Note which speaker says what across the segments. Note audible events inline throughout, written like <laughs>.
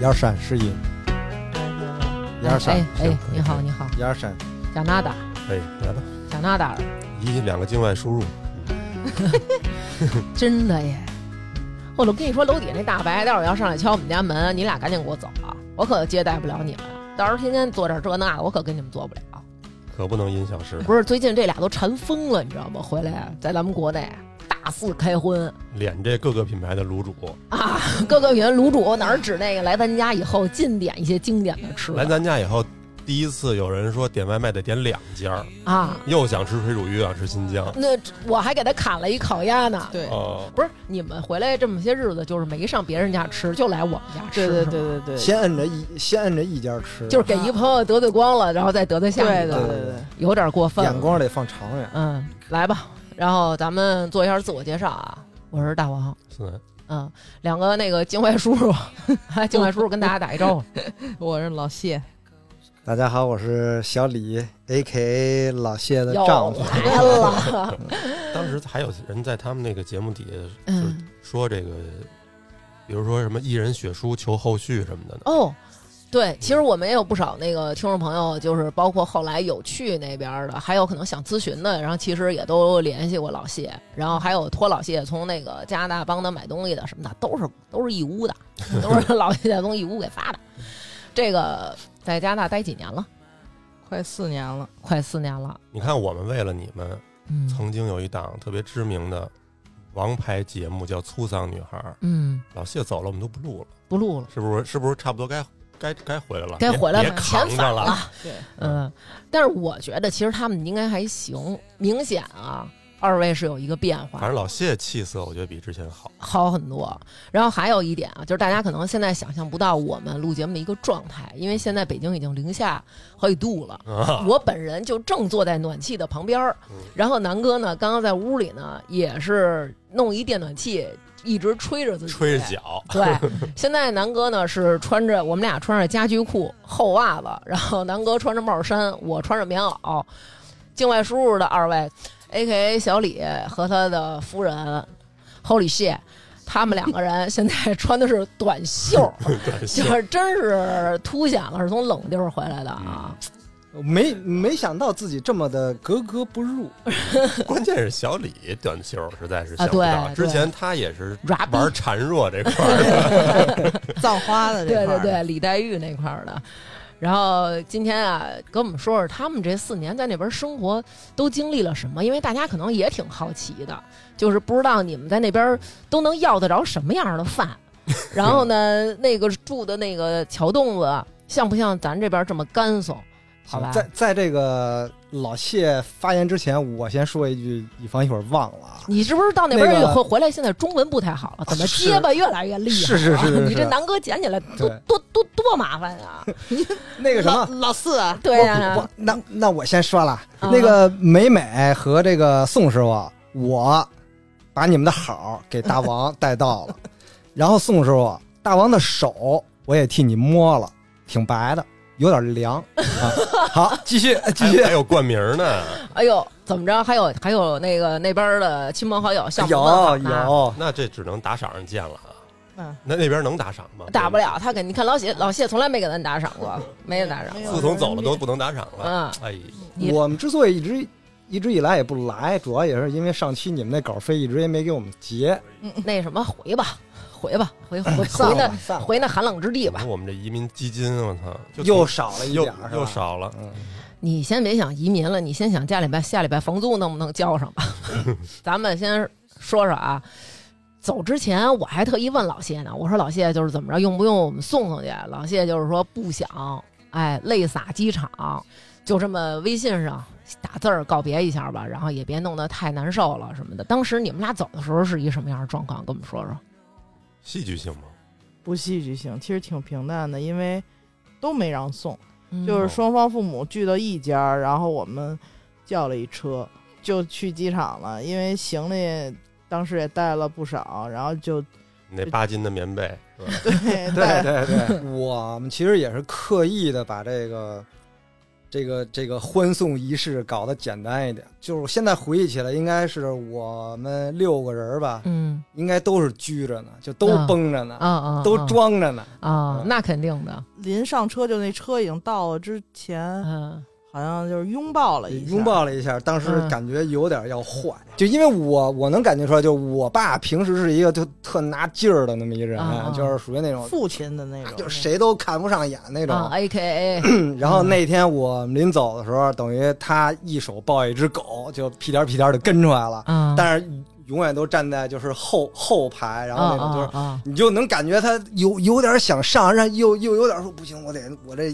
Speaker 1: 一二三，试音。一二三
Speaker 2: 哎，
Speaker 1: 行可
Speaker 2: 哎，
Speaker 1: 以
Speaker 2: 你好，你好，
Speaker 1: 一二三，
Speaker 2: 加拿大，
Speaker 3: 哎，来吧，
Speaker 2: 加拿大了，
Speaker 3: 一两个境外输入，
Speaker 2: 真的耶！我都跟你说，楼底下那大白待会儿要上来敲我们家门，你俩赶紧给我走啊！我可接待不了你们，到时候天天坐这儿这那的，我可跟你们做不了。
Speaker 3: 可不能因小失大，
Speaker 2: 不是，最近这俩都馋疯了，你知道吗？回来在咱们国内大肆开荤 <laughs>
Speaker 3: 脸这各个品牌的卤煮，
Speaker 2: 啊！各个原卤煮哪儿指那个？来咱家以后尽点一些经典的吃
Speaker 3: 来
Speaker 2: 的
Speaker 3: 咱家以后，第一次有人说点外卖得点两家儿，
Speaker 2: 啊！
Speaker 3: 又想吃水煮鱼，又想吃新疆，
Speaker 2: 那我还给他砍了一烤鸭呢。
Speaker 4: 对
Speaker 3: 哦，
Speaker 2: 不是你们回来这么些日子，就是没上别人家吃，就来我们家吃，是
Speaker 4: 对对
Speaker 2: 吗
Speaker 4: 对对对，
Speaker 1: 先摁着一，先摁着一家吃，
Speaker 2: 就是给一个朋友得罪光了，然后再得罪下
Speaker 4: 对
Speaker 2: 一
Speaker 4: 对
Speaker 2: 个，
Speaker 4: 对对，
Speaker 2: 有点过分了。
Speaker 1: 眼光得放长远。
Speaker 2: 嗯，来吧，然后咱们做一下自我介绍啊，我是大王。
Speaker 3: 是
Speaker 2: 嗯，两个那个境外叔 <laughs> 叔，来境外叔叔跟大家打
Speaker 1: <laughs>
Speaker 2: 一招呼。
Speaker 4: 我是老谢，
Speaker 1: 大家好，我是小李，A K A 老谢的
Speaker 2: 又
Speaker 1: 丈夫。
Speaker 2: 来了，
Speaker 1: <laughs>
Speaker 2: <laughs>
Speaker 3: 当时还有人在他们那个节目底下就是
Speaker 2: 嗯，
Speaker 3: 说这个，比如说什么一人血书求后续什么的呢，
Speaker 2: 哦。对，其实我们也有不少那个听众朋友，就是包括后来有去那边的，还有可能想咨询的，然后其实也都联系过老谢，然后还有托老谢从那个加拿大帮他买东西的什么的，都是都是义乌的，都是老谢从义乌给发的。这个在加拿大待几年了？
Speaker 4: 快四年了，
Speaker 2: 快四年了。
Speaker 3: 你看我们为了你们，
Speaker 2: 嗯
Speaker 3: 曾经有一档特别知名的王牌节目叫《粗丧女孩》，
Speaker 2: 嗯，
Speaker 3: 老谢走了，我们都不录了，
Speaker 2: 不录了，
Speaker 3: 是不是？是不是差不多该该该回来了？
Speaker 2: 该
Speaker 3: 别
Speaker 2: 回来
Speaker 3: 别
Speaker 2: 了，
Speaker 3: 扛
Speaker 2: 遣
Speaker 3: 着
Speaker 2: 返
Speaker 3: 了。
Speaker 4: <laughs> 对，
Speaker 2: 嗯，但是我觉得其实他们应该还行，明显啊，二位是有一个变
Speaker 3: 反
Speaker 2: 化，
Speaker 3: 正老谢气色，我觉得比之前好。
Speaker 2: 好很多。然后还有一点啊，就是大家可能现在想象不到我们录节目的一个状态，因为现在北京已经零下好几度了。
Speaker 3: 啊，
Speaker 2: 我本人就正坐在暖气的旁边儿
Speaker 3: 嗯，
Speaker 2: 然后南哥呢，刚刚在屋里呢，也是弄一电暖气，一直吹着自己，
Speaker 3: 吹着 <laughs> 脚，
Speaker 2: 对，现在南哥呢是穿着我们俩穿着家居裤、厚袜子，然后南哥穿着帽衫，我穿着棉袄。境外叔叔的二位，A K A 小李和他的夫人 Holy shit，他们两个人现在穿的是短袖，
Speaker 3: <laughs> 短
Speaker 2: 就
Speaker 3: 袖。
Speaker 2: 是真是凸显了是从冷地儿回来的啊。
Speaker 1: 没没想到自己这么的格格不入，
Speaker 3: 关键是小李短袖实在是想
Speaker 2: 啊
Speaker 3: 不到，
Speaker 2: 对
Speaker 3: 之前他也是
Speaker 2: Rap
Speaker 3: 玩孱弱这块儿，
Speaker 4: 葬花的这
Speaker 2: 对
Speaker 4: 块
Speaker 2: 对
Speaker 4: 儿
Speaker 2: 对，，李黛玉那块儿的。然后今天啊，跟我们说说他们这四年在那边生活都经历了什么，因为大家可能也挺好奇的，就是不知道你们在那边都能要得着什么样的饭。然后呢，那个住的那个桥洞子像不像咱这边这么干松？好吧，
Speaker 1: 在在这个老谢发言之前，我先说一句，以防一会儿忘了啊。
Speaker 2: 你是不是到那边
Speaker 1: 那
Speaker 2: 以
Speaker 1: 个
Speaker 2: 后回来，现在中文不太好了，怎么
Speaker 1: 是
Speaker 2: 结巴越来越厉害
Speaker 1: 是
Speaker 2: 了？
Speaker 1: 是是是
Speaker 2: 你这南哥捡起来多
Speaker 1: 对
Speaker 2: 多多多麻烦
Speaker 1: <laughs>
Speaker 2: 啊！
Speaker 1: 那个什么
Speaker 4: 老，老四啊，
Speaker 2: 对呀、啊，
Speaker 1: 我我那那我先说了，
Speaker 2: 啊
Speaker 1: 那个美美和这个宋师傅，我把你们的好给大王带到了，然后宋师傅，大王的手我也替你摸了，挺白的，有点凉啊。好，继续继
Speaker 3: 还
Speaker 1: 续
Speaker 3: 有还，有冠名呢。
Speaker 2: 哎呦，怎么着？还有还有那个那边的亲朋好友，像我们
Speaker 1: 有
Speaker 2: 问好呢啊
Speaker 1: 有，
Speaker 3: 那这只能打赏上见了啊。
Speaker 4: 嗯，
Speaker 3: 那那边能打赏吗？
Speaker 2: 打不。了，他给你看老谢，老谢从来没给咱打赏过，没有打赏
Speaker 4: 没有
Speaker 2: 过。
Speaker 3: 自从走了都不能打赏了。
Speaker 2: 嗯
Speaker 3: 哎，
Speaker 2: 你
Speaker 1: 我们之所以一直一直以来也不来，主要也是因为上期你们那稿费一直也没给我们结，
Speaker 2: 那什么，回吧，回吧，回
Speaker 4: <laughs>
Speaker 2: 回
Speaker 1: 散
Speaker 2: 回
Speaker 1: 了
Speaker 2: 那
Speaker 1: 散了，
Speaker 2: 回那寒冷之地吧。
Speaker 3: 我们这移民基金，我操，就
Speaker 1: 又少了一
Speaker 3: 又
Speaker 1: 点儿，是吧
Speaker 3: 又。少了。
Speaker 1: 嗯，
Speaker 2: 你先别想移民了，你先想下礼拜下礼拜房租能不能
Speaker 1: <laughs>
Speaker 2: 交上吧。咱们先说说啊，走之前我还特意问老谢呢，我说老谢就是怎么着，用不用我们送送去？老谢就是说不想，哎，泪洒机场，就这么微信上打字儿告别一下吧，然后也别弄得太难受了什么的。当时你们俩走的时候是一什么样的状况？跟我们说说。
Speaker 3: 戏剧性吗？
Speaker 4: 不戏剧性，其实挺平淡的，因为都没让送，
Speaker 2: 嗯
Speaker 4: 就是双方父母聚到一家儿，然后我们叫了一车就去机场了，因为行李当时也带了不少，然后 <laughs> 就
Speaker 3: 你那八斤的棉被，
Speaker 2: 嗯
Speaker 3: 是吧
Speaker 4: 对 <laughs>
Speaker 1: 对对对，我们其实也是刻意的把这个这个这个欢送仪式搞得简单一点。就是现在回忆起来，应该是我们六个人吧，
Speaker 2: 嗯
Speaker 1: 应该都是拘着呢，就都
Speaker 2: 嗯
Speaker 1: 绷着呢，
Speaker 2: 啊啊，
Speaker 1: 都装着呢。<laughs>
Speaker 2: 啊
Speaker 1: 嗯，
Speaker 2: 那肯定的，
Speaker 4: 临上车就那车已经到了之前，
Speaker 2: 嗯
Speaker 4: 好像就是拥抱了一下，
Speaker 1: 拥抱了一下，当时
Speaker 2: 哎嗯
Speaker 1: 感觉有点要坏，就因为我我能感觉出来，就我爸平时是一个就特拿劲儿的那么一人，
Speaker 2: 啊啊
Speaker 1: 就是属于那种
Speaker 4: 父亲的那种，
Speaker 1: 就谁都看不上眼那种。
Speaker 2: 啊
Speaker 1: <laughs>
Speaker 2: ，A K A，
Speaker 1: 然后那天我们临走的时候，等于他一手抱一只狗，就屁颠儿屁颠儿的跟出来了，
Speaker 2: 啊，
Speaker 1: 但是永远都站在就是后后排，然后那种就是。
Speaker 2: 啊啊
Speaker 1: 你就能感觉他有有点想上，然后又又有点说不行，我得我这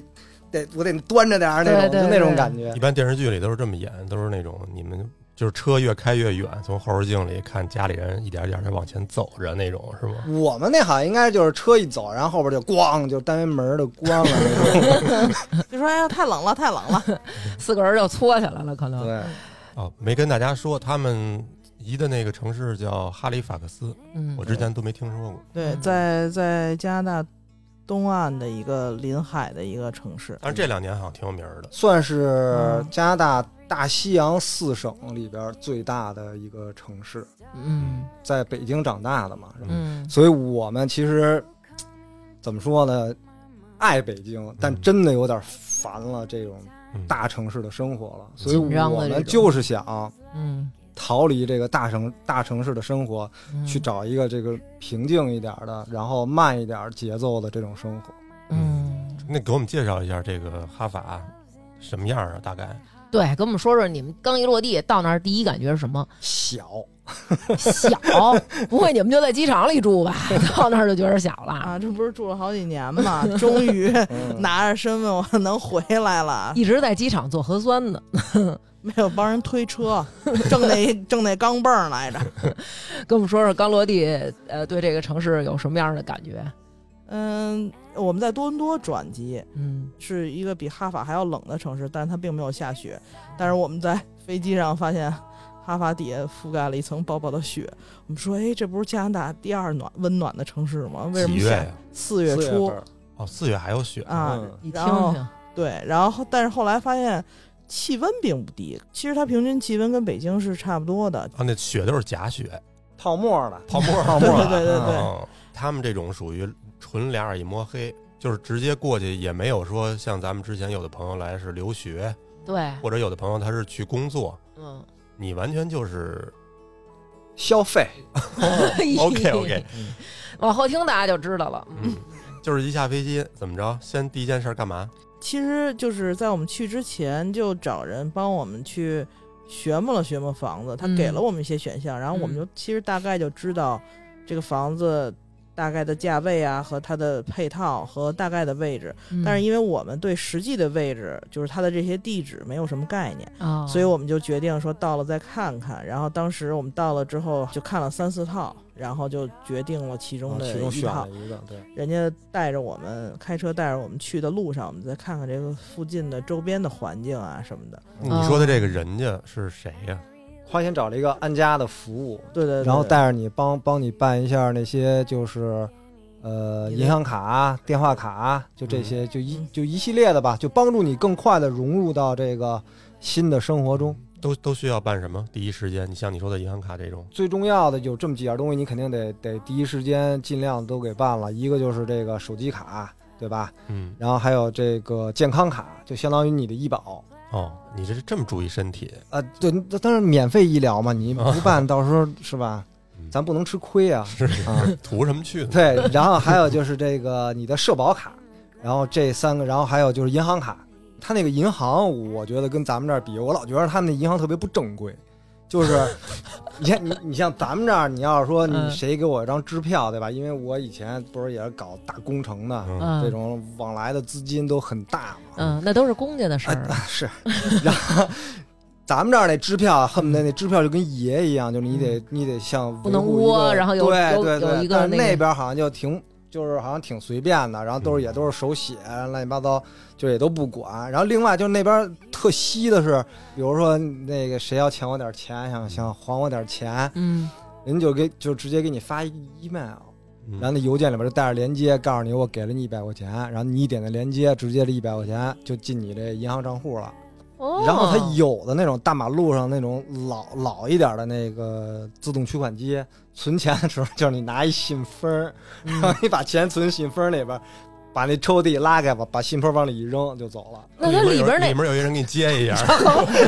Speaker 1: 得我得端着点儿那种，
Speaker 2: 对对
Speaker 1: 就那种
Speaker 2: 对
Speaker 1: 感觉
Speaker 3: 一。般电视剧里都是这么演，都是那种你们就是车越开越远，从后视镜里看家里人一点一点的往前走着那种，是吗？
Speaker 1: 我们那好像应该就是车一走，然后后边就咣，就单元门儿就关了那
Speaker 2: <laughs>
Speaker 1: 种。
Speaker 4: 就说哎呀太冷了太冷了，
Speaker 2: 四个人就搓起来了，可能，
Speaker 1: 对，
Speaker 3: 哦，没跟大家说，他们移的那个城市叫哈利法克斯，
Speaker 2: 嗯
Speaker 3: 我之前都没听说过。
Speaker 4: 对，
Speaker 2: 嗯
Speaker 4: 在在加拿大东岸的一个临海的一个城市，
Speaker 3: 但是这两年好像挺有名儿的，
Speaker 1: 算是
Speaker 2: 嗯
Speaker 1: 加拿大大西洋四省里边最大的一个城市，
Speaker 2: 嗯
Speaker 1: 在北京长大的嘛，是吧
Speaker 2: 嗯
Speaker 1: 所以我们其实怎么说呢，爱北京，但真的有点烦了这种
Speaker 3: 嗯、
Speaker 1: 大城市的生活了，所以
Speaker 2: 紧张的
Speaker 1: 我
Speaker 2: 这
Speaker 1: 们
Speaker 2: 种
Speaker 1: 就是想
Speaker 2: 嗯，
Speaker 1: 逃离这个大城大城市的生活，
Speaker 2: 嗯
Speaker 1: 去，找一个这个平静一点的，然后慢一点节奏的这种生活。
Speaker 2: 嗯，
Speaker 3: 那给我们介绍一下这个哈法什么样啊？大概
Speaker 2: 对，给我们说说你们刚一落地到那儿第一感觉是什么？
Speaker 1: 小，
Speaker 2: 小， <laughs> 不会你们就在机场里住吧？ <laughs> 到那儿就觉得小了，
Speaker 4: 啊，这不是住了好几年嘛，终于
Speaker 1: 嗯
Speaker 4: 拿着身份我能回来了，啊
Speaker 2: 一直在机场做核酸呢。
Speaker 4: 没有帮人推车，挣那挣那钢镚儿来着。
Speaker 2: 跟我们说说刚落地，呃，对这个城市有什么样的感觉？
Speaker 4: 嗯，我们在多伦多转机，
Speaker 2: 嗯
Speaker 4: 是一个比哈法还要冷的城市，但是它并没有下雪。但是我们在飞机上发现，哈法底下覆盖了一层薄薄的雪。我们说，哎，这不是加拿大第二暖温暖的城市吗？为什么
Speaker 3: 几月
Speaker 4: 下
Speaker 3: 呀、
Speaker 4: 四月
Speaker 1: 四
Speaker 4: 初
Speaker 1: 份儿
Speaker 3: 哦，四月还有雪
Speaker 4: 啊？
Speaker 1: 嗯
Speaker 2: 你听
Speaker 4: 然后
Speaker 2: 听，
Speaker 4: 对，然后但是后来发现气温并不低，其实它平均气温跟北京是差不多的。
Speaker 3: 啊！那雪都是假雪，
Speaker 1: 泡沫的，
Speaker 3: 泡沫儿
Speaker 1: 泡沫
Speaker 4: 对
Speaker 1: 儿
Speaker 3: <laughs>
Speaker 1: 啊的，
Speaker 4: 对对对对，
Speaker 3: 嗯，他们这种属于纯两眼一摸黑，就是直接过去，也没有说像咱们之前有的朋友来是留学，
Speaker 2: 对，
Speaker 3: 或者有的朋友他是去工作，
Speaker 2: 嗯
Speaker 3: 你完
Speaker 2: <laughs>
Speaker 3: 全就是
Speaker 1: 嗯消费，
Speaker 3: OK OK，
Speaker 2: 往后听大家就知道了。嗯
Speaker 3: 嗯，就是一下飞机怎么着，先第一件事干嘛？
Speaker 4: 其实就是在我们去之前就找人帮我们去学摸了学摸房子，他
Speaker 2: 嗯
Speaker 4: 给了我们一些选项，然后我们就其实大概就知道这个房子大概的价位啊和它的配套和大概的位置，
Speaker 2: 嗯
Speaker 4: 但是因为我们对实际的位置就是它的这些地址没有什么概念，
Speaker 2: 啊，
Speaker 4: 所以我们就决定说到了再看看。然后当时我们到了之后就看了三四套，然后就决定了其中
Speaker 1: 嗯
Speaker 4: 的
Speaker 1: 其中
Speaker 4: 一
Speaker 1: 选
Speaker 4: 套
Speaker 1: 了。一个，对，
Speaker 4: 人家带着我们开车带着我们去的路上，我们再看看这个附近的周边的环境啊什么的。
Speaker 3: 你
Speaker 2: 嗯
Speaker 3: 说的这个人家是谁呀、
Speaker 1: 花钱找了一个安家的服务，
Speaker 4: 对对对，
Speaker 1: 然后带着你帮帮你办一下那些就是。呃，
Speaker 4: 你的
Speaker 1: 银行卡、电话卡，啊就这些，就一
Speaker 4: 嗯
Speaker 1: 就一系列的吧，就帮助你更快的融入到这个新的生活中。
Speaker 3: 都都需要办什么？第一时间，你像你说的银行卡这种，
Speaker 1: 最重要的有这么几样东西，你肯定得得第一时间尽量都给办了。一个就是这个手机卡，对吧？
Speaker 3: 嗯，
Speaker 1: 然后还有这个健康卡，就相当于你的医保。
Speaker 3: 哦，你这是这么注意身体，
Speaker 1: 啊，对，但是免费医疗嘛，你
Speaker 4: <laughs>
Speaker 1: 不办到时候是吧？
Speaker 3: 嗯
Speaker 1: 咱不能吃亏啊。
Speaker 3: 是
Speaker 1: 啊，
Speaker 3: <laughs> 图什么去呢？
Speaker 1: <laughs> 对。然后还有就是这个你的社保卡，然后这三个，然后还有就是银行卡。他那个银行，我觉得跟咱们这儿比，我老觉得他们那银行特别不正规。就是，你像你你像咱们这儿，你要是说你
Speaker 2: 嗯
Speaker 1: 谁给我一张支票，对吧？因为我以前不是也是搞大工程的，
Speaker 3: 嗯，
Speaker 2: 嗯
Speaker 1: 这种往来的资金都很大嘛。
Speaker 2: 嗯，那都是公家的事儿。
Speaker 1: 啊，是，然后咱们这儿那支票啊，恨不得那支票就跟爷一样，就是你得你得像
Speaker 2: 嗯不能
Speaker 1: 维护一个
Speaker 2: 窝然后有
Speaker 1: 对
Speaker 2: 有
Speaker 1: 对对
Speaker 2: 有一个
Speaker 1: 但是
Speaker 2: 那个
Speaker 1: 那边好像就挺就是好像挺随便的，然后都是
Speaker 3: 嗯
Speaker 1: 也都是手写乱七八糟，就也都不管。然后另外就是那边特稀的是，比如说那个谁要欠我点钱，想想还我点钱，
Speaker 2: 嗯，
Speaker 1: 人就给就直接给你发一 email。
Speaker 3: 嗯
Speaker 1: 然后那邮件里边就带着链接，告诉你我给了你一百块钱，然后你一点那链接，直接这一百块钱就进你这银行账户了。
Speaker 2: 哦，
Speaker 1: 然后它有的那种大马路上那种老老一点的那个自动取款机，存钱的时候就是你拿一信封儿，然后你把钱存信封儿里边儿，把那抽屉拉开，把把信封儿往里一扔就走了。 <laughs>
Speaker 2: 那它里边
Speaker 3: 里
Speaker 2: 那
Speaker 3: 面有一人给你接一下，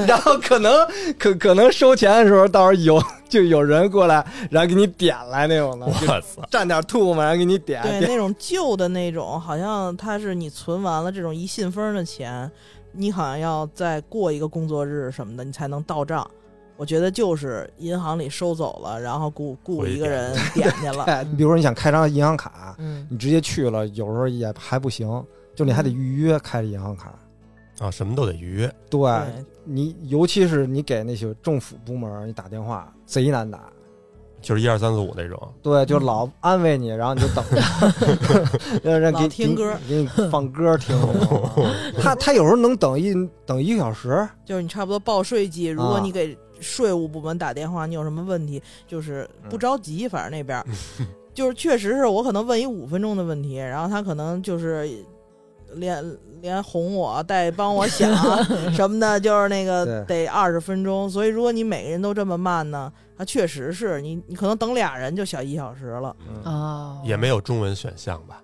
Speaker 1: 然后可能可可能收钱的时候，到时候有就有人过来，然后给你点来那种的，
Speaker 3: 我
Speaker 1: 就
Speaker 3: 操！
Speaker 1: 蘸点吐沫，然后给你点。
Speaker 4: 对，
Speaker 1: 点
Speaker 4: 那种旧的那种，好像它是你存完了这种一信封的钱，你好像要再过一个工作日什么的，你才能到账。我觉得就是银行里收走了，然后雇雇
Speaker 3: 回
Speaker 4: 一个
Speaker 3: 点
Speaker 4: 人点去了。
Speaker 1: 哎，你比如说你想开张银行卡，
Speaker 2: 嗯，
Speaker 1: 你直接去了，有时候也还不行，就你还得预约开银行卡。
Speaker 3: 啊，什么都得预约，
Speaker 1: <laughs> 对
Speaker 4: 对，
Speaker 1: 你，尤其是你给那些政府部门儿你打电话，贼难打。
Speaker 3: 就是一二三四五那种。
Speaker 2: 嗯
Speaker 1: 对，就老安慰你，然后你就等着，
Speaker 2: <laughs>
Speaker 1: 让人给
Speaker 4: 老听歌
Speaker 1: 给你给你放歌听。你知道吗他他有时候能等一等一个小时，
Speaker 4: 就是你差不多报税季，如果
Speaker 1: 啊
Speaker 4: 你给税务部门打电话，你有什么问题，就是不着急，反正那边儿 <laughs> 就是确实是我可能问一五分钟的问题，然后他可能就是连连哄我带帮我想什么的，就是那个得二十分钟。所以如果你每个人都这么慢呢，啊，确实是你你可能等俩人就小一小时了。
Speaker 2: 哦，
Speaker 3: 也没有中文选项吧？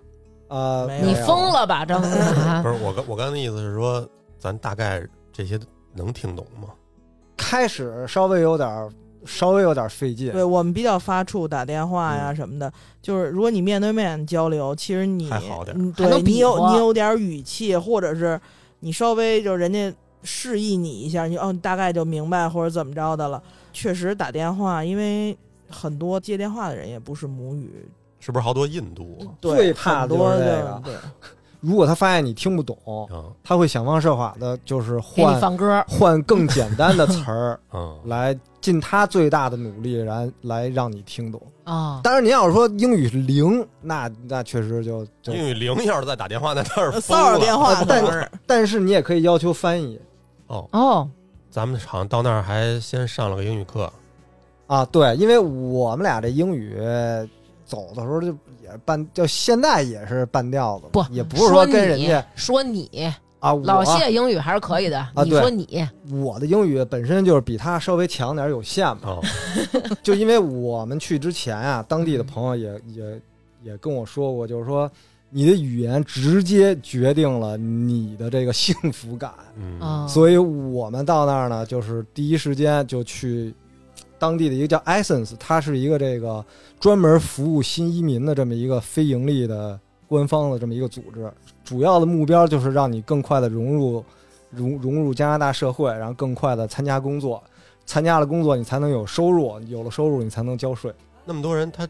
Speaker 1: 呃，
Speaker 4: 没有
Speaker 2: 你
Speaker 1: 没有
Speaker 2: 疯了吧， <laughs> 张思
Speaker 3: 不
Speaker 2: 达？
Speaker 3: 是我刚我刚才的意思是说，咱大概这些能听懂吗？
Speaker 1: 开始稍微有点儿，稍微有点儿费劲。
Speaker 4: 对我们比较发怵，打电话呀什么的，就是如果你面对面交流，其实你
Speaker 3: 还好点儿
Speaker 4: 嗯
Speaker 2: 还
Speaker 4: 对
Speaker 2: 能
Speaker 4: 你
Speaker 2: 比
Speaker 4: 有
Speaker 2: 划
Speaker 4: 你有点语气，或者是你稍微就人家示意你一下，你就哦你大概就明白或者怎么着的了。确实打电话，因为很多接电话的人也不是母语，
Speaker 3: 是不是好多印度啊？
Speaker 4: 对
Speaker 1: 最怕
Speaker 4: 很
Speaker 1: 的
Speaker 4: 多
Speaker 1: 就是
Speaker 4: 就
Speaker 1: 这
Speaker 4: 是
Speaker 1: 个
Speaker 4: 对
Speaker 1: 如果他发现你听不懂，
Speaker 3: 嗯
Speaker 1: 他会想方设法的，就是
Speaker 2: 给你
Speaker 1: 换
Speaker 2: 放歌，
Speaker 1: 换更简单的词儿
Speaker 3: 嗯，
Speaker 1: 来尽他最大的努力，然来让你听懂。
Speaker 2: 啊，
Speaker 1: 当然，您要是说英语是零，那那确实就就，
Speaker 2: 嗯
Speaker 3: 英语零要是再打电话，那倒是疯
Speaker 4: 呃骚扰
Speaker 3: 了。
Speaker 4: 电话
Speaker 1: 但
Speaker 4: 可是
Speaker 1: 但是你也可以要求翻译
Speaker 3: 哦，
Speaker 2: 哦，
Speaker 3: 咱们好像到那儿还先上了个英语课，
Speaker 1: 啊。对，因为我们俩这英语走的时候就也半，就现在也是半调子，
Speaker 2: 不
Speaker 1: 也不是说跟人
Speaker 2: 你
Speaker 1: 家
Speaker 2: 说你，
Speaker 1: 啊，
Speaker 2: 老
Speaker 1: 我
Speaker 2: 谢英语还是可以的，你
Speaker 1: 啊对
Speaker 2: 说你，
Speaker 1: 我的英语本身就是比他稍微强点儿，有限
Speaker 2: <laughs>
Speaker 1: 嘛。
Speaker 3: 哦，
Speaker 1: 就因为我们去之前啊，当地的朋友也
Speaker 2: 嗯
Speaker 1: 也也跟我说过，就是说你的语言直接决定了你的这个幸福感，
Speaker 3: 嗯
Speaker 2: 哦，
Speaker 1: 所以我们到那儿呢，就是第一时间就去当地的一个叫 Essence，它是一个这个专门服务新移民的这么一个非盈利的官方的这么一个组织，主要的目标就是让你更快的融入融融入加拿大社会，然后更快的参加工作。参加了工作，你才能有收入，有了收入，你才能交税。
Speaker 3: 那么多人他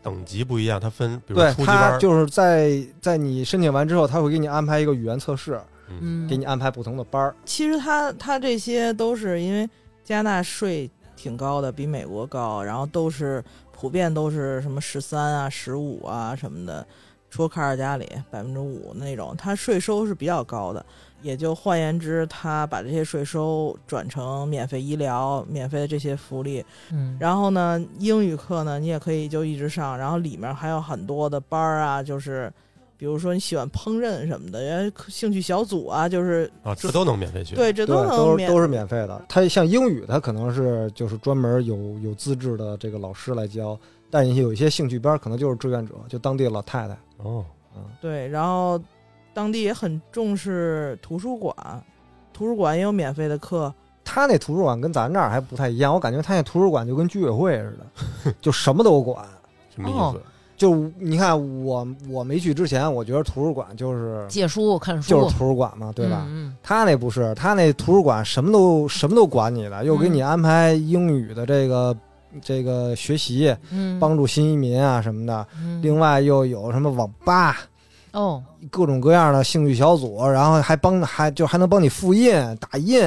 Speaker 3: 等级不一样，他分比如
Speaker 1: 对
Speaker 3: 初级班
Speaker 1: 他
Speaker 3: 儿，
Speaker 1: 就是在在你申请完之后，他会给你安排一个语言测试，
Speaker 3: 嗯
Speaker 2: 嗯，
Speaker 1: 给你安排不同的班儿。
Speaker 4: 其实他他这些都是因为加拿大税挺高的，比美国高，然后都是普遍都是什么十三啊、十五啊什么的，除了卡尔加里百分之五那种，它税收是比较高的。也就换言之，他把这些税收转成免费医疗、免费的这些福利，
Speaker 2: 嗯，
Speaker 4: 然后呢，英语课呢，你也可以就一直上，然后里面还有很多的班儿啊，就是比如说你喜欢烹饪什么的，人家兴趣小组啊，就是
Speaker 3: 啊，这都能免费学，
Speaker 4: 对，这
Speaker 1: 对，
Speaker 4: 都能
Speaker 1: 都
Speaker 4: 免
Speaker 1: 是都是免费的。它像英语，它可能是就是专门有有资质的这个老师来教，但有一些兴趣班儿可能就是志愿者，就当地的老太太。
Speaker 3: 哦，
Speaker 4: 对，然后当地也很重视图书馆，图书馆也有免费的课。
Speaker 1: 他那图书馆跟咱这儿还不太一样，我感觉他那图书馆就跟居委会似
Speaker 4: <laughs>
Speaker 1: 的，就什么都管。
Speaker 3: 什么意思？
Speaker 1: 就你看我我没去之前，我觉得图书馆就是
Speaker 2: 借书看书，
Speaker 1: 就是图书馆嘛，对吧？
Speaker 2: 嗯
Speaker 1: 他那不是，他那图书馆什么都什么都管你的，又给
Speaker 4: 嗯
Speaker 1: 你安排英语的这个这个学习，
Speaker 2: 嗯，
Speaker 1: 帮助新移民啊什么的。
Speaker 2: 嗯
Speaker 1: 另外又有什么网吧，
Speaker 2: 哦，
Speaker 1: 各种各样的兴趣小组，然后还帮还就还能帮你复印、打印，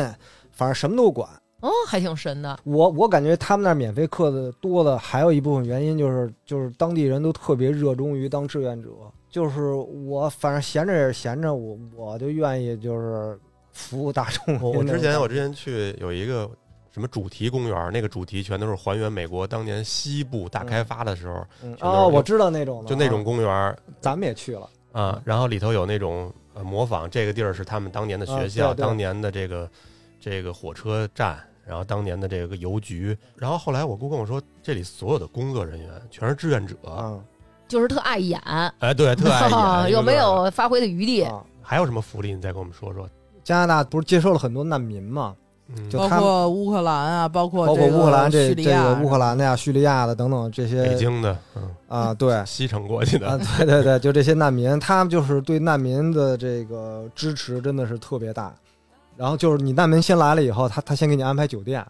Speaker 1: 反正什么都管。
Speaker 2: 哦，还挺神的，
Speaker 1: 我我感觉他们那儿免费课的多的，还有一部分原因就是就是当地人都特别热衷于当志愿者，就是我反正闲着也是闲着，我我就愿意就是服务大众。
Speaker 3: <laughs> 我我之前
Speaker 1: 我
Speaker 3: 我之前去有一个什什么主题公园，那个主题全都是还原美国当年西部大开发的时候，
Speaker 1: 嗯
Speaker 3: 全都是
Speaker 1: 哦，嗯我知道那种的，
Speaker 3: 就那种，公园儿
Speaker 1: 咱们也去了，
Speaker 3: 啊，然后里头有那种呃模仿这个地儿是他们当年的学校，
Speaker 1: 啊对对
Speaker 3: 当年的这个这个火车站，然后当年的这个邮局，然后后来我姑跟我说，这里所有的工作人员全是志愿者，
Speaker 1: 嗯
Speaker 2: 就是特爱演，
Speaker 3: 哎，对，
Speaker 2: <laughs>
Speaker 3: 特爱
Speaker 1: <laughs>
Speaker 3: 演，
Speaker 2: 有没
Speaker 3: 一个个的？
Speaker 2: 有发挥的余地？
Speaker 1: 啊，
Speaker 3: 还有什么福利？你再跟我们说说。
Speaker 1: 加拿大不是接收了很多难民嘛，
Speaker 3: 嗯，
Speaker 1: 就
Speaker 4: 包
Speaker 1: 他们
Speaker 4: 括乌克兰啊，包括
Speaker 1: 包括
Speaker 4: 这个
Speaker 1: 乌克兰这
Speaker 4: 叙利
Speaker 1: 这
Speaker 4: 亚
Speaker 1: 个乌克兰的呀、叙利亚的等等这
Speaker 3: 北
Speaker 1: 些
Speaker 3: 京的，嗯，
Speaker 1: 啊，对啊，
Speaker 3: 西城过去的，
Speaker 1: 对对对，就这些难民，他们就是对难民的这个支持真的是特别大。然后就是你难民先来了以后，他他先给你安排酒店，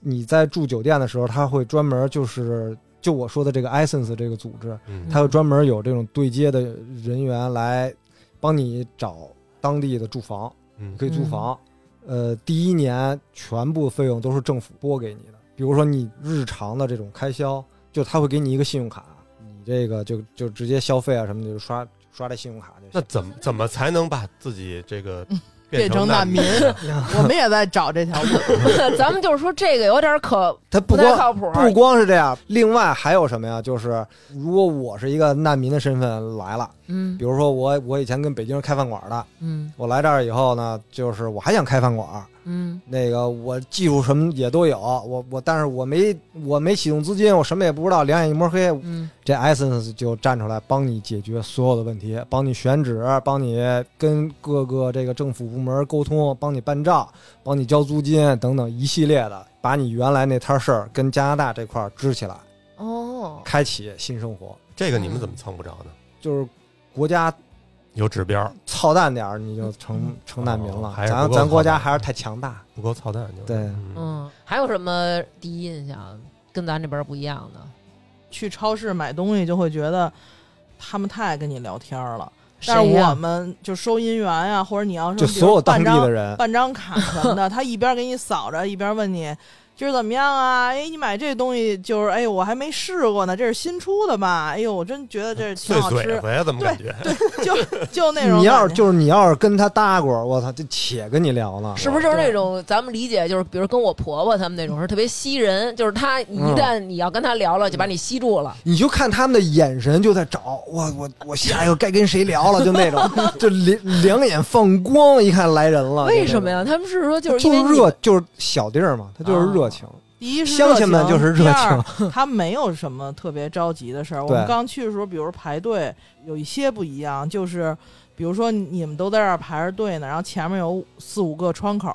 Speaker 1: 你在住酒店的时候，他会专门就是就我说的这个 Essence 这个组织，
Speaker 3: 嗯，
Speaker 1: 他会专门有这种对接的人员来帮你找当地的住房。
Speaker 3: 嗯
Speaker 1: 你可以租房。呃，第一年全部费用都是政府拨给你的，比如说你日常的这种开销，就他会给你一个信用卡，你这个就就直接消费啊什么的就刷刷这信用卡就
Speaker 3: 那
Speaker 1: 行。
Speaker 3: 怎
Speaker 4: <laughs>
Speaker 3: 么怎么才能把自己这个
Speaker 4: 嗯
Speaker 3: 变
Speaker 4: <laughs> 变成
Speaker 3: 难
Speaker 4: 难民
Speaker 3: 呢
Speaker 4: 我们也在找
Speaker 1: <laughs>
Speaker 4: 这条路。
Speaker 2: <laughs> 咱们就是说这个有点可
Speaker 1: 他不
Speaker 2: 太
Speaker 1: 光
Speaker 2: 靠谱。
Speaker 1: 不光是这样，另外还有什么呀？就是如果我是一个难民的身份来了，
Speaker 2: 嗯
Speaker 1: 比如说我我以前跟北京人开饭馆的，
Speaker 2: 嗯
Speaker 1: 我来这儿以后呢，就是我还想开饭馆，
Speaker 2: 嗯
Speaker 1: 那个我技术什么也都有，我我但是我没我没启动资金，我什么也不知道，两眼一摸黑，
Speaker 2: 嗯
Speaker 1: 这 Essence 就站出来帮你解决所有的问题，帮你选址，帮你跟各个这个政府部门沟通，帮你办照，帮你交租金等等一系列的，把你原来那摊事儿跟加拿大这块儿支起来，
Speaker 2: 哦，
Speaker 1: 开启新生活，
Speaker 3: <laughs> 这个你们怎么蹭不着呢？
Speaker 1: 就是国家
Speaker 3: 有指标
Speaker 1: 操蛋点儿，你就成
Speaker 2: 嗯
Speaker 1: 成难民了。
Speaker 3: 哦还是不
Speaker 1: 咱
Speaker 3: 够
Speaker 1: 咱国家
Speaker 3: 操蛋
Speaker 1: 还是太强大，
Speaker 3: 不够操蛋就是。
Speaker 1: 对
Speaker 3: 嗯，
Speaker 2: 嗯，还有什么第一印象跟咱这边不一样的？
Speaker 4: 去超市买东西就会觉得他们太爱跟你聊天了，但
Speaker 2: 谁
Speaker 4: 是
Speaker 2: 呀
Speaker 4: 我们就收银员啊，或者你要是
Speaker 1: 就
Speaker 4: 比如
Speaker 1: 所有当
Speaker 4: 办
Speaker 1: 地
Speaker 4: 张
Speaker 1: 的人，
Speaker 4: 办张卡什么的，他一边给你扫着，一边问你今儿怎么样啊？哎，你买这东西就是哎，我还没试过呢，这是新出的吧？哎呦，我真觉得这挺
Speaker 3: 碎
Speaker 4: 好
Speaker 3: 嘴
Speaker 4: 吃，
Speaker 3: 子呀，怎么感觉？
Speaker 1: <laughs>
Speaker 4: 就就那种
Speaker 1: 你要
Speaker 4: 感
Speaker 1: 是
Speaker 4: 觉
Speaker 1: 就是你要是跟他搭过儿，我操，就且跟你聊呢。
Speaker 2: 是不是就是
Speaker 4: 对
Speaker 2: 那种咱们理解就是，比如跟我婆婆他们那种是特别吸人，就是她
Speaker 1: 嗯
Speaker 2: 一旦你要跟她聊了，就把你吸住了。
Speaker 1: 你就看他们的眼神就在找我我我下一个该跟谁聊
Speaker 2: <laughs>
Speaker 1: 了，就那种，就两两眼放光，一看来人了。
Speaker 2: 为什么呀？他们哦是说
Speaker 1: 就那
Speaker 2: 就
Speaker 1: 种？
Speaker 2: 是因
Speaker 1: 就是
Speaker 2: 为你
Speaker 1: 热，就是小弟儿嘛，他就是热情。
Speaker 4: 第一是
Speaker 1: 乡亲们
Speaker 4: 热情
Speaker 1: 就是热，
Speaker 4: 第二他没有什么特别着急的事儿。我
Speaker 1: 对
Speaker 4: 们刚去的时候，比如排队有一些不一样，就是比如说你们都在这儿排着队呢，然后前面有四五个窗口，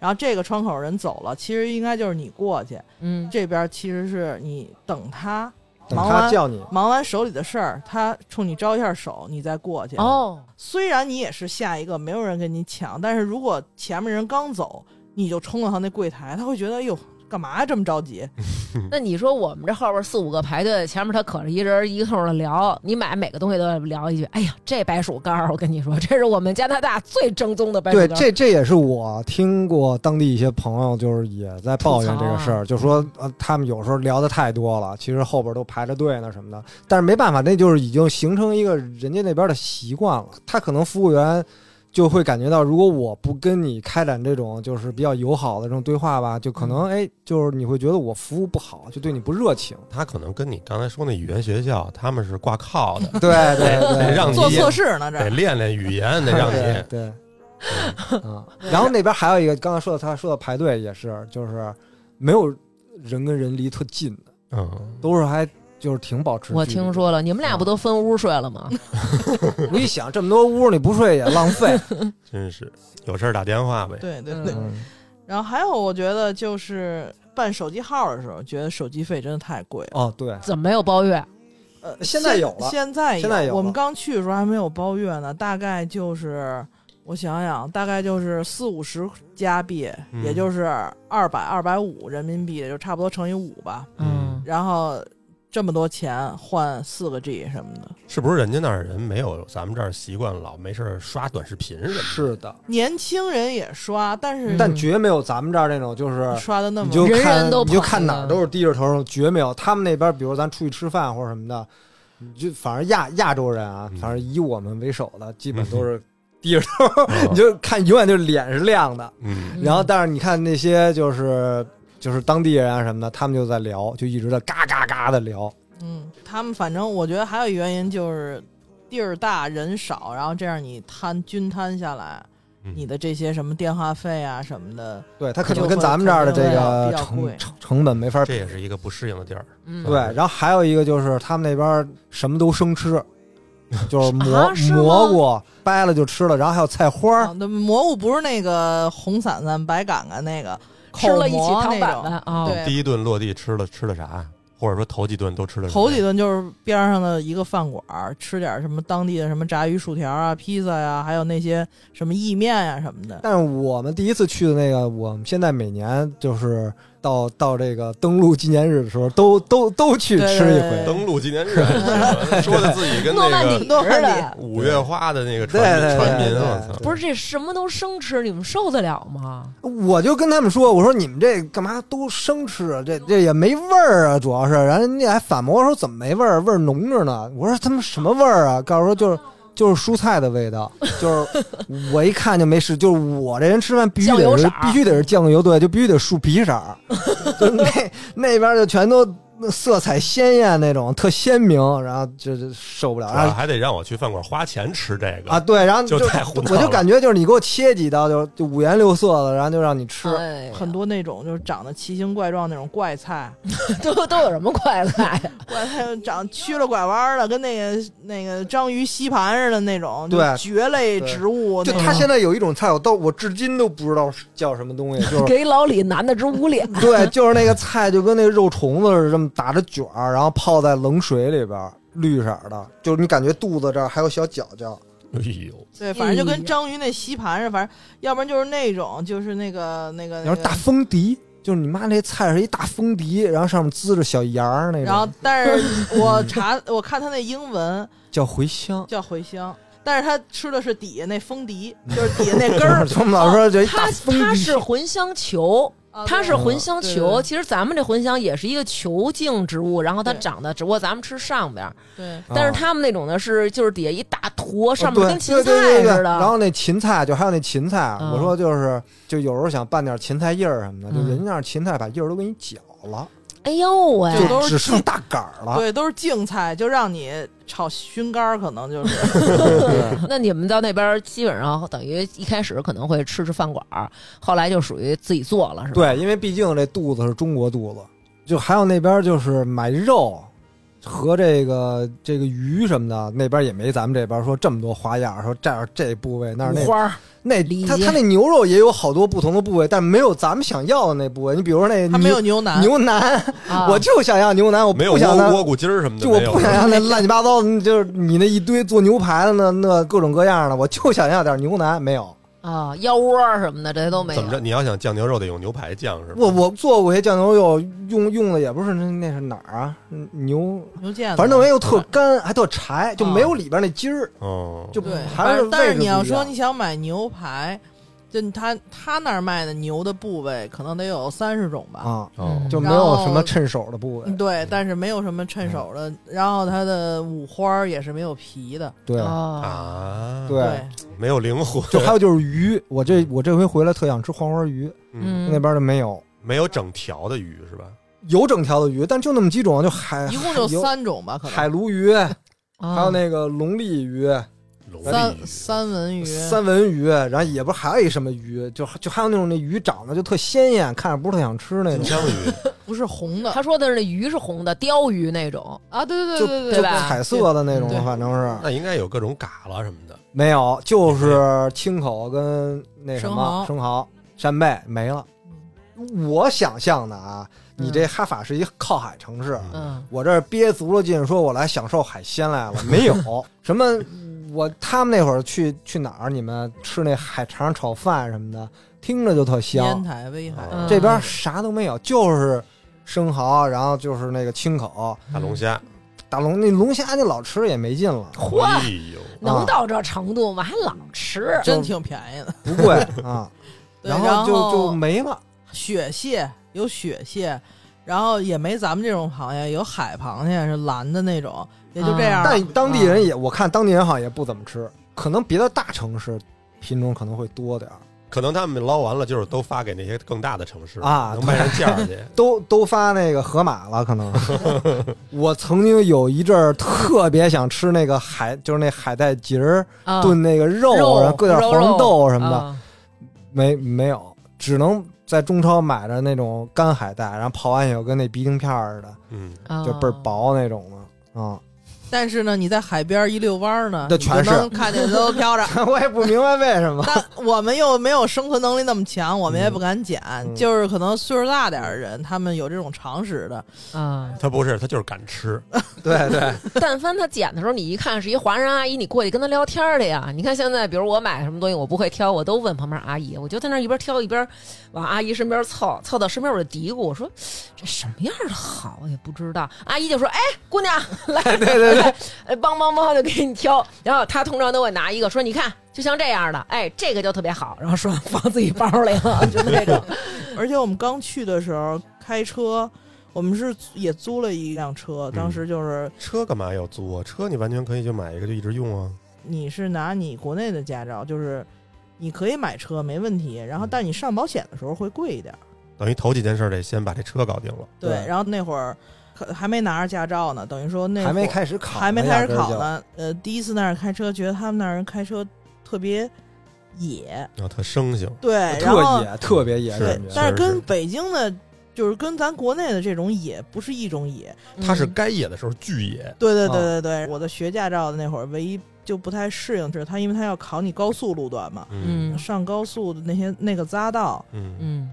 Speaker 4: 然后这个窗口人走了，其实应该就是你过去，
Speaker 2: 嗯
Speaker 4: 这边其实是你等他
Speaker 1: 等
Speaker 4: 忙
Speaker 1: 他
Speaker 2: 啊
Speaker 4: 完
Speaker 1: 叫你，
Speaker 4: 忙完手里的事儿，他冲你招一下手，你再过去。
Speaker 2: 哦，
Speaker 4: 虽然你也是下一个，没有人跟你抢，但是如果前面人刚走，你就冲到他那柜台，他会觉得哎呦，干嘛呀这么着急？
Speaker 1: 嗯
Speaker 2: 那你说我们这后边四五个排队，前面他可着一人一通的聊，你买每个东西都要聊一句，哎呀，这白薯干儿，我跟你说，这是我们加拿大最正宗的白薯
Speaker 1: 对，
Speaker 2: 干儿。
Speaker 1: 这这也是我听过当地一些朋友，就是也在抱怨这个事儿，就说呃，他们有时候聊的太多了，其实后边都排着队呢什么的。但是没办法，那就是已经形成一个人家那边的习惯了。他可能服务员就会感觉到，如果我不跟你开展这种就是比较友好的这种对话吧，就可能哎，就是你会觉得我服务不好，就对你不热情。
Speaker 3: 他可能跟你刚才说那语言学校，他们是挂靠的，
Speaker 1: 对对
Speaker 3: 得
Speaker 1: 对，
Speaker 3: 让你
Speaker 4: 做测试呢这
Speaker 3: 得
Speaker 4: 儿。
Speaker 3: 练练语言，得让
Speaker 1: 对
Speaker 3: 你
Speaker 1: 对， <laughs> 嗯，然后那边还有一个，刚才说的，他说的排队也是，就是没有人跟人离特近的，
Speaker 3: <laughs> 嗯，
Speaker 1: 都是还就是挺保持。
Speaker 2: 我听，说了，你们俩不都分屋睡了吗？
Speaker 1: 我一想这么多屋，你不睡也浪费。
Speaker 2: <laughs>
Speaker 3: 真是有事儿打电话呗。
Speaker 4: 对对对。
Speaker 1: 嗯，
Speaker 4: 然后还有，我觉得就是办手机号的时候，觉得手机费真的太贵了。
Speaker 1: 哦，对，
Speaker 2: 怎么没有
Speaker 1: <laughs>
Speaker 2: 包月？
Speaker 4: 呃，
Speaker 1: 现在有了
Speaker 4: 现在
Speaker 1: 现在有了
Speaker 4: 我们刚去的时候还没有包月呢，大概就是我想想，大概就是四五十加币，
Speaker 3: 嗯
Speaker 4: 也就是二百二百五人民币，就差不多乘以五吧。
Speaker 2: 嗯
Speaker 3: 嗯，
Speaker 4: 然后这么多钱换四个 G 什么的，
Speaker 3: 是不是人家那儿人没有咱们这儿习惯老没事儿刷短视频什么的？
Speaker 1: 是的，
Speaker 4: 年轻人也刷，但
Speaker 2: 嗯
Speaker 4: 是
Speaker 1: 但绝没有咱们这儿那种就是。
Speaker 4: 刷的那
Speaker 1: 你
Speaker 4: 么
Speaker 1: 就
Speaker 2: 人
Speaker 1: 看，
Speaker 2: 人都
Speaker 1: 你就
Speaker 2: 捧
Speaker 1: 看哪
Speaker 2: 着
Speaker 1: 儿都是低着头，绝没有。他们那边，比如咱出去吃饭或者什么的，你就反正亚亚洲人啊
Speaker 3: 嗯，
Speaker 1: 反正以我们为首的，基
Speaker 3: <laughs>
Speaker 1: 本都是低着头，
Speaker 3: 嗯
Speaker 4: <laughs>
Speaker 1: 你就看永远就是脸是亮的，
Speaker 3: 嗯，
Speaker 1: 然后，但是你看那些就是就是当地人啊什么的，他们就在聊，就一直在嘎嘎嘎的聊。
Speaker 4: 嗯，他们反正我觉得还有一原因就是地儿大人少，然后这样你摊均摊下来，
Speaker 3: 嗯
Speaker 4: 你的这些什么电话费啊什么的，
Speaker 1: 对他可能跟咱们这儿的这个
Speaker 4: 就会
Speaker 1: 成
Speaker 4: 比较贵
Speaker 1: 成成本没法
Speaker 3: 这
Speaker 1: 比。
Speaker 3: 也是一个不适应的地儿，
Speaker 2: 嗯，
Speaker 1: 对，然后还有一个就是他们那边什么都生吃，就是蘑、
Speaker 2: 啊是吗
Speaker 1: 蘑菇掰了就吃了，然后还有菜花儿
Speaker 4: 啊，那蘑菇不是那个红伞伞、白杆杆那个，
Speaker 2: 吃了一起
Speaker 4: 口蘑
Speaker 2: 汤
Speaker 4: 那
Speaker 2: 板
Speaker 4: 种
Speaker 2: 板啊，
Speaker 4: 对
Speaker 3: 第一顿落地吃了吃的啥，或者说头几顿都吃的什么
Speaker 4: 头几顿就是边上的一个饭馆儿，吃点什么当地的什么炸鱼薯条啊、披萨呀、还有那些什么意面呀、什么的。
Speaker 1: 但是我们第一次去的那个，我们现在每年就是到到这个登陆纪念日的时候，都都都去
Speaker 4: 对
Speaker 1: 吃一
Speaker 4: 对对
Speaker 1: 回。
Speaker 3: 登陆纪念日，说的自己跟
Speaker 2: 诺
Speaker 3: 那
Speaker 2: 曼
Speaker 3: 个
Speaker 2: 底似
Speaker 4: 诺曼
Speaker 2: 的
Speaker 4: 底，
Speaker 3: 五月花的那个
Speaker 1: 对
Speaker 3: 船
Speaker 1: 对对
Speaker 3: 船民，
Speaker 1: 对
Speaker 3: 我操！
Speaker 1: 对
Speaker 2: 不是这什么都生吃，你们受得了吗？
Speaker 1: 我就跟他们说，我说你们这干嘛都生吃啊？这这也没味儿啊，主要是。然后人家还反驳我说怎么没味儿，味儿浓着呢。我说他们什么味儿啊？告诉说就是就是蔬菜的味道，就是我一看就没事，就是我这人吃饭必须
Speaker 2: 酱油
Speaker 1: 得
Speaker 2: 色
Speaker 1: 是
Speaker 2: 儿
Speaker 1: 必须得是酱油，对，就必须得树皮色儿，就那那边就全都色彩鲜艳那种，特鲜明，然后就就受不了，
Speaker 3: 主
Speaker 1: 然
Speaker 3: 要
Speaker 1: 后。
Speaker 3: 还得让我去饭馆花钱吃这个
Speaker 1: 啊，，对，然后
Speaker 3: 就太胡闹了
Speaker 1: 我就感觉就是你给我切几刀，就就五颜六色的，然后就让你吃，
Speaker 2: 哎 <laughs> 呀
Speaker 4: 很多那种就是长得奇形怪状那种
Speaker 1: <laughs>
Speaker 4: 怪菜，
Speaker 2: 都都有什么快乐呀？
Speaker 4: 怪菜长曲了拐弯儿的，跟那个那个章鱼吸盘似的那种，就
Speaker 1: 对
Speaker 4: 蕨类
Speaker 1: 对
Speaker 4: 植物
Speaker 1: 就
Speaker 4: 那种。
Speaker 1: 他现在有一种菜，我到我至今都不知道是叫什么东西， <laughs> 就是
Speaker 2: 给老李难的直捂脸。
Speaker 1: 对，就是那个菜就跟那个肉虫子似的，这么打着卷儿，然后泡在冷水里边儿，绿色儿的，就是你感觉肚子这儿还有小脚脚，
Speaker 3: 哎呦，
Speaker 4: 对，反正就
Speaker 2: 哎
Speaker 4: 跟
Speaker 2: 呀
Speaker 4: 章鱼那吸盘似的，反正要不然就是那种就是那个那个
Speaker 2: 哎
Speaker 1: 你
Speaker 4: 那
Speaker 1: 说
Speaker 4: 个
Speaker 1: 大 <laughs> 风笛，就是你妈那菜是一大风笛，然后上面滋着小芽儿那种，
Speaker 4: 然后，但是我查我看他那英文
Speaker 1: 叫茴香。。
Speaker 4: 叫茴香，但是他吃的是底下那风笛，就是底下那根儿
Speaker 1: <laughs> 他们老说这一哎大
Speaker 2: 它
Speaker 1: 风
Speaker 2: 它
Speaker 1: 笛
Speaker 2: 是茴香球，
Speaker 4: 啊
Speaker 2: 它是
Speaker 4: 对
Speaker 2: 茴香
Speaker 4: 对
Speaker 2: 球。
Speaker 4: 对
Speaker 2: 其实咱们这茴香也是一个球茎植物，然后它
Speaker 4: 对
Speaker 2: 长得，只不过咱们吃上边儿，
Speaker 4: 对
Speaker 1: 啊
Speaker 2: 但是他们那种呢是就是底下一大坨，上面
Speaker 1: 哦对
Speaker 2: 跟芹菜
Speaker 1: 对对对对
Speaker 2: 似
Speaker 1: 然
Speaker 2: 的。
Speaker 1: 后那芹菜就还有那芹菜，
Speaker 2: 嗯
Speaker 1: 我说就是就有时候想拌点芹菜叶儿什么的，就
Speaker 2: 嗯
Speaker 1: 人家那芹菜把叶儿都给你搅了，
Speaker 2: 哎呦喂，
Speaker 4: 就都
Speaker 1: 就是只剩大杆儿了。
Speaker 4: 嗯对，都是净菜，就让你炒熏干儿，可能就是
Speaker 1: <laughs>
Speaker 2: 那你们到那边儿基本上等于一开始可能会吃吃饭馆儿，后来就属于自己做了，是吧？
Speaker 1: 对，因为毕竟这肚子是中国肚子，就还有那边就是买肉和这个这个鱼什么的，那边也没咱们这边说这么多花样，说这儿这部位那儿那
Speaker 2: 五花儿
Speaker 1: 那
Speaker 2: 里
Speaker 1: 他
Speaker 2: 脊
Speaker 1: 他那牛肉也有好多不同的部位，但没有咱们想要的那部位。你比如说那
Speaker 4: 它没有
Speaker 1: 牛
Speaker 4: 牛腩，
Speaker 1: 牛腩，
Speaker 2: 啊，
Speaker 1: 我就想要牛腩，我
Speaker 3: 没有
Speaker 1: 不想
Speaker 3: 窝
Speaker 1: 要。
Speaker 3: 窝骨筋儿什么的，
Speaker 1: 就我
Speaker 3: 没有
Speaker 1: 不想要
Speaker 4: <laughs>
Speaker 1: 那乱七八糟的，就是你那一堆做牛排的那那各种各样的，我就想要点牛腩，没有。
Speaker 2: 啊腰窝儿什么的这些都没有啊
Speaker 3: 怎么着？你要想酱牛肉得用牛排酱是吧？
Speaker 1: 我我做过一些酱牛肉，用用的也不是那那是哪儿啊？嗯牛
Speaker 4: 牛啊腱子，
Speaker 1: 反正没有特干，还特柴，就没有里边那筋儿，
Speaker 3: 哦，
Speaker 1: 就
Speaker 4: 对，
Speaker 1: 还
Speaker 4: 反
Speaker 1: 是
Speaker 4: 正但
Speaker 1: 味
Speaker 4: 是
Speaker 1: 道
Speaker 4: 你要
Speaker 1: 不一
Speaker 4: 说
Speaker 1: 样
Speaker 4: 你想买牛排，就他他那儿卖的牛的部位，可能得有三十种吧。
Speaker 1: 啊，
Speaker 3: 哦
Speaker 1: 就没有什么趁手的部位
Speaker 4: 嗯，对，但是没有什么
Speaker 1: 嗯
Speaker 4: 趁手的，然后它的五花儿也是没有皮的，
Speaker 1: 对
Speaker 2: 啊，
Speaker 3: 啊，
Speaker 1: 对，哎
Speaker 3: 没有灵魂，
Speaker 1: 就还有就是鱼，我这我这回回来特想吃黄花鱼，
Speaker 3: 嗯，
Speaker 1: 那边就没有，
Speaker 3: 没有整条的鱼是吧？
Speaker 1: 有整条的鱼，但就那么几种，就海
Speaker 4: 一共就
Speaker 1: 有
Speaker 4: 三嗯种吧，可能
Speaker 1: 海鲈鱼，还
Speaker 2: 还
Speaker 1: 有那个龙利鱼、
Speaker 3: 龙
Speaker 4: 三三文鱼，
Speaker 1: 三文鱼，然后也不是还有一什么鱼，就就还有那种那鱼长得就特鲜艳，看着不是特想吃那
Speaker 3: 金
Speaker 1: 种，
Speaker 3: 枪
Speaker 1: <laughs>
Speaker 3: 鱼，
Speaker 4: 不是红的
Speaker 2: 他说的是那鱼是红的，鲷鱼那种，
Speaker 4: 啊，对对
Speaker 1: 就
Speaker 4: 对对对
Speaker 1: 就
Speaker 2: 对吧
Speaker 1: 彩色的那种
Speaker 4: 对，
Speaker 1: 反正是
Speaker 3: 那应该有各种嘎啦什么的。
Speaker 1: 没有，就是青口跟那什么生蚝、扇贝没了。我想象的啊，
Speaker 2: 嗯
Speaker 1: 你这哈法是一靠海城市，啊
Speaker 2: 嗯，
Speaker 1: 我这儿憋足了劲，说我来享受海鲜来了，没有什么。我他们那会儿去去哪儿？你们吃那海肠炒饭什么的，听着就特
Speaker 4: 烟
Speaker 1: 香。哦
Speaker 4: 台、威海，
Speaker 2: 嗯
Speaker 1: 这边啥都没有，就是生蚝，然后就是那个青口、
Speaker 3: 大龙虾，
Speaker 1: 大龙那龙虾，那老吃也没劲了，
Speaker 2: 嚯
Speaker 3: 哎呦，
Speaker 2: 能
Speaker 1: 啊
Speaker 2: 到这程度吗？还老吃，
Speaker 4: 真挺便宜的。
Speaker 1: 不贵啊。
Speaker 4: 对
Speaker 1: 然
Speaker 4: 然
Speaker 1: 后就就没了。
Speaker 4: 雪蟹有雪蟹，然后也没咱们这种螃蟹，有海螃蟹是蓝的那种，也就这样了。
Speaker 1: 啊但当地人也，我看当地人好像也不怎么吃，可能别的大城市品种可能会多点儿。
Speaker 3: 可能他们捞完了，就是都发给那些更大的城市
Speaker 1: 啊
Speaker 3: 能卖上价儿去。
Speaker 1: 都都发那个河马了，可能。我曾经有一阵儿特别想吃那个海，就是那海带节儿
Speaker 2: 啊
Speaker 1: 炖那个肉，
Speaker 2: 肉
Speaker 1: 然后搁点
Speaker 2: 肉
Speaker 1: 黄豆什么的，
Speaker 2: 啊
Speaker 1: 没没有，只能在中超买着那种干海带，然后刨完以后跟那鼻涕片儿似的，
Speaker 3: 嗯，
Speaker 2: 啊
Speaker 1: 就倍儿薄那种的啊。
Speaker 4: 但是呢，你在海边一遛弯儿呢，
Speaker 1: 那全
Speaker 4: 你就是能看见
Speaker 1: <laughs>
Speaker 4: 都飘着。
Speaker 1: <laughs> 我也不明白为什么。 <laughs>
Speaker 4: 但我们又没有生存能力那么强，我们也不敢捡。
Speaker 1: 嗯
Speaker 4: 就是可能岁数大点儿的人，他们有这种常识的，
Speaker 2: 啊！
Speaker 3: 他不是，他就是敢吃。
Speaker 1: 对对，
Speaker 2: <laughs> 但凡他捡的时候，你一看是一华人阿姨，你过去跟他聊天儿的呀。你看现在，比如我买什么东西，我不会挑，我都问旁边阿姨，我就在那儿一边挑一边往阿姨身边凑，凑到身边我就嘀咕，我说这什么样的好啊我也不知道。阿姨就说：“哎，姑娘， <laughs> 来，对对对，哎帮帮帮，就给你挑。”然后她通常都会拿一个说：“你看，就像这样的，哎，这个就特别好。”然后说放自己包里
Speaker 1: <laughs>
Speaker 2: 了，就那种。
Speaker 4: 而且我们刚去的时候开车，我们是也租了一辆
Speaker 1: 嗯
Speaker 4: 车，当时就是
Speaker 3: 车干嘛要租啊？车你完全可以就买一个就一直用啊。
Speaker 4: 你是拿你国内的驾照，就是你可以买车没问题，
Speaker 1: 嗯
Speaker 4: 然后但你上保险的时候会贵一点儿。
Speaker 3: 等于头几件事儿得先把这车搞定了。
Speaker 1: 对
Speaker 4: 然后那会儿可还没拿着驾照呢，等于说那会儿
Speaker 1: 还没开始考呢，
Speaker 4: 还没开始考
Speaker 1: 压根儿
Speaker 4: 呢。呃，第一次那儿开车，觉得他们那儿人开车特别野，
Speaker 3: 然后他生性，
Speaker 4: 对，
Speaker 1: 就，
Speaker 4: 哎然后
Speaker 1: 特野，特别野
Speaker 3: 是
Speaker 1: 感
Speaker 4: 对
Speaker 1: 觉，
Speaker 4: 但是
Speaker 3: 确实
Speaker 4: 跟
Speaker 3: 是
Speaker 4: 北京的，就是跟咱国内的这种野不是一种野。
Speaker 2: 嗯
Speaker 3: 他是该野的时候巨野，
Speaker 4: 对对
Speaker 1: 啊
Speaker 4: 对对对，我的学驾照的那会儿，唯一就不太适应是它，因为它要考你高速路段嘛，
Speaker 2: 嗯
Speaker 4: 上高速的那些那个匝道，
Speaker 3: 嗯
Speaker 2: 嗯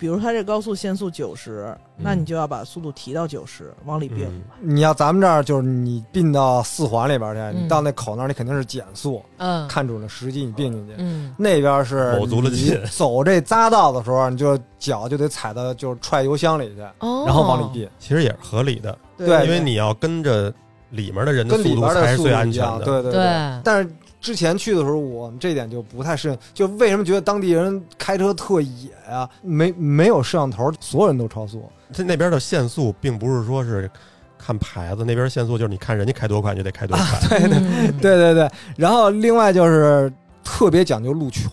Speaker 4: 比如它这高速限速九十，
Speaker 1: 嗯
Speaker 4: 那你就要把速度提到九十往里并。
Speaker 3: 嗯
Speaker 1: 你要咱们这儿就是你并到四环里边去，
Speaker 2: 嗯
Speaker 1: 你到那口那儿，你肯定是减速，
Speaker 2: 嗯
Speaker 1: 看准了时机你并进去。
Speaker 2: 嗯
Speaker 1: 那边是
Speaker 3: 卯足了劲
Speaker 1: 你 <laughs> 走这匝道的时候，你就脚就得踩到，就是踹油箱里去，
Speaker 2: 哦，
Speaker 1: 然后往里并，
Speaker 3: 其实也是合理的，
Speaker 1: 对
Speaker 3: 因为你要跟着里面的人的
Speaker 1: 跟
Speaker 3: 速
Speaker 1: 里
Speaker 3: 度
Speaker 1: 边
Speaker 3: 才
Speaker 1: 的
Speaker 3: 是
Speaker 1: 速
Speaker 3: 最
Speaker 1: 度
Speaker 3: 安
Speaker 1: 一
Speaker 3: 全
Speaker 1: 样。
Speaker 3: 的。
Speaker 1: 对对
Speaker 2: 对
Speaker 1: 但是之前去的时候，我们这点就不太适应。就为什么觉得当地人开车特野呀、没没有摄像头，所有人都超速。
Speaker 3: 他那边的限速并不是说是看牌子，那边限速就是你看人家开多快你就得开多快。
Speaker 1: 对对
Speaker 2: 嗯
Speaker 1: <laughs> 对对对。然后另外就是特别讲究路权，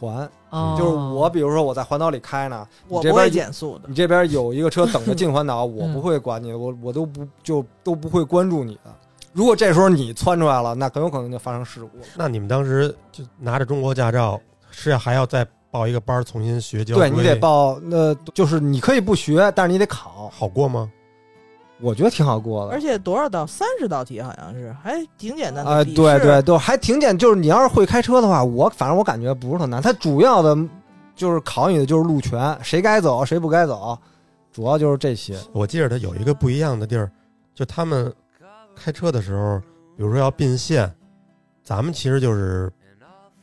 Speaker 2: 哦
Speaker 1: 就是我比如说我在环岛里开呢，
Speaker 4: 我
Speaker 1: 这
Speaker 4: 不
Speaker 1: 边
Speaker 4: 会
Speaker 1: 一
Speaker 4: 减速的，
Speaker 1: 你这边有一个车等着进
Speaker 4: <laughs>
Speaker 1: 环岛，我
Speaker 2: 嗯
Speaker 1: 不会管你，我我都不就都不会关注你的。如果这时候你窜出来了，那很有可能就发生事故了。
Speaker 3: 那你们当时就拿着中国驾照，是要还要再报一个班儿重新学交规？
Speaker 1: 对你得报，那就是你可以不学，但是你得考。
Speaker 3: 好过吗？
Speaker 1: 我觉得挺好过的
Speaker 4: 而。且多少道？三十道题好像是，还挺简单的。
Speaker 1: 啊、
Speaker 4: 笔
Speaker 1: 对
Speaker 4: 试
Speaker 1: 对，都还挺简，就是你要是会开车的话，我反正我感觉不是特难。它主要的就是考你的就是路权，谁该走谁不该走，主要就是这些。
Speaker 3: 我记着他有一个不一样的地儿，就他们开车的时候，比如说要并线，咱们其实就是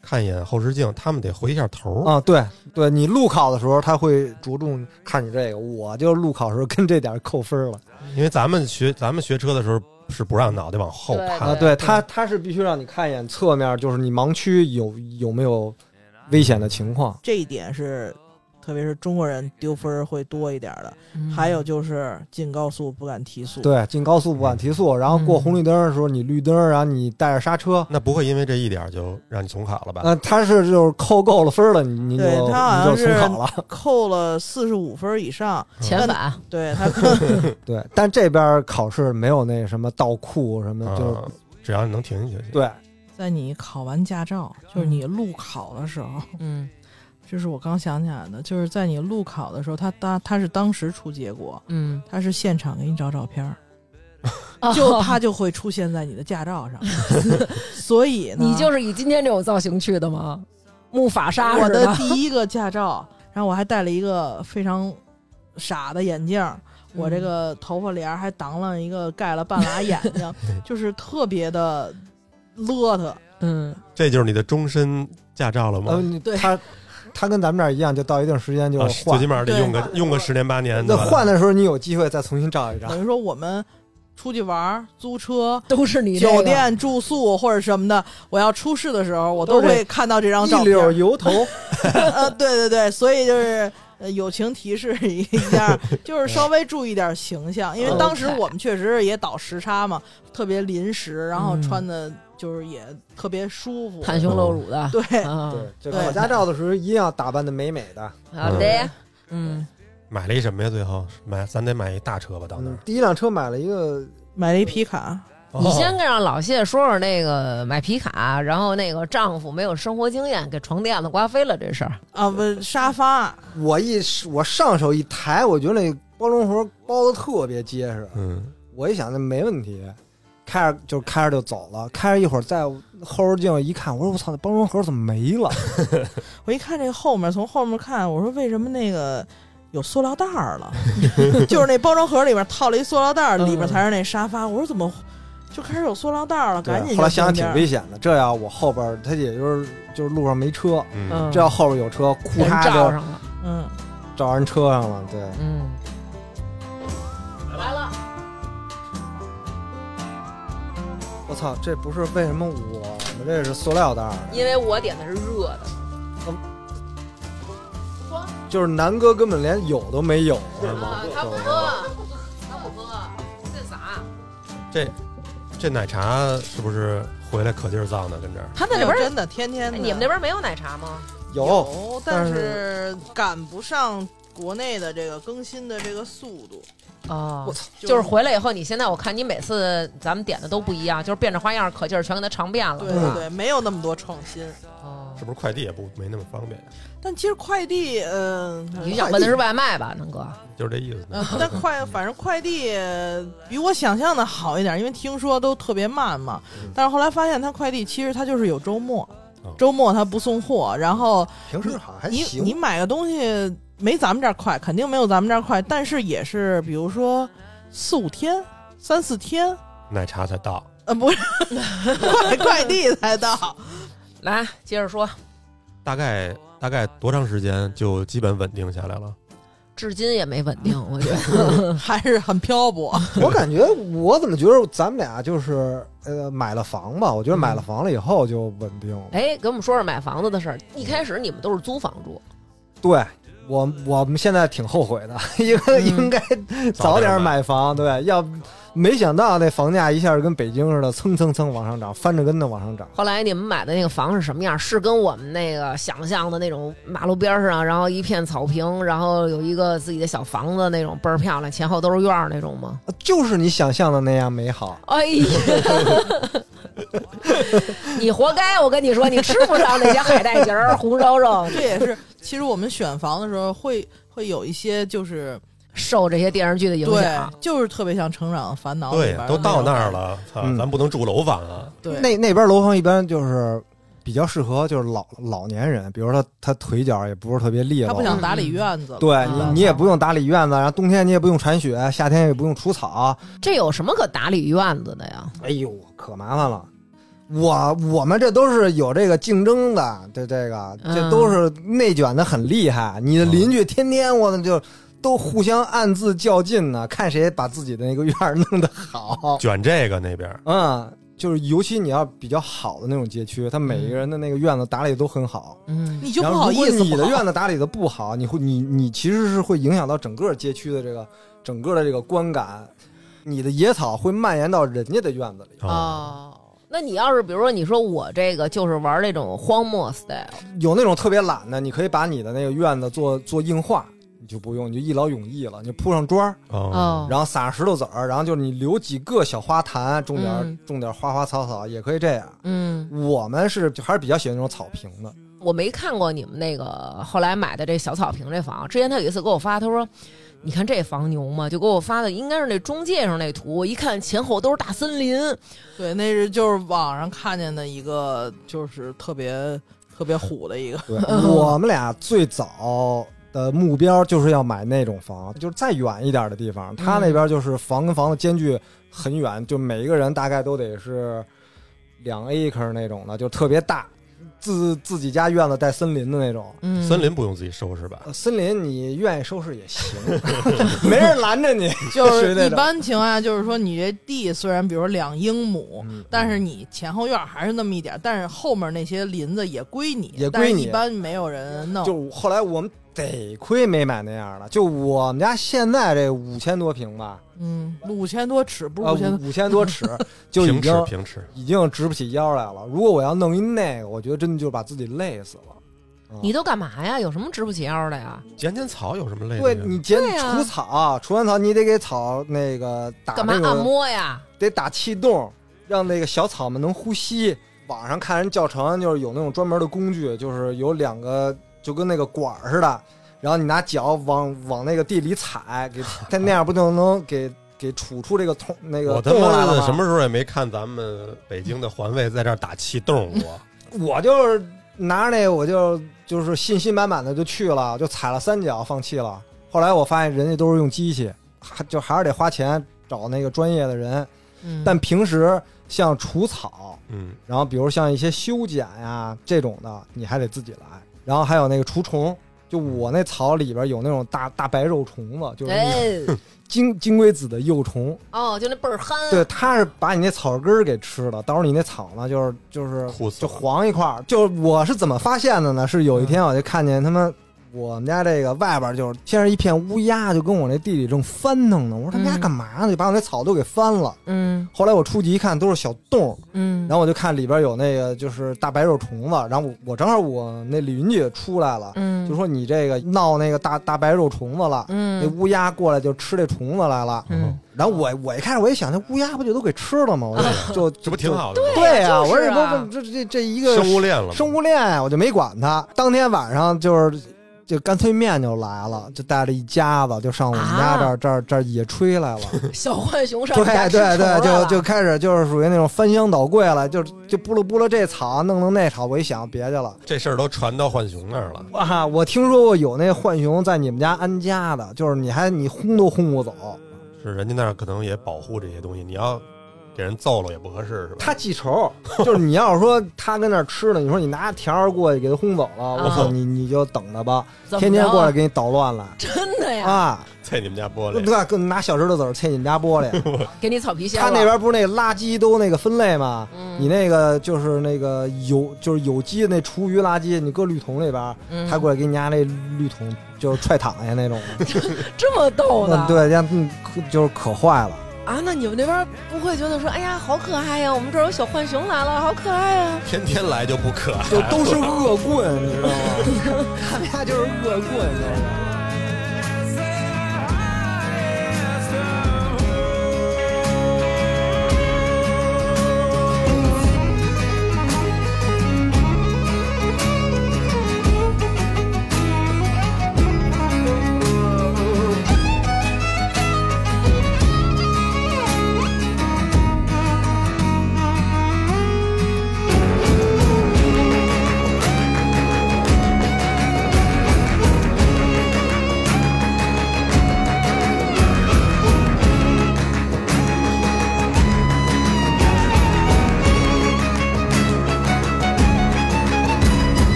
Speaker 3: 看一眼后视镜，他们得回一下头。
Speaker 1: 啊、对对，你路考的时候他会着重看你这个，我就是路考的时候跟这点儿扣分了
Speaker 3: 因为咱们学咱们学车的时候是不让脑袋往后
Speaker 2: 对
Speaker 3: 看
Speaker 1: 啊。
Speaker 3: 的，
Speaker 1: 对他他是必须让你看一眼侧面，就是你盲区有有没有危险的情况。
Speaker 4: 这一点是，特别是中国人丢分儿会多一点儿的。
Speaker 2: 嗯
Speaker 4: 还有就是进高速不敢提速，
Speaker 1: 对，进高速不敢提速，然后过红绿灯的时候你绿灯，然后你带着刹车。
Speaker 3: 那不会因为这一点就让你重考了吧？
Speaker 1: 呃，他是就是扣够了分了，你你就
Speaker 4: 对
Speaker 1: 你
Speaker 4: 他好
Speaker 1: 就
Speaker 4: 像
Speaker 1: 重
Speaker 4: 是
Speaker 1: 考了。
Speaker 4: 扣了四十五分儿以上，
Speaker 2: 遣返，
Speaker 4: 对他可
Speaker 1: 对，但这边考试没有那什么倒库什么，
Speaker 3: 啊
Speaker 1: 就是、
Speaker 3: 只要你能停下去。
Speaker 1: 对
Speaker 4: <laughs>
Speaker 1: 呃
Speaker 4: 在你考完驾照，就是你路考的时候，
Speaker 2: 嗯
Speaker 4: 这是我刚想起来的，就是在你路考的时候，他当他是当时出结果，
Speaker 2: 嗯，
Speaker 4: 他是现场给你找照 <laughs> 片儿，就哦他就会出现在你的驾照上， <laughs> 所以呢，
Speaker 2: <laughs> 你就是以今天这种造型去的吗？木法沙
Speaker 4: 我
Speaker 2: 似
Speaker 4: 的第一个驾照， <laughs> 然后我还戴了一个非常傻的眼镜儿，我这个头发帘儿还挡了一个盖了半拉眼睛，就是特别的邋遢。
Speaker 2: 嗯
Speaker 3: 这就是你的终身驾照了吗？
Speaker 1: 呃，你
Speaker 4: 对
Speaker 1: 他他跟咱们这儿一样，就到一定时间就
Speaker 3: 啊，最
Speaker 1: 换
Speaker 3: 起。码得
Speaker 4: 对
Speaker 3: 用个用个十年八年
Speaker 1: 那
Speaker 3: 的吧。
Speaker 1: 换的时候，你有机会再重新照一张。
Speaker 4: 等于说我们出去玩儿、租车、
Speaker 2: 都是你这个
Speaker 4: 酒店住宿或者什么的，我要出事的时候，我都
Speaker 1: 都得
Speaker 4: 会看到这张照
Speaker 1: 一
Speaker 4: 片
Speaker 1: 绺
Speaker 4: 儿。
Speaker 1: 油
Speaker 4: <laughs>
Speaker 1: 头，
Speaker 4: 呃，对对对，所以就是。呃友情提示一
Speaker 1: <laughs>
Speaker 4: 下，就是稍微注意点形象，因为当时
Speaker 2: OK
Speaker 4: 我们确实也倒时差嘛，特别临时，然后
Speaker 2: 嗯
Speaker 4: 穿的就是也特别舒服。
Speaker 2: 袒胸露乳的，
Speaker 4: 对，
Speaker 2: 啊，
Speaker 4: 嗯
Speaker 1: 对，就考驾照的时候一定要打扮的美美的。
Speaker 2: 好的，
Speaker 4: 嗯，
Speaker 3: 买了一什么呀？最后买咱得买一大车吧，到那
Speaker 1: 嗯
Speaker 3: 儿。，
Speaker 1: 第一辆车买了一个，
Speaker 4: 买了一皮卡，
Speaker 2: 你先
Speaker 3: 哦
Speaker 2: 跟让老谢说说那个买皮卡，然后那个丈夫没有生活经验，给床垫子刮飞了这事儿。
Speaker 4: 啊，不，沙发，
Speaker 1: 我一我上手一抬，我觉得那包龙盒包的特别结实。
Speaker 3: 嗯，
Speaker 1: 我一想那没问题，开着就开着就走了。开着一会儿再后视镜一看，我说我操，那包装盒怎么没了？
Speaker 4: 我一看这后面，从后面看，我说为什么那个有塑料袋儿了？ <laughs> 就是那包装盒里边套了一塑料袋儿，
Speaker 1: 嗯
Speaker 4: 里边才是那沙发。我说怎么就开始有塑料袋儿了？
Speaker 1: 对
Speaker 4: 赶紧
Speaker 1: 后
Speaker 4: 就
Speaker 1: 来想想挺
Speaker 4: 扔边
Speaker 1: 危险的，这要我后边儿，他也就是就是路上没车，
Speaker 3: 嗯
Speaker 2: 嗯，
Speaker 1: 这要后边有车，
Speaker 2: 给
Speaker 1: 库
Speaker 2: 人
Speaker 1: 嚓
Speaker 2: 罩
Speaker 1: 就
Speaker 2: 上了，
Speaker 4: 儿嗯，
Speaker 1: 照人车上了。对，
Speaker 2: 嗯，来了，
Speaker 1: 我操，这不是为什么我们这是塑料袋儿的，
Speaker 2: 因为我点的是热的。
Speaker 1: 就是南哥根本连有都没有，是吗
Speaker 2: 啊，？他不喝，他不喝，这啥？
Speaker 3: 这奶茶是不是回来可劲儿造呢？跟这儿
Speaker 2: 他
Speaker 4: 那
Speaker 2: 那边
Speaker 4: 哎真的天天的，
Speaker 2: 哎你们那边没有奶茶吗？
Speaker 1: 有，
Speaker 4: 有，
Speaker 1: 但
Speaker 4: 但
Speaker 1: 是
Speaker 4: 是赶不上国内的这个更新的这个速度。
Speaker 2: 哦
Speaker 1: 我操，
Speaker 2: 就是回来以后，你现在我看你每次咱们点的都不一样，就是变着花样，可劲儿全给它尝遍了，
Speaker 4: 对
Speaker 2: 是吧
Speaker 4: 对对，没有那么多创新。
Speaker 2: 哦
Speaker 3: 是不是快递也不没那么方便呀？
Speaker 4: 但其实快递，嗯、
Speaker 2: 你想问的是外卖吧，南哥？
Speaker 3: 就是这意思。
Speaker 1: 嗯
Speaker 4: 呃，但快，反正快递呃比我想象的好一点，因为听说都特别慢嘛
Speaker 1: 嗯。
Speaker 4: 但是后来发现，它快递其实它就是有周末
Speaker 3: 哦，
Speaker 4: 周末它不送货。然后
Speaker 1: 平时好像还
Speaker 4: 你
Speaker 1: 行 <laughs>
Speaker 4: 你。买个东西没咱们这儿快，肯定没有咱们这儿快，但是也是比如说四五天、三四天，
Speaker 3: 奶茶才到，
Speaker 4: 呃，不是快快递才到。
Speaker 2: 来，接着说，
Speaker 3: 大概大概多长时间就基本稳定下来了？
Speaker 2: 至今也没稳定，我觉得。
Speaker 4: 还是很
Speaker 2: <laughs>
Speaker 4: 漂泊，
Speaker 1: 我感觉我怎么觉得咱们俩就是呃买了房吧？我觉得买了房了以后就稳定了。
Speaker 2: 哎，给我们说说买房子的事儿。一开始你们都是租房住，
Speaker 1: 对我我们现在挺后悔的， <laughs> 应该
Speaker 2: 嗯
Speaker 1: 应该早点
Speaker 3: 买。
Speaker 1: 买房，对，要没想到那房价一下跟北京似的蹭蹭蹭往上涨，翻着跟头往上涨。
Speaker 2: 后来你们买的那个房是什么样？是跟我们那个想象的那种马路边上，然后一片草坪，然后有一个自己的小房子那种倍儿漂亮，前后都是院儿那种吗？
Speaker 1: 就是你想象的那样美好，
Speaker 2: 哎呀，你活该！我跟你说，你吃不上那些海带节儿、红烧肉，
Speaker 4: 这也是其实我们选房的时候会会有一些就是
Speaker 2: 受这些电视剧的影
Speaker 4: 对
Speaker 2: 响。，
Speaker 4: 就是特别像《成长烦恼》里
Speaker 3: 对
Speaker 4: 边，的
Speaker 3: 都
Speaker 4: 那
Speaker 3: 到
Speaker 4: 种
Speaker 3: 那儿
Speaker 4: 感觉。
Speaker 3: 了，操，
Speaker 1: 哦嗯
Speaker 3: 咱不能住楼房啊。
Speaker 4: 对，
Speaker 1: 那那边楼房一般就是比较适合就是老老年人，比如说他他腿脚也不是特别利
Speaker 4: 他
Speaker 1: 落
Speaker 4: 不，想打理嗯院子了。
Speaker 1: 对
Speaker 2: 啊
Speaker 1: 你你也不用打理院子，然后冬天你也不用铲雪，夏天也不用除草，
Speaker 2: 这有什么可打理院子的呀？
Speaker 1: 哎呦，可麻烦了。我我们这都是有这个竞争的，这这个
Speaker 2: 嗯
Speaker 1: 这都是内卷的很厉害。你的邻居天天我就都互相暗自较劲呢，看谁把自己的那个院儿弄得好。 <laughs>
Speaker 3: 卷这个那边儿，
Speaker 1: 嗯，就是尤其你要比较好的那种街区，他每个人的那个院子打理都很好。
Speaker 2: 嗯，
Speaker 4: 你就不
Speaker 1: 然后
Speaker 4: 好意
Speaker 1: 如
Speaker 4: 思
Speaker 1: 果你的
Speaker 4: 不好
Speaker 1: 院子打理的不好，你会你你其实是会影响到整个街区的这个整个的这个观感，你的野草会蔓延到人家的院子里。
Speaker 3: 啊，
Speaker 2: 哦，那你要是比如说你说我这个就是玩那种荒漠 style，
Speaker 1: 有那种特别懒的，你可以把你的那个院子做做硬化，你就不用，你就一劳永逸了，你就铺上砖儿，
Speaker 3: 哦，
Speaker 2: 哦，
Speaker 1: 然后撒上石头子儿，然后就是你留几个小花坛，种点儿、
Speaker 2: 嗯
Speaker 1: 种点儿花花草草，也可以这样。
Speaker 2: 嗯，
Speaker 1: 我们是就还是比较喜欢那种草坪的，
Speaker 2: 我没看过你们那个后来买的这小草坪这房。之前他有一次给我发，他说：“你看这房牛吗？”就给我发的应该是那中介上那图，我一看前后都是大森林，
Speaker 4: 对，那是就是网上看见的一个，就是特别特别虎的一个。
Speaker 1: 对， <laughs> 我们俩最早的目标就是要买那种房，就是再远一点的地方。他那边就是房跟房的间距很远，就每一个人大概都得是两 acre 那种的，就特别大，自自己家院子带森林的那种。
Speaker 2: 嗯
Speaker 3: 森林不用自己收拾吧？
Speaker 1: 呃森林你愿意收拾也行， <laughs> 没人拦着你。
Speaker 4: 就
Speaker 1: <laughs> 谁那
Speaker 4: 是一
Speaker 1: 种
Speaker 4: 般情况下，就是说你这地虽然比如说两英亩，但是你前后院还是那么一点儿，但是后面那些林子也归你，
Speaker 1: 也归
Speaker 4: 但是
Speaker 1: 你
Speaker 4: 一般没有人弄。
Speaker 1: 就后来我们得亏没买那样的，就我们家现在这五千多平吧，
Speaker 2: 嗯，
Speaker 4: 五千多尺不
Speaker 1: 啊
Speaker 4: 是五千多，
Speaker 1: 五五千多 <laughs> 尺就已
Speaker 3: 平
Speaker 1: 经
Speaker 3: 吃平吃，
Speaker 1: 已经直不起腰来了。如果我要弄一那个，我觉得真的就把自己累死了。啊
Speaker 2: 你都干嘛呀？有什么直不起腰的呀？
Speaker 3: 剪剪草有什么累的
Speaker 1: 对
Speaker 3: 呀？
Speaker 1: 你剪
Speaker 2: 对
Speaker 4: 啊
Speaker 2: 呀
Speaker 1: 除草，除完草你得给草那个打
Speaker 2: 干嘛
Speaker 1: 那
Speaker 2: 按
Speaker 1: 个
Speaker 2: 摩呀？
Speaker 1: 得打气动，让那个小草们能呼吸。网上看人教程，就是有那种专门的工具，就是有两个就跟那个管儿似的，然后你拿脚往往那个地里踩， <laughs> 给它那样不就能给给杵出这个通那 <laughs> 个
Speaker 3: 我他
Speaker 1: 洞来
Speaker 3: 妈
Speaker 1: 了
Speaker 3: 的
Speaker 1: 吗？
Speaker 3: 什么时候也没看咱们北京的环卫在这儿打气动啊过，
Speaker 1: 我就是拿着那个，我就就是信心满满的就去了，就踩了三脚，放弃了。后来我发现人家都是用机器，还就还是得花钱找那个专业的人。
Speaker 2: 嗯，
Speaker 1: 但平时像除草，
Speaker 3: 嗯，
Speaker 1: 然后比如像一些修剪呀这种的，你还得自己来。然后还有那个除虫，就我那草里边有那种大大白肉虫子，就是那个
Speaker 2: 哎，
Speaker 1: 金金龟子的幼虫，
Speaker 2: 哦，就那倍儿憨。
Speaker 1: 对，它是把你那草根儿给吃了，到时候你那草呢，就是就是
Speaker 3: 酷死
Speaker 1: 就
Speaker 3: 了。
Speaker 1: 黄一块儿。就是我是怎么发现的呢？是有一
Speaker 2: 嗯
Speaker 1: 天我就看见他们我们家这个外边就是先是一片乌鸦，就跟我那地里正翻腾呢。我说他们家
Speaker 2: 嗯
Speaker 1: 干嘛呢？就把我那草都给翻了。
Speaker 2: 嗯
Speaker 1: 后来我出去一看，都是小洞儿，
Speaker 2: 嗯，
Speaker 1: 然后我就看里边有那个就是大白肉虫子，然后我我正好我那邻居出来了，
Speaker 2: 嗯
Speaker 1: 就说你这个闹那个大大白肉虫子了，那
Speaker 2: 嗯
Speaker 1: 乌鸦过来就吃这虫子来了。
Speaker 2: 嗯，
Speaker 1: 然后我我一开始我一想，那乌鸦不就都给吃了吗？我
Speaker 2: <laughs>
Speaker 1: 就就
Speaker 3: 这不挺？好的
Speaker 1: 就
Speaker 3: 吗？
Speaker 1: 对呀、
Speaker 2: 就是啊
Speaker 1: 我说这不这这这一个
Speaker 3: 生物链了吗，
Speaker 1: 生物链呀，我就没管它。当天晚上就是就干脆面就来了，就带着一家子就上我们
Speaker 2: 啊
Speaker 1: 家这儿、这儿这儿野炊来了。
Speaker 2: 小浣熊
Speaker 1: 嗯
Speaker 2: 上
Speaker 1: 对
Speaker 2: 你家吃
Speaker 1: 对
Speaker 2: 虫
Speaker 1: 对，
Speaker 2: 来
Speaker 1: 就
Speaker 2: 了
Speaker 1: 就开始就是属于那种翻箱倒柜了，就就拨了拨了这草，弄弄那草。我一想，别去了。
Speaker 3: 这事儿都传到浣熊那儿了。
Speaker 1: 啊，我听说过有那浣熊在你们家安家的，就是你还你轰都轰不走。
Speaker 3: 是人家那儿可能也保护这些东西，你要给人揍了也不合适，是吧？
Speaker 1: 它记仇， <laughs> 就是你要是说它跟那儿吃呢，你说你拿条儿过去给它轰走了，我操
Speaker 2: 啊
Speaker 1: 你你就等着吧，
Speaker 2: 怎么
Speaker 1: 天天
Speaker 2: 着啊
Speaker 1: 过来，给你捣乱来
Speaker 2: 真的呀，
Speaker 1: 啊！
Speaker 3: 在你们家玻璃，
Speaker 1: 对，跟拿小石头子儿切你们家玻璃。
Speaker 2: 给你草皮削了。
Speaker 1: 他那边不是那个垃圾都那个分类吗？
Speaker 2: 嗯
Speaker 1: 你那个就是那个有就是有机的那厨余垃圾，你搁绿桶里边，
Speaker 2: 嗯
Speaker 1: 他过来给你家那绿桶就是踹躺下那种的。
Speaker 2: 这么
Speaker 1: <laughs>
Speaker 2: 逗呢
Speaker 1: 嗯，？对，让嗯可就是可坏了。
Speaker 2: 啊，那你们那边不会觉得说，哎呀，好可爱呀，我们这儿有小浣熊来了，好可爱呀？
Speaker 3: 天天来就不
Speaker 1: <laughs>
Speaker 3: 可爱。
Speaker 1: 就都是恶棍，你知
Speaker 2: <laughs>
Speaker 1: 道吗？他们家就是恶棍，你知道吗？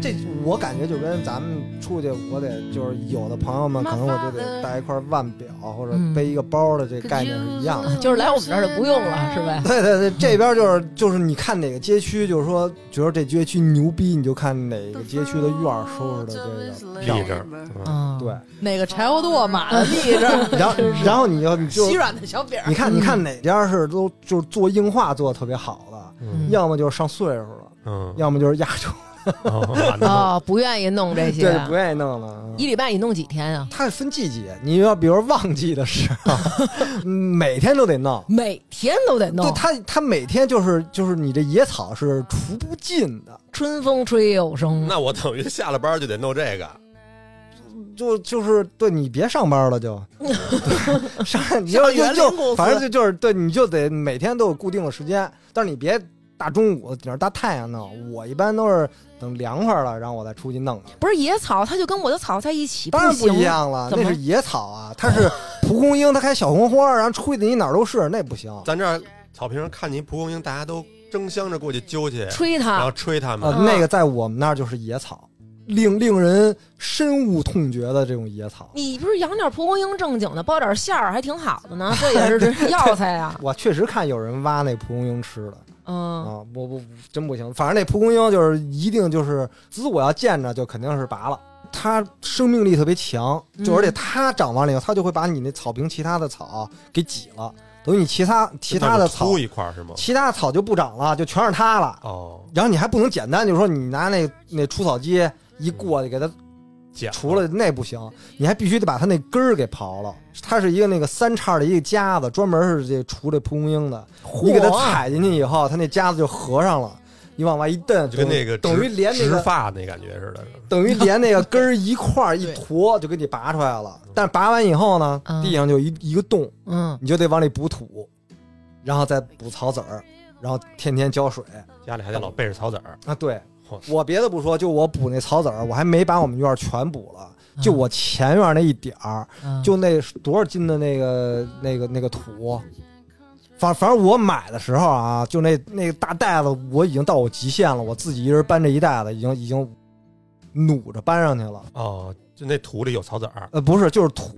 Speaker 1: 这我感觉就跟咱们出去，我得就是有的朋友们可能我就得带一块腕表或者
Speaker 2: 嗯
Speaker 1: 背一个包的这概念是一样的。
Speaker 2: 就是来我们这儿就不用了，是 <laughs> 呗？
Speaker 1: 对对对，这边就是就是你看哪个街区，就是说觉得这街区牛逼，你就看哪个街区的院儿收拾的哦
Speaker 5: 哦
Speaker 1: 这个漂
Speaker 3: 立
Speaker 1: 亮。
Speaker 3: 正，嗯
Speaker 2: 嗯，
Speaker 1: 对，
Speaker 6: 哪个柴火垛码的立着，
Speaker 1: 然后然后你
Speaker 2: <laughs>
Speaker 1: 就你 <laughs> 就
Speaker 6: 稀软的小饼儿，
Speaker 1: 你看你看哪家是都就是做硬化做的特别好的，
Speaker 3: 嗯
Speaker 1: 要么就是上岁数了，
Speaker 3: 嗯，
Speaker 1: 要么就是亚洲，
Speaker 3: <laughs> 哦
Speaker 2: 哦，不愿意弄 <laughs> 这些啊
Speaker 1: 对，，不愿意弄了。嗯
Speaker 2: 一礼拜你弄几天啊？
Speaker 1: 它得分季节，你要比如旺季的时候，
Speaker 2: <laughs>
Speaker 1: 每天都得弄。
Speaker 2: 每天都得
Speaker 1: 对
Speaker 2: 弄，
Speaker 1: 它，它每天就是就是你这野草是除不尽的，
Speaker 2: 春风吹又生。
Speaker 3: 那我等于下了班就得弄这个，
Speaker 1: 就就是对你别上班了就，对上你要
Speaker 6: 园
Speaker 1: 就
Speaker 6: 林公
Speaker 1: 就
Speaker 6: 司
Speaker 1: 反正就就是对你就得每天都有固定的时间，但是你别大中午顶着大太阳弄。我一般都是等凉快了，然后我再出去弄去。
Speaker 2: 不是野草，它就跟我的草在一起，
Speaker 1: 当然不
Speaker 2: 行
Speaker 1: 一样了，
Speaker 2: 怎么
Speaker 1: 那是野草啊，它是蒲公英，它开小红花，然后吹的你哪儿都是，那不行。
Speaker 3: 咱这儿草坪上看见蒲公英，大家都争相着过去揪去，
Speaker 2: 吹
Speaker 3: 然
Speaker 2: 它
Speaker 3: 后吹它
Speaker 1: 呃
Speaker 3: 们。
Speaker 2: 啊，
Speaker 1: 那个在我们那儿就是野草，令令人深恶痛绝的这种野草。
Speaker 2: 你不是养点蒲公英正经的，包点馅儿还挺好
Speaker 1: <laughs>
Speaker 2: 的呢，这也是药材呀、
Speaker 1: 我确实看有人挖那蒲公英吃的
Speaker 2: 嗯，
Speaker 1: 啊，我不真不行，反正那蒲公英就是一定就是，只我要见着就肯定是拔了。它生命力特别强，就
Speaker 2: 嗯
Speaker 1: 而且它长完了以后，它就会把你那草坪其他的草给挤了，等于你其他其他的草
Speaker 3: 粗一块儿是吗？
Speaker 1: 其他的草就不长了，就全是它了。
Speaker 3: 哦，
Speaker 1: 然后你还不能简单就说你拿那那除草机一过去给它
Speaker 3: 剪了
Speaker 1: 除了那不行，你还必须得把它那根儿给刨了。它是一个那个三叉的一个夹子，专门是这除这蒲公英的。你给它踩进去以后，它那夹子就合上了，你往外一蹬，
Speaker 3: 就跟那个
Speaker 1: 等于等于
Speaker 3: 植
Speaker 1: 连那
Speaker 3: 植
Speaker 1: 个
Speaker 3: 发那感觉似的，是吧
Speaker 1: 等于连那个根儿一块儿一坨就给你拔出来了。但拔完以后呢，
Speaker 2: 嗯
Speaker 1: 地上就一一个洞，
Speaker 2: 嗯，
Speaker 1: 你就得往里补土，然后再补草籽儿，然后天天浇水。
Speaker 3: 家里还得老备着草籽儿。
Speaker 1: 啊，对
Speaker 3: 嚯，
Speaker 1: 我别的不说，就我补那草籽儿，我还没把我们院儿全补了，就我前院儿那一点儿，
Speaker 2: 嗯
Speaker 1: 就那多少斤的那个那个那个土，反反正我买的时候啊，就那那个大袋子我已经到我极限了，我自己一人搬这一袋子，已经已经努着搬上去了。
Speaker 3: 哦，就那土里有草籽儿，
Speaker 1: 呃，不是，就是土，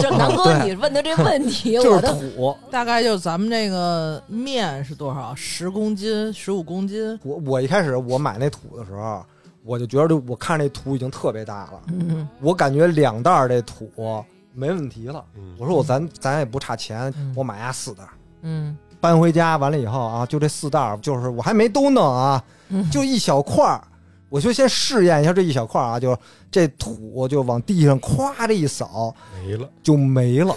Speaker 2: 这南
Speaker 1: <laughs>
Speaker 2: 哥
Speaker 1: 对
Speaker 2: 你问的这问
Speaker 1: <laughs>
Speaker 2: 题，
Speaker 1: 就
Speaker 2: 我
Speaker 1: 是
Speaker 2: 都
Speaker 1: 土。
Speaker 4: 大概就是咱们这个面是多少？十公斤、十五公斤，
Speaker 1: 我我一开始我买那土的时候，我就觉得我看那土已经特别大了，
Speaker 2: 嗯，
Speaker 1: 我感觉两袋儿这土没问题了。
Speaker 3: 嗯，
Speaker 1: 我说我咱咱也不差钱
Speaker 2: 嗯，
Speaker 1: 我买呀四袋儿，
Speaker 2: 嗯
Speaker 1: 搬回家完了以后啊，就这四袋儿，就是我还没都弄啊，
Speaker 2: 嗯，
Speaker 1: 就一小块儿，我就先试验一下这一小块儿啊，就是这土就往地上咵这一扫
Speaker 3: 没了，
Speaker 1: 就没了，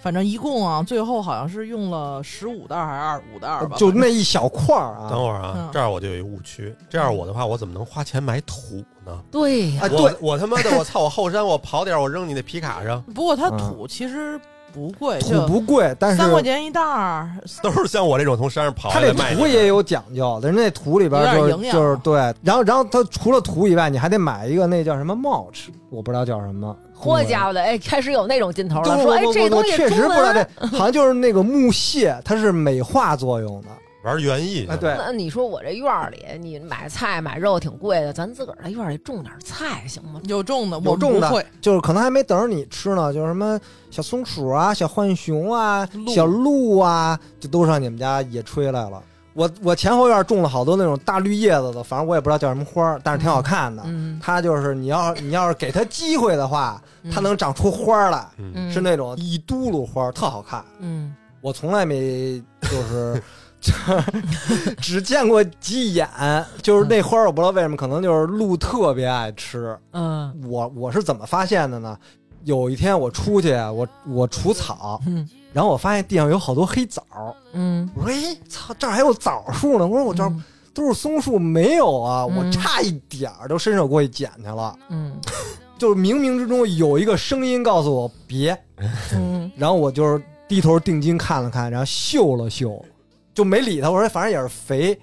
Speaker 4: 反正一共啊，最后好像是用了十五袋儿还是二十五袋儿吧？
Speaker 1: 就那一小块儿
Speaker 3: 等
Speaker 1: 啊，
Speaker 3: 会儿啊
Speaker 4: 嗯，
Speaker 3: 这儿我就有一误区。这样我的话，我怎么能花钱买土呢？
Speaker 2: 对呀、
Speaker 1: 哎
Speaker 3: 我
Speaker 1: 对
Speaker 3: 我他妈的，我操！我后山我刨点儿，我扔你那皮卡上，
Speaker 4: 不过它
Speaker 1: 嗯
Speaker 4: 土其实不贵，
Speaker 1: 土
Speaker 4: 就
Speaker 1: 不贵，但是
Speaker 4: 三块钱一袋儿，
Speaker 3: 都是像我这种从山上刨
Speaker 1: 它
Speaker 3: 下
Speaker 1: 这
Speaker 3: 来卖
Speaker 1: 土
Speaker 3: 的。
Speaker 1: 也有讲究，人家那土里边儿
Speaker 4: 有
Speaker 1: 就
Speaker 4: 点
Speaker 1: 是
Speaker 4: 营养啊
Speaker 1: 就是对，然后然后它除了土以外，你还得买一个那叫什么帽子，我不知道叫什么，
Speaker 2: 嚯家伙的，哎，开始有那种劲头了，
Speaker 1: 对
Speaker 2: 说
Speaker 1: 我
Speaker 2: 哎
Speaker 1: 我
Speaker 2: 这
Speaker 1: 我我
Speaker 2: 东西
Speaker 1: 确实
Speaker 2: 中
Speaker 1: 不知道
Speaker 2: 文。
Speaker 1: 这，
Speaker 2: <laughs>
Speaker 1: 好像就是那个木屑，它是美化作用的。
Speaker 3: 玩园艺
Speaker 1: 啊，，对，
Speaker 2: 那你说我这院儿里，你买菜买肉挺贵的，咱自个儿在院儿里种点菜行吗？
Speaker 4: 有种的，
Speaker 1: 有
Speaker 4: 我
Speaker 1: 种
Speaker 4: 们不
Speaker 1: 的
Speaker 4: 会。
Speaker 1: 就是可能还没等着你吃呢，就是什么小松鼠啊、小浣熊啊、
Speaker 4: 鹿
Speaker 1: 小鹿啊，就都上你们家野炊来了。我我前后院种了好多那种大绿叶子的，反正我也不知道叫什么花儿，但是挺好看的。
Speaker 2: 嗯，
Speaker 1: 它就是你要你要是给它机会的话，它能长出花儿来，
Speaker 3: 嗯，
Speaker 1: 是那种一嘟噜花儿，特好看。
Speaker 2: 嗯
Speaker 1: 我从来没就是 <laughs> 就是只见过几眼，就是那花儿我不知道为什么，可能就是鹿特别爱吃。
Speaker 2: 嗯
Speaker 1: 我我是怎么发现的呢？有一天我出去，我我除草，
Speaker 2: 嗯
Speaker 1: 然后我发现地上有好多黑枣，
Speaker 2: 嗯，
Speaker 1: 我说：“哎，操，这儿还有枣树呢！”我说：“我这儿都是松树，没有啊！”
Speaker 2: 嗯
Speaker 1: 我差一点儿都伸手过去捡去了。
Speaker 2: 嗯
Speaker 1: 就是冥冥之中有一个声音告诉我别，
Speaker 2: 嗯
Speaker 1: 然后我就是低头定睛看了看，然后嗅了嗅，就没理他。我说反正也是肥，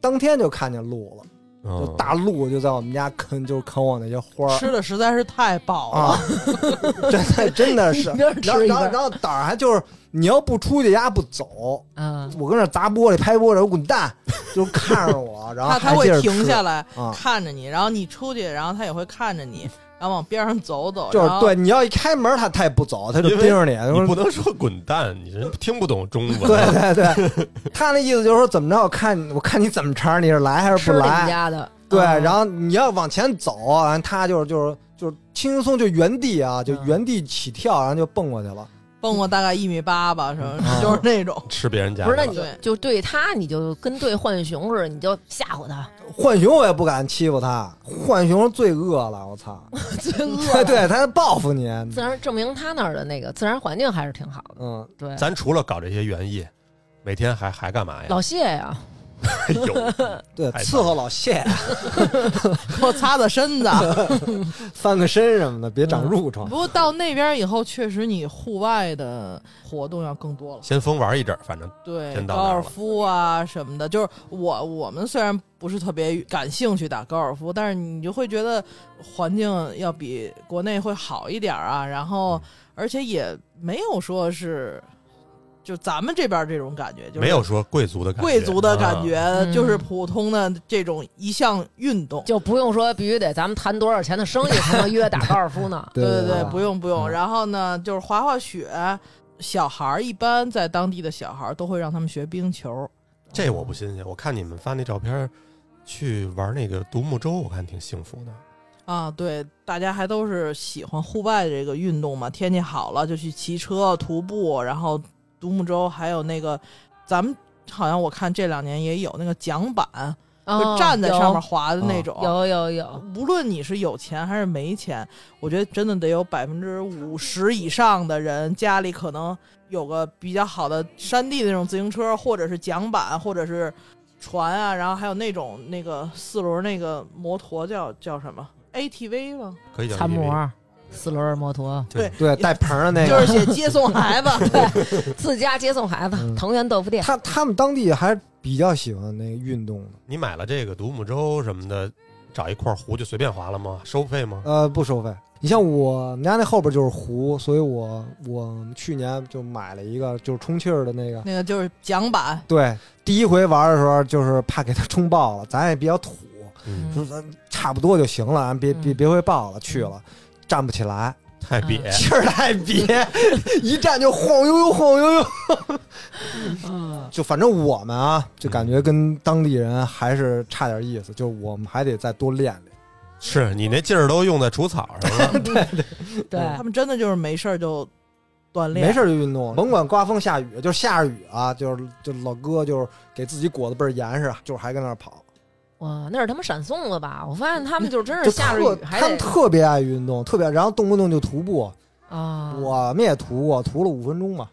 Speaker 1: 当天就看见鹿了，就
Speaker 3: 嗯
Speaker 1: 大鹿就在我们家啃，就是啃我那些花儿
Speaker 4: 吃的实在是太饱了，
Speaker 1: 啊， <laughs> 真的真的是
Speaker 4: <laughs>
Speaker 2: 一。边吃
Speaker 1: 然后
Speaker 2: 一
Speaker 1: 然后
Speaker 2: 边
Speaker 1: 然后胆儿还就是你要不出去，丫不走， <laughs>
Speaker 2: 嗯
Speaker 1: 我跟那砸玻璃拍玻璃，我滚蛋，就看着我，然后
Speaker 4: 它它
Speaker 1: 还
Speaker 4: 会
Speaker 1: 接着
Speaker 4: 停
Speaker 1: 吃
Speaker 4: 下来
Speaker 1: 啊。
Speaker 4: 看着你，然后你出去，然后它也会看
Speaker 1: <laughs>
Speaker 4: 着你，然后往边上走走，
Speaker 1: 就是
Speaker 4: 然后
Speaker 1: 对，你要一开门，它它也不走，它就
Speaker 3: 因为
Speaker 1: 盯着你。
Speaker 3: 你不能说滚蛋，你人听不懂中文。
Speaker 1: 对对
Speaker 3: <laughs>
Speaker 1: 对，他那意思就是说怎么着，我看我看你怎么着，你是来还是
Speaker 2: 吃
Speaker 1: 不
Speaker 2: 你
Speaker 1: 来
Speaker 2: 们？家的，
Speaker 1: 对，
Speaker 4: 啊
Speaker 2: 嗯
Speaker 1: 然后你要往前走，然后他就是就是就是轻轻松就原地啊，就
Speaker 2: 嗯
Speaker 1: 原地起跳，然后就蹦过去了。
Speaker 4: 蹦过大概一米八吧，什么
Speaker 1: 啊
Speaker 4: 就是那
Speaker 1: <laughs>
Speaker 4: 种。
Speaker 3: 吃别人家
Speaker 2: 不是，那
Speaker 3: 的
Speaker 2: 你
Speaker 4: 对
Speaker 2: 就对他，你就跟对浣熊似的，你就吓唬他，
Speaker 1: 浣熊我也不敢欺负它，浣熊最饿了，我
Speaker 4: <laughs>
Speaker 1: 操！
Speaker 2: 最
Speaker 1: 对 <laughs> 对，它报复你。
Speaker 2: 自然证明他那儿的那个自然环境还是挺好的。
Speaker 1: 嗯，
Speaker 2: 对，
Speaker 3: 咱除了搞这些园艺，每天还还干嘛呀？
Speaker 2: 老谢呀，
Speaker 3: <laughs> 有
Speaker 1: <laughs> 对，
Speaker 3: 太
Speaker 1: 伺候老谢， <laughs>
Speaker 4: 给我擦擦身子。啊
Speaker 1: 翻个身什么的，别长褥疮。
Speaker 4: 嗯不。过到那边以后，确实你户外的活动要更多了，
Speaker 3: 先疯玩一阵儿，反正
Speaker 4: 对
Speaker 3: 真到那
Speaker 4: 高
Speaker 3: 儿了
Speaker 4: 尔夫啊什么的。就是我我们虽然不是特别感兴趣打高尔夫，但是你就会觉得环境要比
Speaker 3: 嗯
Speaker 4: 国内会好一点啊。然后而且也没有说是就咱们这边这种感觉，就是
Speaker 3: 没有说贵族的感觉，
Speaker 4: 贵族的感觉，
Speaker 3: 啊
Speaker 2: 嗯
Speaker 4: 就是普通的这种一项运动。
Speaker 2: 就不用说必须得咱们谈多少钱的生意才能约打高尔夫呢
Speaker 1: <laughs>
Speaker 4: 对
Speaker 1: 对
Speaker 4: 对
Speaker 2: 啊，
Speaker 4: 不用不用。
Speaker 1: 嗯
Speaker 4: 然后呢，就是滑滑雪，小孩儿一般在当地的小孩儿都会让他们学冰球，
Speaker 3: 这我不新鲜，我看你们发那照片儿去玩那个独木舟，我看挺幸福的。
Speaker 4: 啊，对，大家还都是喜欢户外这个运动嘛。天气好了就去骑车、徒步，然后独木舟，还有那个咱们好像我看这两年也有那个桨板，就
Speaker 2: 哦
Speaker 4: 站在上面滑的那种。
Speaker 2: 有有有有，
Speaker 4: 无论你是有钱还是没钱，我觉得真的得有百分之五十以上的人家里可能有个比较好的山地的那种自行车，或者是桨板，或者是船啊，然后还有那种那个四轮那个摩托叫叫什么 ATV 吗？
Speaker 3: 可以叫
Speaker 2: 餐
Speaker 3: ATV
Speaker 2: 模、四轮摩托、
Speaker 1: 对，带棚儿的那
Speaker 4: 就
Speaker 1: 个
Speaker 4: 是，写接送孩子，对，
Speaker 2: 自家接送孩子
Speaker 1: 嗯，
Speaker 2: 藤原豆腐店。
Speaker 1: 他他们当地还比较喜欢那个运动的。
Speaker 3: 你买了这个独木舟什么的，找一块湖就随便划了吗？收费吗？
Speaker 1: 呃，不收费。你像我们家那后边就是湖，所以我我去年就买了一个就是充气儿的那个。
Speaker 4: 那个就是桨板，
Speaker 1: 对，第一回玩的时候就是怕给它冲爆了， <laughs> 咱也比较土，
Speaker 3: 嗯，
Speaker 1: 说咱差不多就行了，别别
Speaker 2: 嗯
Speaker 1: 别会爆了，去了。站不起来，
Speaker 3: 太
Speaker 2: 嗯
Speaker 3: 瘪。
Speaker 1: 气儿太瘪， <laughs> 一站就晃悠悠晃悠悠。
Speaker 2: <laughs> 嗯，
Speaker 1: 就反正我们啊，就感觉跟当地人还是差点意思，就是我们还得再多练练。
Speaker 3: 是你那劲儿都用在除草上了， <laughs>
Speaker 2: 对，
Speaker 4: 他们真的就是没事儿就锻炼，
Speaker 1: 哎没事儿就运动，甭管刮风下雨，就是下着雨啊，就是就老哥就是给自己裹得倍儿严实，就是还跟那儿跑，
Speaker 2: 哇，那是他们闪送的吧？我发现他们就真
Speaker 1: 就是
Speaker 2: 下着
Speaker 1: 特
Speaker 2: 雨还
Speaker 1: 他们
Speaker 2: 得
Speaker 1: 特别爱运动，特别然后动不动就徒步，
Speaker 2: 啊，
Speaker 4: 嗯
Speaker 1: 我们也徒过，徒了五分
Speaker 4: <laughs>
Speaker 1: 钟嘛。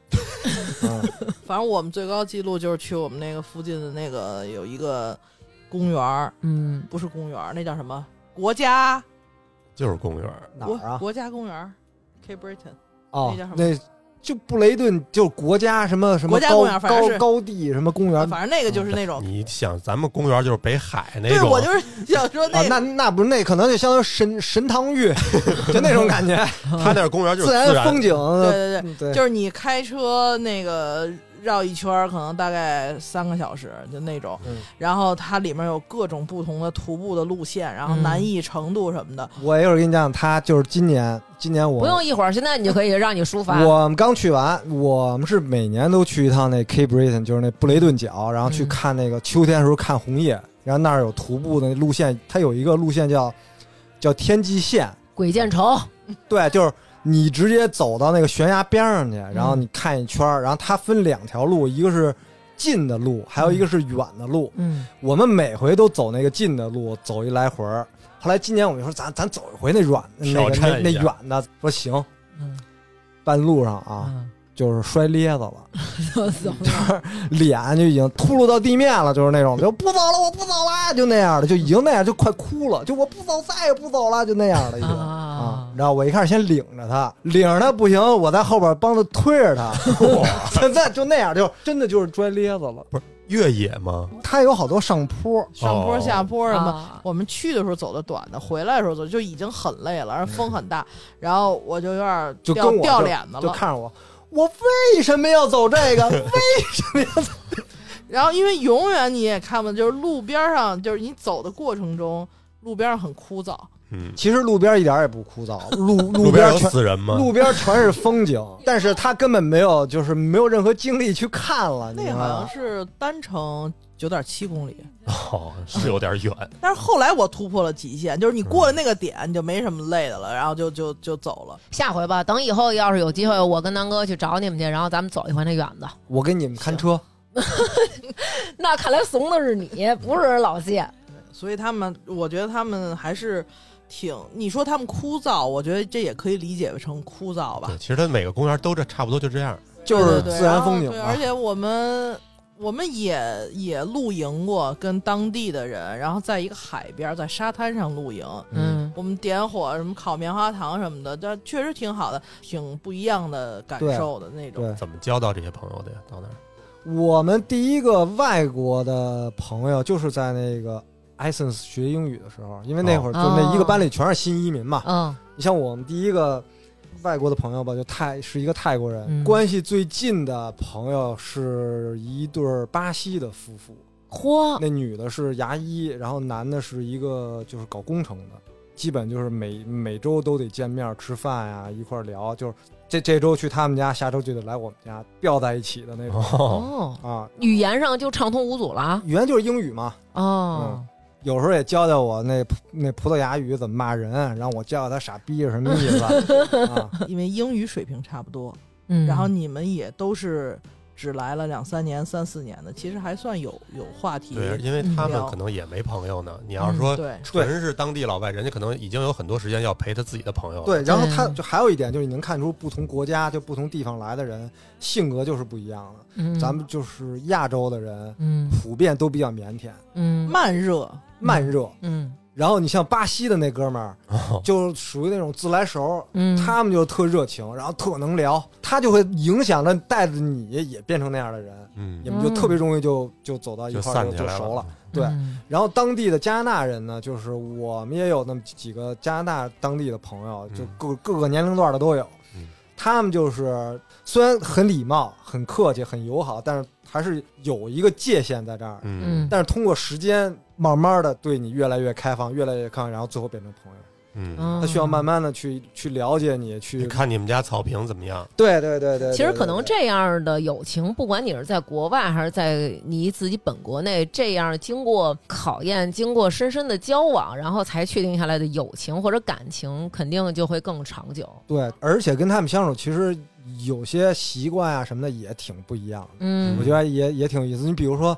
Speaker 1: 嗯，
Speaker 4: 反正我们最高记录就是去我们那个附近的那个有一个公园儿，
Speaker 2: 嗯，
Speaker 4: 不是公园儿，那叫什么？国家
Speaker 3: 就是公园儿。
Speaker 1: 哪
Speaker 4: 国
Speaker 1: 儿啊？
Speaker 4: 国家公园儿，K Britain
Speaker 1: 哦
Speaker 4: 那叫什么，
Speaker 1: 那就布雷顿，就是国家什么什么
Speaker 4: 国家
Speaker 1: 高
Speaker 4: 公园反正
Speaker 1: 高
Speaker 4: 是
Speaker 1: 高地什么公园
Speaker 4: 啊，
Speaker 1: 啊？
Speaker 4: 反正那个就是那种，
Speaker 3: 你想，咱们公园就是北海那
Speaker 4: 对
Speaker 3: 种，
Speaker 4: 我就是 <laughs> 想说那
Speaker 1: 啊那那不是那可能就相当于神神堂
Speaker 4: <laughs>
Speaker 1: 峪，就那种感觉，
Speaker 3: 他那儿公园就是
Speaker 1: 自
Speaker 3: 自
Speaker 1: 然风景。
Speaker 4: 对对
Speaker 1: 嗯
Speaker 4: 对，
Speaker 1: 对，
Speaker 4: 就是你开车那个绕一圈儿，可能大概三个小时，就那种。
Speaker 1: 嗯
Speaker 4: 然后它里面有各种不同的徒步的路线，然后
Speaker 2: 嗯
Speaker 4: 难易程度什么的。
Speaker 1: 我一会儿给你讲，他就是今年，今年我
Speaker 2: 不用一会儿，现在你就可以让你啊抒发。
Speaker 1: 我们刚去完，我们是每年都去一趟那 Cape Breton，就是那布雷顿角，然后去
Speaker 2: 嗯
Speaker 1: 看那个秋天的时候看红叶，然后那儿有徒步的路线，它有一个路线叫叫天际线，
Speaker 2: 鬼见愁，
Speaker 1: 对，就是你直接走到那个悬崖边上去，然后你看一圈儿，然后它分两条路，一个是近的路，还有一个是远的路。
Speaker 2: 嗯，
Speaker 1: 我们每回都走那个近的路，走一来回儿。后来今年我们就说咱咱走一回那远那
Speaker 3: 挑
Speaker 1: 个那
Speaker 3: 战一
Speaker 1: 那
Speaker 3: 下
Speaker 1: 远的，说行，
Speaker 2: 嗯
Speaker 1: 半路上啊。
Speaker 2: 啊，
Speaker 1: 就是摔咧子了，
Speaker 2: 怎么
Speaker 1: 脸就已经秃噜到地面了，就是那种就不走了，我不走了，就那样的，就已经那样，就快哭了，就我不走，再也不走了，就那样的已经
Speaker 2: 啊
Speaker 1: 然后我一开始先领着他，领着 <laughs> 他不行，我在后边帮他推着他，现在就那样，就真的就是摔咧子了。
Speaker 3: 越野吗？
Speaker 1: 他有好多上坡，
Speaker 4: 上坡
Speaker 3: 哦
Speaker 4: 下坡什么，
Speaker 2: 啊
Speaker 4: 我们去的时候走的短的，回来的时候走就已经很累了，而风很大，然后我就有点
Speaker 1: 嗯就
Speaker 4: 掉
Speaker 1: 跟我
Speaker 4: 掉
Speaker 1: 就
Speaker 4: 脸子
Speaker 1: 就
Speaker 4: 了。
Speaker 1: 看着我，我为什么要走这个？
Speaker 3: <laughs>
Speaker 1: 为什么要走？
Speaker 4: 然后因为永远你也看不，就是路边上，就是你走的过程中，路边上很枯燥。
Speaker 3: 嗯，
Speaker 1: 其实路边一点也不枯燥，
Speaker 3: <laughs>
Speaker 1: 路
Speaker 3: 路
Speaker 1: 路
Speaker 3: 边有
Speaker 1: 全
Speaker 3: 死人吗？
Speaker 1: 路边全是风景，但是他根本没有，就是没有任何精力去看了，你
Speaker 4: 那
Speaker 1: 知
Speaker 4: 个
Speaker 1: 道
Speaker 4: 好像
Speaker 1: 吗？
Speaker 4: 是单程九点七公里，
Speaker 3: 哦，是有点远。
Speaker 4: 但是后来我突破了极限，就是你过了那个点，你就没什么累的了，然后就就就走了。
Speaker 2: 下回吧，等以后要是有机会，我跟南哥去找你们去，然后咱们走一回那远的。
Speaker 1: 我给你们看车，
Speaker 2: 那看来怂的是你，不是老谢。
Speaker 4: 所以他们，我觉得他们还是挺，你说他们枯燥，我觉得这也可以理解为成枯燥吧
Speaker 3: 对，。其实它每个公园都这差不多就这样。
Speaker 1: 就是
Speaker 4: 对对对
Speaker 1: 自然风景
Speaker 4: 然后
Speaker 1: 嘛
Speaker 4: 对，而。且我们我们也也露营过，跟当地的人，然后在一个海边，在沙滩上露营。
Speaker 2: 嗯，
Speaker 4: 我们点火什么烤棉花糖什么的，但确实挺好的，挺不一样的感
Speaker 1: 对
Speaker 4: 受的那种。
Speaker 1: 对
Speaker 3: 怎么交到这些朋友的呀？到那儿
Speaker 1: 我们第一个外国的朋友就是在那个 Essence
Speaker 3: 哦
Speaker 1: 学英语的时候，因为那会儿就那一个班里全是新移民嘛。
Speaker 2: 嗯
Speaker 1: 你像我们第一个外国的朋友吧，就泰是一个泰国人，
Speaker 2: 嗯
Speaker 1: 关系最近的朋友是一对儿巴西的夫妇，
Speaker 2: 嚯，
Speaker 1: 那女的是牙医，然后男的是一个就是搞工程的，基本就是每每周都得见面吃饭呀、一块儿聊，就是这这周去他们家，下周就得来我们家，吊在一起的那种、
Speaker 3: 哦，
Speaker 2: 哦，
Speaker 1: 啊。
Speaker 2: 语言上就畅通无阻了啊。
Speaker 1: 语言就是英语嘛，
Speaker 2: 哦，
Speaker 1: 有时候也教教我那葡那葡萄牙语怎么骂人，然后我教教他傻逼是什么意思啊。
Speaker 4: 因为英语水平差不多，
Speaker 2: 嗯
Speaker 4: 然后你们也都是只来了两三年、三四年的，其实还算有有话题。
Speaker 3: 对，因为他们可能也没朋友呢。你要是说
Speaker 4: 对，
Speaker 3: 纯是当地老外，人家可能已经有很多时间要陪他自己的朋友了。
Speaker 1: 对，然后
Speaker 2: 对
Speaker 1: 他就还有一点就是你能看出不同国家就不同地方来的人性格就是不一样的。
Speaker 2: 嗯
Speaker 1: 咱们就是亚洲的人
Speaker 2: 嗯
Speaker 1: 普遍都比较腼腆、
Speaker 2: 嗯
Speaker 4: 慢热，
Speaker 1: 慢热，
Speaker 2: 嗯
Speaker 1: 然后你像巴西的那哥们儿
Speaker 3: 哦，
Speaker 1: 就属于那种自来熟。
Speaker 2: 嗯，
Speaker 1: 他们就特热情，然后特能聊，他就会影响着带着你也变成那样的人，
Speaker 3: 嗯
Speaker 1: 你，们就特别容易就就走到一
Speaker 3: 就
Speaker 1: 块儿
Speaker 3: 散
Speaker 1: 就
Speaker 3: 起
Speaker 1: 就
Speaker 3: 来
Speaker 1: 熟了
Speaker 3: 了。。
Speaker 1: 对
Speaker 2: 嗯
Speaker 1: 然后当地的加拿大人呢，就是我们也有那么几个加拿大当地的朋友，就
Speaker 3: 嗯
Speaker 1: 各、各个年龄段的都有。
Speaker 3: 嗯
Speaker 1: 他们就是虽然很礼貌、很客气、很友好，但是还是有一个界限在这儿。
Speaker 2: 嗯
Speaker 3: 嗯
Speaker 1: 但是通过时间，慢慢的对你越来越开放，越来越开放，然后最后变成朋友。
Speaker 3: 嗯，
Speaker 2: 嗯
Speaker 1: 他需要慢慢的去去了解你，去
Speaker 3: 你看你们家草坪怎么样？
Speaker 1: 对对对对。
Speaker 2: 其实
Speaker 1: 对
Speaker 2: 可能
Speaker 1: 对
Speaker 2: 这样的友情，不管你是在国外还是在你自己本国内，这样经过考验、经过深深的交往，然后才确定下来的友情或者感情，肯定就会更长久。
Speaker 1: 对，而且跟他们相处，其实有些习惯啊什么的也挺不一样的。
Speaker 2: 嗯
Speaker 1: 我觉得也也挺有意思。你比如说，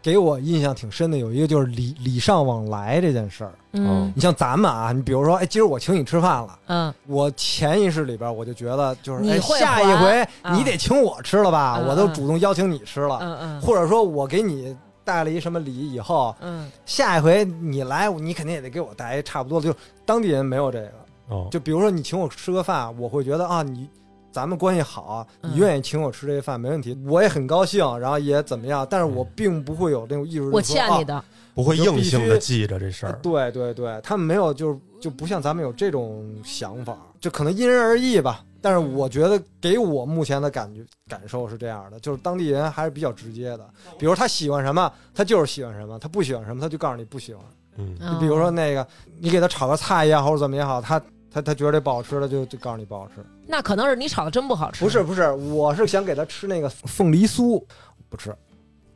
Speaker 1: 给我印象挺深的有一个就是礼礼尚往来这件事儿。
Speaker 2: 嗯
Speaker 1: 你像咱们啊，你比如说，哎，今儿我请你吃饭了，
Speaker 2: 嗯
Speaker 1: 我潜意识里边我就觉得就是，
Speaker 2: 你
Speaker 1: 哎，
Speaker 2: 会
Speaker 1: 下一
Speaker 2: 还
Speaker 1: 回
Speaker 2: 啊
Speaker 1: 你得请我吃了吧，
Speaker 2: 嗯
Speaker 1: 我都
Speaker 2: 嗯
Speaker 1: 主动邀请你吃了，
Speaker 2: 嗯嗯
Speaker 1: 啊或者说我给你带了一什么礼以后，
Speaker 2: 嗯，
Speaker 1: 下一回你来，你肯定也得给我带一差不多的。就是当地人没有这个，
Speaker 3: 哦，
Speaker 1: 就比如说你请我吃个饭，我会觉得啊，你咱们关系好，啊
Speaker 2: 嗯
Speaker 1: 你愿意请我吃这个饭没问题，我也很高兴，然后也怎么样，但是我
Speaker 3: 嗯
Speaker 1: 并不会有那种意识，
Speaker 2: 我
Speaker 1: 就是说
Speaker 2: 欠你。
Speaker 1: 啊
Speaker 2: 的，
Speaker 3: 不会硬性
Speaker 1: 就
Speaker 3: 的
Speaker 1: 必呃
Speaker 3: 记着这事儿。
Speaker 1: 对对对，他们没有，就是就不像咱们有这种想法，就可能因人而异吧。但是我觉得给我目前的感觉感受是这样的，就是当地人还是比较直接的。
Speaker 2: 哦
Speaker 1: 比如他喜欢什么，他就是喜欢什么；他不喜欢什么，他就告诉你不喜欢。
Speaker 3: 嗯，
Speaker 1: 就比如说那个，你给他炒个菜也好，或者怎么也好，他他他觉得这不好吃，他就就告诉你不好吃。
Speaker 2: 那可能是你炒的真不好吃，
Speaker 1: 不是不是，我是想给他吃那个凤梨酥，不吃。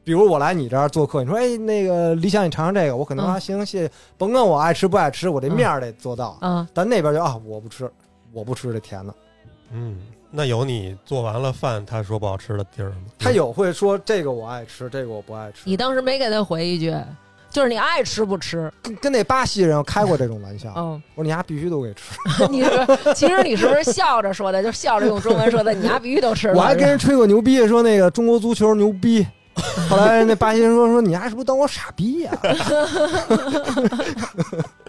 Speaker 1: 比如我来你这儿做客，你说哎，那个李想你尝尝这个，我可能
Speaker 2: 嗯
Speaker 1: 啊行谢谢，甭管我爱吃不爱吃，我这
Speaker 2: 嗯
Speaker 1: 面儿得做到。
Speaker 2: 啊，
Speaker 1: 但那边就啊，我不吃，我不吃这甜的。
Speaker 3: 嗯，那有你做完了饭，他说不好吃的地儿吗？
Speaker 1: 他有会说这个我爱吃，这个我不爱
Speaker 2: 你
Speaker 1: 吃。
Speaker 2: 当时没给他回一句，就是你爱吃不吃？
Speaker 1: 跟跟那巴西人开过这种玩笑，
Speaker 2: 嗯， <laughs>
Speaker 1: 我说你丫必须都给
Speaker 4: <laughs>
Speaker 1: 吃。
Speaker 2: 你是其实你是不是笑着说的？就是笑着用中文说的，你丫必须都吃了。
Speaker 1: 我还跟人吹过牛逼，说那个中国足球牛
Speaker 4: <laughs>
Speaker 1: 逼。后来那巴西人说说你丫是不是当我傻逼呀、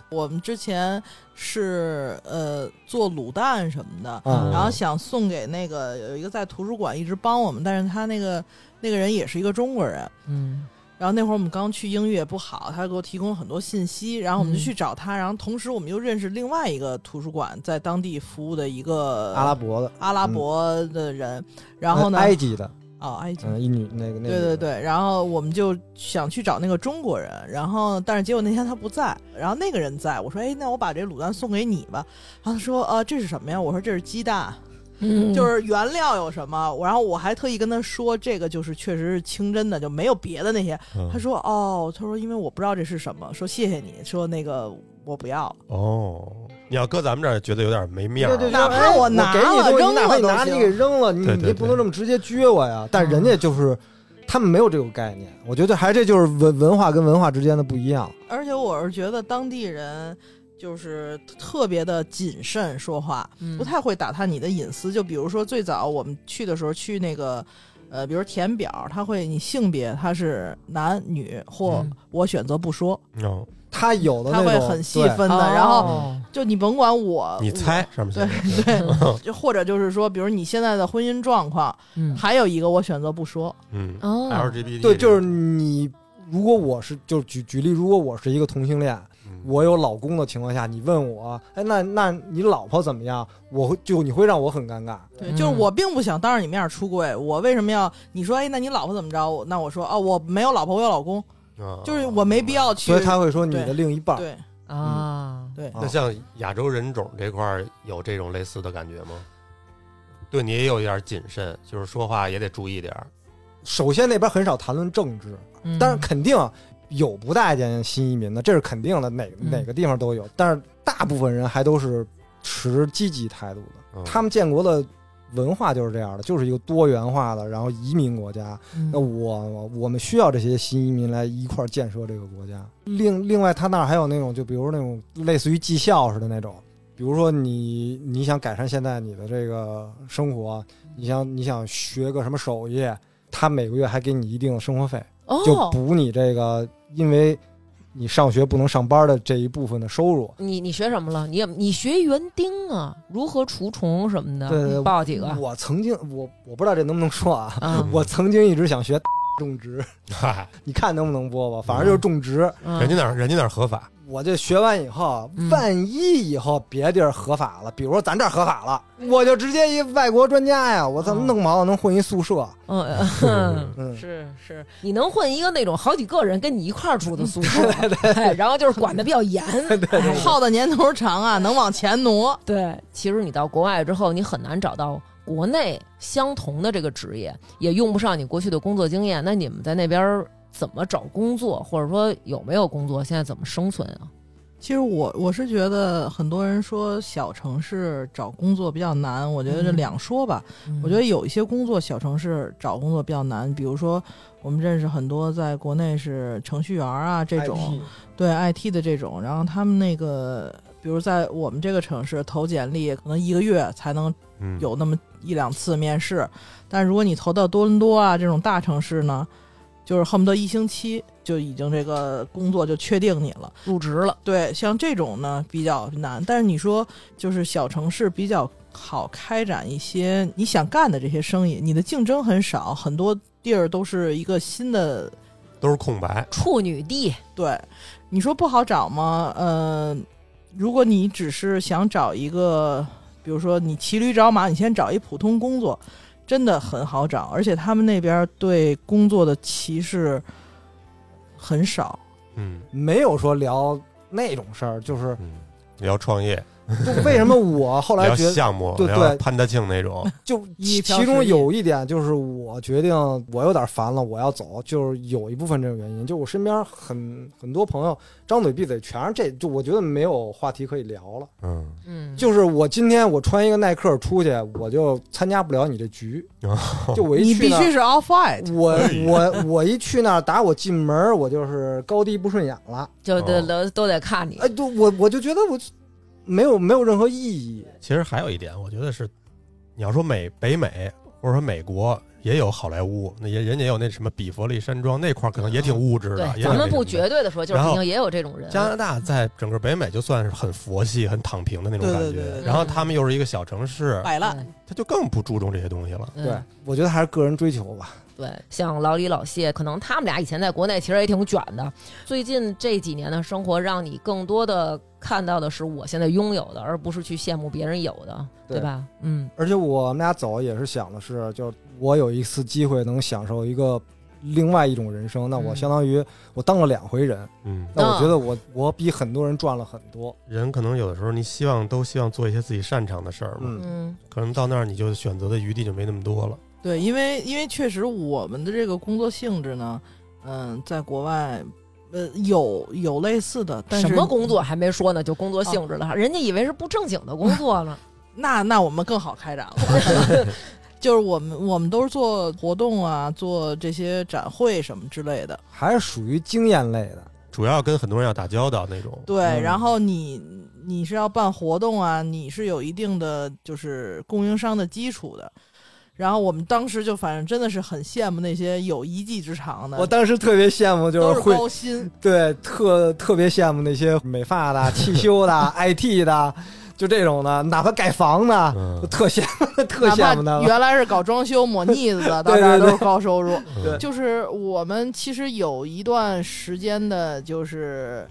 Speaker 4: 我们之前是呃做卤蛋什么的，
Speaker 1: 啊？
Speaker 4: <laughs> 然后想送给那个有一个在图书馆一直帮我们，但是他那个那个人也是一个中国人。
Speaker 2: 嗯
Speaker 4: 然后那会儿我们刚去英语也不好，他给我提供了很多信息，然后我们就
Speaker 2: 嗯
Speaker 4: 去找他，然后同时我们又认识另外一个图书馆在当地服务的一个
Speaker 1: 阿拉伯的，呃
Speaker 4: 阿拉伯的人，然后呢，
Speaker 1: 埃及的，
Speaker 4: 哦埃及，
Speaker 1: 嗯，一女那个那个，
Speaker 4: 对对，对，然后我们就想去找那个中国人，然后但是结果那天他不在，然后那个人在，我说哎，那我把这卤蛋送给你吧，然后他说呃这是什么呀？我说这是鸡蛋，
Speaker 2: 嗯
Speaker 4: 就是原料有什么？我然后我还特意跟他说这个就是确实是清真的，就没有别的那些。
Speaker 3: 嗯
Speaker 4: 他说哦，他说因为我不知道这是什么，说谢谢你，说那个我不要了，
Speaker 3: 哦，你要搁咱们这儿，觉得有点没面儿。啊
Speaker 1: 对对，
Speaker 4: 哪怕
Speaker 1: 我
Speaker 4: 我拿
Speaker 1: 给你
Speaker 4: 了
Speaker 1: 东西
Speaker 4: 扔
Speaker 1: 哪怕
Speaker 4: 了
Speaker 1: 你
Speaker 4: 都
Speaker 1: 拿
Speaker 4: 行
Speaker 1: 你给扔了，你
Speaker 3: 对
Speaker 1: 你
Speaker 3: 对
Speaker 1: 不
Speaker 3: 对
Speaker 1: 能这么直接撅我呀。但是人家
Speaker 4: 嗯
Speaker 1: 就是，他们没有这个概念，我觉得还这就是文文化跟文化之间的不一样。
Speaker 4: 而且我是觉得当地人就是特别的谨慎说话，
Speaker 1: 嗯
Speaker 2: 嗯
Speaker 4: 不太会打探你的隐私。就比如说最早我们去的时候，去那个。呃，比如填表，他会你性别他是男女或
Speaker 2: 嗯
Speaker 4: 我选择不说，
Speaker 3: 哦，
Speaker 1: 他有的
Speaker 4: 他
Speaker 1: 那
Speaker 4: 会
Speaker 1: 种
Speaker 4: 很细
Speaker 1: 对哦
Speaker 4: 分的。然后
Speaker 2: 哦
Speaker 4: 就你甭管我，
Speaker 3: 你
Speaker 1: 呃
Speaker 3: 猜上面写
Speaker 4: 对
Speaker 3: 的
Speaker 4: 我就或者就是说，比如你现在的婚姻状况，
Speaker 2: 嗯
Speaker 4: 还有一个我选择不说，
Speaker 3: 嗯
Speaker 2: 哦
Speaker 3: ，LGBT
Speaker 1: 对，就是你。如果我是就举举例，如果我是一个同性恋，
Speaker 3: 嗯
Speaker 1: 我有老公的情况下，你问我，哎，那那你老婆怎么样？我会就你会让我很尴尬。
Speaker 4: 对，就是我并不想当着你面出柜，我为什么要你说？哎，那你老婆怎么着？我那我说哦，我没有老婆，我有老公，
Speaker 3: 啊
Speaker 4: 就是我没必。要去。
Speaker 1: 哦所以他会说你的另一半，
Speaker 4: 对
Speaker 2: 啊，
Speaker 4: 对，
Speaker 1: 啊
Speaker 3: 那像亚洲人种这块儿有这种类似的感觉吗？对你也有一点谨慎，就是说话也得注意点儿。
Speaker 1: 首先那边很少谈论政治，
Speaker 2: 嗯
Speaker 1: 但是肯定有不待见新移民的，这是肯定的，哪
Speaker 2: 嗯
Speaker 1: 哪个地方都有。但是大部分人还都是持积极态度的。
Speaker 3: 嗯
Speaker 1: 他们建国的文化就是这样的，就是一个多元化的，然后移民国家。
Speaker 2: 嗯
Speaker 1: 那呃我我们需要这些新移民来一块儿建设这个国家。
Speaker 2: 嗯
Speaker 1: 另另外，他那儿还有那种，就比如那种类似于绩效似的那种，比如说你你想改善现在你的这个生活，你想你想学个什么手艺，他每个月还给你一定的生活费，就
Speaker 2: 哦，
Speaker 1: 补你这个因为你上学不能上班的这一部分的收入。
Speaker 2: 你你学什么了？你也你学园丁啊，如何除虫什么的，
Speaker 1: 对对对
Speaker 2: 你报几个
Speaker 1: 我曾经我我不知道这能不能说啊，
Speaker 2: 啊？
Speaker 1: 我曾经一直想学种植，
Speaker 3: <laughs> 嗨，
Speaker 1: 你看能不能播吧，反正就是种植。
Speaker 2: 嗯
Speaker 3: 人家哪儿人家哪儿合法？
Speaker 1: 我这学完以后
Speaker 2: 嗯，
Speaker 1: 万一以后别地儿合法了，比如说咱这儿合法了，我就直接一外国专家呀，我操，
Speaker 2: 哦
Speaker 1: 弄不好我能混一宿舍。
Speaker 2: 嗯嗯
Speaker 1: 嗯，
Speaker 2: 是是，你能混一个那种好几个人跟你一块儿住的宿舍，哎然后就是管的比较严，哎
Speaker 4: 耗的年头长啊，能往前挪。
Speaker 2: 对，其实你到国外之后，你很难找到国内相同的这个职业，也用不上你过去的工作经验。那你们在那边儿怎么找工作，或者说有没有工作？现在怎么生存啊？
Speaker 4: 其实我我是觉得很多人说小城市找工作比较难，我觉得这
Speaker 2: 嗯
Speaker 4: 两说吧。我觉得有一些工作小城市找工作比较难，比如说我们认识很多在国内是程序员啊
Speaker 1: 哎
Speaker 4: 这种，对 IT 的这种，然后他们那个，比如在我们这个城市投简历，可能一个月才能
Speaker 3: 嗯，
Speaker 4: 有那么一两次面试，但如果你投到多伦多啊这种大城市呢，就是恨不得一星期就已经这个工作就确定你了。
Speaker 2: 入职了，
Speaker 4: 对，像这种呢比较难，但是你说就是小城市比较好开展一些你想干的这些生意，你的竞争很少，很多地儿都是一个新的
Speaker 3: 都是空白。
Speaker 2: 处女地，
Speaker 4: 对，你说不好找吗？呃，如果你只是想找一个，比如说你骑驴找马，你先找一普通工作，真的很好找，而且他们那边对工作的歧视很少。
Speaker 3: 嗯
Speaker 1: 没有说聊那种事儿，就是
Speaker 3: 嗯，聊创业，
Speaker 1: 就为什么我后来
Speaker 3: 聊
Speaker 1: 觉得，
Speaker 3: 项目，
Speaker 1: 对
Speaker 3: 聊
Speaker 1: 对
Speaker 3: 潘大庆那种。
Speaker 1: 就
Speaker 4: 一
Speaker 1: 其
Speaker 4: 条
Speaker 1: 其中
Speaker 4: 十一
Speaker 1: 有一点就是我决定我有点烦了，我要走，就是有一部分这种原因，就我身边很很多朋友张嘴闭嘴全是这，就我觉得没有话题可以聊了。
Speaker 3: 嗯，
Speaker 1: <laughs>
Speaker 2: 嗯，
Speaker 1: 就是我今天我穿一个耐克出去，我就参加不了你这局
Speaker 3: 哦，
Speaker 1: 就我一
Speaker 4: 你
Speaker 1: 去
Speaker 4: 必
Speaker 1: 那
Speaker 4: 须
Speaker 1: 儿，
Speaker 4: 是 off
Speaker 2: 嗯
Speaker 4: white，
Speaker 1: 我我我一去那儿，打我进门儿，我就是高低不顺眼了。
Speaker 2: 就得
Speaker 3: 哦
Speaker 2: 都都得看你
Speaker 1: 哎，对我我就觉得我没有没有任何意义。
Speaker 3: 其实还有一点，我觉得是，你要说美北美或者说美国也有好莱坞，那也人家也有那什么比佛利山庄那块儿，可能也挺物质的。
Speaker 2: 对，
Speaker 3: 也挺
Speaker 2: 咱
Speaker 3: 那
Speaker 2: 们
Speaker 3: 什
Speaker 2: 不
Speaker 3: 么的
Speaker 2: 绝对的说，就是
Speaker 3: 然
Speaker 2: 肯
Speaker 3: 后
Speaker 2: 定也有这种人。
Speaker 3: 加拿大在整个北美就算是很佛系、很躺平的那种感觉，
Speaker 4: 对对对对对
Speaker 3: 然后他们又是一个小城市，
Speaker 4: 摆烂。
Speaker 3: 他就更不注重这些东西了。
Speaker 2: 对
Speaker 1: 对
Speaker 2: 嗯，
Speaker 1: 我觉得还是个人追求吧。
Speaker 2: 对，像老李老谢，可能他们俩以前在国内其实也挺卷的。最近这几年的生活，让你更多的看到的是我现在拥有的，而不是去羡慕别人有的，对
Speaker 1: 对
Speaker 2: 吧？嗯
Speaker 1: 而且我们俩走也是想的是，就是我有一次机会能享受一个另外一种人生，那我
Speaker 2: 嗯
Speaker 1: 相当于我当了两回人。
Speaker 3: 嗯，
Speaker 1: 那我觉得我我比很多人赚了很多。
Speaker 3: 人可能有的时候你希望都希望做一些自己擅长的事儿嘛，
Speaker 1: 嗯
Speaker 2: 嗯
Speaker 3: 可能到那儿你就选择的余地就没那么多了。
Speaker 4: 对，因为因为确实我们的这个工作性质呢，嗯，在国外，呃，有有类似的，但是
Speaker 2: 什么工作还没说呢，就工作性质了，人家以为是不正经的工作
Speaker 1: <laughs>
Speaker 2: 呢。
Speaker 4: 那那我们更好开展了。就是我们我们都是做活动啊，做这些展会什么之类的。
Speaker 1: 还是属于经验类的，
Speaker 3: 主要跟很多人要打交道那种，
Speaker 4: 对，
Speaker 1: 嗯
Speaker 4: 然后你你是要办活动啊，你是有一定的就是供应商的基础的。然后我们当时就反正真的是很羡慕那些有一技之长的，
Speaker 1: 我当时特别羡慕，就
Speaker 4: 嗯都
Speaker 1: 是
Speaker 4: 是
Speaker 1: 会
Speaker 4: 高薪。
Speaker 1: 对，特特别羡慕那些美发的、汽
Speaker 4: <laughs>
Speaker 1: 修的、IT 的，就这种的，哪怕盖房的，
Speaker 3: 嗯
Speaker 1: 就，特羡慕，特
Speaker 4: 哪
Speaker 1: 羡
Speaker 4: 怕
Speaker 1: 慕他们。
Speaker 4: 原来是搞装修抹腻子
Speaker 1: <laughs>
Speaker 4: 的，到
Speaker 1: 对
Speaker 4: 这儿
Speaker 1: 对
Speaker 4: 都
Speaker 1: 对
Speaker 4: 是高收入。
Speaker 3: 嗯
Speaker 1: 对
Speaker 4: 就是我们其实有一段时间的，就是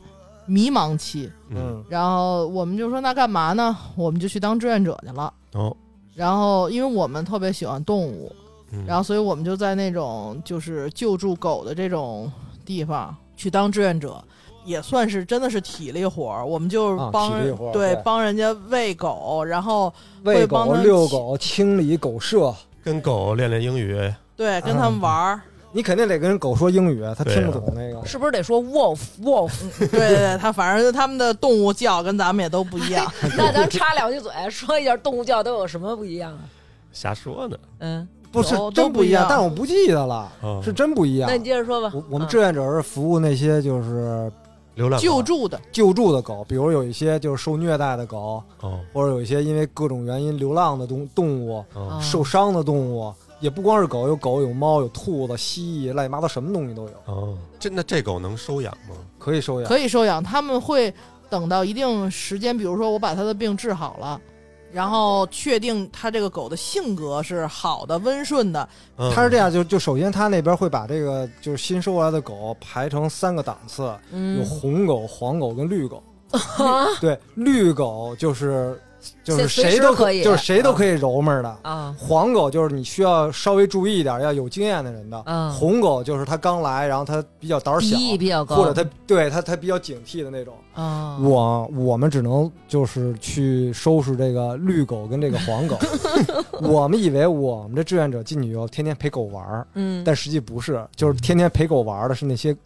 Speaker 4: 迷茫期，
Speaker 3: 嗯，
Speaker 1: 嗯
Speaker 4: 然后我们就说那干嘛呢？我们就去当志愿者去了。
Speaker 3: 哦，
Speaker 4: 然后，因为我们特别喜欢动物，
Speaker 3: 嗯
Speaker 4: 然后所以我们就在那种就是救助狗的这种地方去当志愿者，也算是真的是体力活儿。我们就
Speaker 1: 啊
Speaker 4: 是帮
Speaker 1: 体力
Speaker 4: 人、
Speaker 1: 活儿
Speaker 4: 对
Speaker 1: 对
Speaker 4: 帮人家喂狗，然后
Speaker 1: 喂
Speaker 4: 会帮
Speaker 1: 狗、
Speaker 4: 他
Speaker 1: 遛
Speaker 4: 起
Speaker 1: 狗、清理狗舍，
Speaker 3: 跟狗练练英语，
Speaker 4: 对跟他们玩儿。
Speaker 1: 你肯定得跟狗说英语，它
Speaker 3: 对啊
Speaker 1: 听不
Speaker 3: 呀
Speaker 1: 懂那个。
Speaker 2: 是不是得说 wolf wolf？
Speaker 1: <laughs>
Speaker 4: 对对对，他反正他们的动物叫跟咱们也都不一样。
Speaker 1: <laughs>
Speaker 2: 那咱插两句嘴，说一下动物叫都有什么不一样啊？
Speaker 3: 瞎说呢。
Speaker 2: 嗯，
Speaker 1: 不是
Speaker 4: 有都
Speaker 1: 真
Speaker 4: 不
Speaker 1: 一
Speaker 4: 一
Speaker 1: 样，
Speaker 4: 样
Speaker 1: 但我不记得了，
Speaker 3: 哦
Speaker 1: 是真不一样
Speaker 2: 那。你接着说吧。
Speaker 1: 我我们
Speaker 2: 啊
Speaker 1: 志愿者是服务那些就是
Speaker 3: 流浪狗
Speaker 4: 救助的，
Speaker 1: 救助的狗，比如有一些就是受虐待的狗，
Speaker 3: 哦
Speaker 1: 或者有一些因为各种原因流浪的动动物、
Speaker 2: 啊
Speaker 3: 哦
Speaker 1: 受伤的动物，也不光是狗，有狗、有猫、有兔子、蜥蜴，乱七八糟什么东西都有，
Speaker 3: 哦，这那这狗能收养吗？
Speaker 1: 可以收养。
Speaker 4: 可以收养，他们会等到一定时间，比如说我把他的病治好了，然后确定他这个狗的性格是好的、温顺的，
Speaker 3: 嗯
Speaker 1: 他是这，样，就就首先他那边会把这个就是新收过来的狗排成三个档次，有
Speaker 2: 嗯，啊
Speaker 1: 红狗、黄狗跟绿狗。对，绿狗就是就是
Speaker 2: 随随
Speaker 1: 谁
Speaker 2: 时
Speaker 1: 都
Speaker 2: 可以
Speaker 1: 就是谁都
Speaker 2: 啊
Speaker 1: 可以揉摸的。
Speaker 2: 啊
Speaker 1: 黄狗就是你需要稍微注意一点，要有经验的人的。
Speaker 2: 啊，
Speaker 1: 红狗就是它刚来，然后它比较胆儿小
Speaker 2: 敌，意比较高，
Speaker 1: 或者它对它它比较警惕的那种。
Speaker 2: 啊，
Speaker 1: 我我们只能就是去收拾这个绿狗跟这个黄
Speaker 2: <laughs>
Speaker 1: 狗。我们以为我们这志愿者进去以后天天陪狗玩儿，
Speaker 2: 嗯
Speaker 1: 但实际不是，就是天天陪狗玩儿的是那些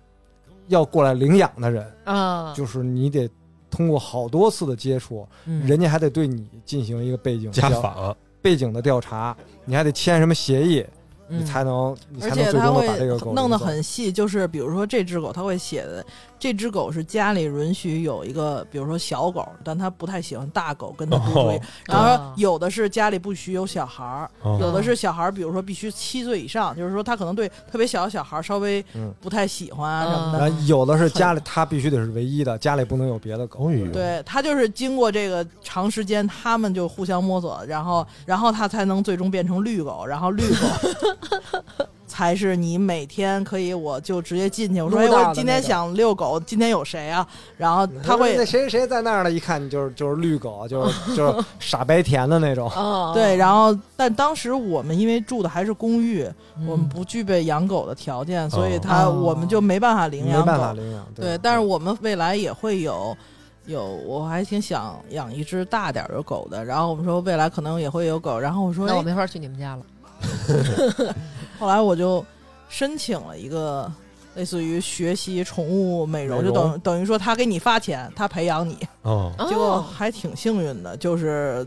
Speaker 1: 要过来领养的人，
Speaker 2: 啊，
Speaker 1: 就是你得通过好多次的接触，
Speaker 2: 嗯
Speaker 1: 人家还得对你进行一个背景
Speaker 3: 家哦
Speaker 1: 调
Speaker 3: 访，
Speaker 1: 背景的调查，你还得签什么协议，
Speaker 2: 嗯
Speaker 1: 你才能你才
Speaker 4: 嗯而
Speaker 1: 能
Speaker 4: 且
Speaker 1: 最
Speaker 4: 他
Speaker 1: 终
Speaker 4: 会
Speaker 1: 地把这个狗
Speaker 4: 弄得
Speaker 1: 领走
Speaker 4: 很细，就是比如说这只狗，他会写的这只狗是家里允许有一个，比如说小狗，但他不太喜欢大狗跟他独
Speaker 3: 哦
Speaker 4: 居，然后
Speaker 2: 啊
Speaker 4: 有的是家里不许有小孩儿，
Speaker 3: 哦
Speaker 4: 有的是小孩儿，比如说必须七岁以上，就是说他可能对特别小的小孩儿稍微
Speaker 1: 嗯
Speaker 4: 不太喜欢啊什
Speaker 2: 嗯
Speaker 4: 么的。
Speaker 1: 然后有的是家里，它必须得是唯一的，家里不能有别的狗。
Speaker 3: 哦哟，
Speaker 4: 对他就是经过这个长时间，他们就互相摸索，然后然后他才能最终变成绿狗，然后绿狗
Speaker 2: <laughs>
Speaker 4: 才是你每天可以，我就直接进去，我说哎，
Speaker 2: 撸到的那
Speaker 4: 我今天
Speaker 2: 种。
Speaker 4: 想遛狗，今天有谁啊？然后他
Speaker 1: 那
Speaker 4: 会
Speaker 1: 谁谁谁在那儿呢？一看你就是就是绿
Speaker 4: <laughs>
Speaker 1: 狗，就是就是傻白甜的那种
Speaker 2: 啊，
Speaker 4: 对，然后但当时我们因为住的还是公寓，
Speaker 2: 嗯
Speaker 4: 我们不具备养狗的条件，所以
Speaker 3: 哦
Speaker 4: 他、
Speaker 2: 哦
Speaker 4: 我们就没办法领
Speaker 1: 没
Speaker 4: 养
Speaker 1: 办法
Speaker 4: 狗。
Speaker 1: 领养，
Speaker 4: 对，但是我们未来也会有。有，我还挺想养一只大点儿的狗的。然后我们说未来可能也会有狗。然后我说，
Speaker 2: 那我
Speaker 4: 哎
Speaker 2: 没法去你们家了。
Speaker 4: 后来我就申请了一个类似于学习宠物美容，
Speaker 1: 美
Speaker 4: 就
Speaker 1: 容
Speaker 4: 等等于说他给你发钱，他培养你，
Speaker 3: 哦，
Speaker 4: 结果还挺幸运的，就是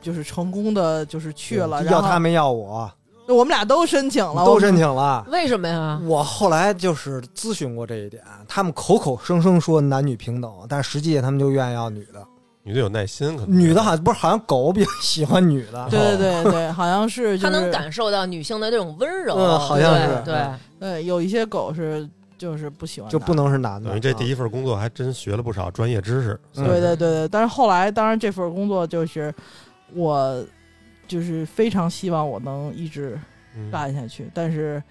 Speaker 4: 就是成功的就是去了，
Speaker 1: 要
Speaker 4: 然
Speaker 1: 他
Speaker 4: 后
Speaker 1: 没要我，
Speaker 4: 我们俩都申请了，
Speaker 1: 都申
Speaker 4: 请。
Speaker 1: 请了。
Speaker 2: 为什么呀？
Speaker 1: 我后来就是咨询过这一点，他们口口声声说男女平等，但实际他们就愿意要女的。
Speaker 3: 女的有耐心，可能
Speaker 1: 女的好像不是，好像狗比较喜欢女的。
Speaker 4: 对对对对，好像是就
Speaker 2: 他
Speaker 4: 是
Speaker 2: 能感受到女性的这种温柔，
Speaker 1: 嗯好像是
Speaker 2: 对
Speaker 1: 嗯
Speaker 2: 对，
Speaker 4: 对，有一些狗是就是不喜欢，
Speaker 1: 就不。能是男的。
Speaker 3: 等于这第一份工作还真学了不少专业知识。
Speaker 1: 嗯
Speaker 4: 对对对对，但是后来当然这份工作就是我就是非常希望我能一直
Speaker 3: 嗯
Speaker 4: 干下去，但是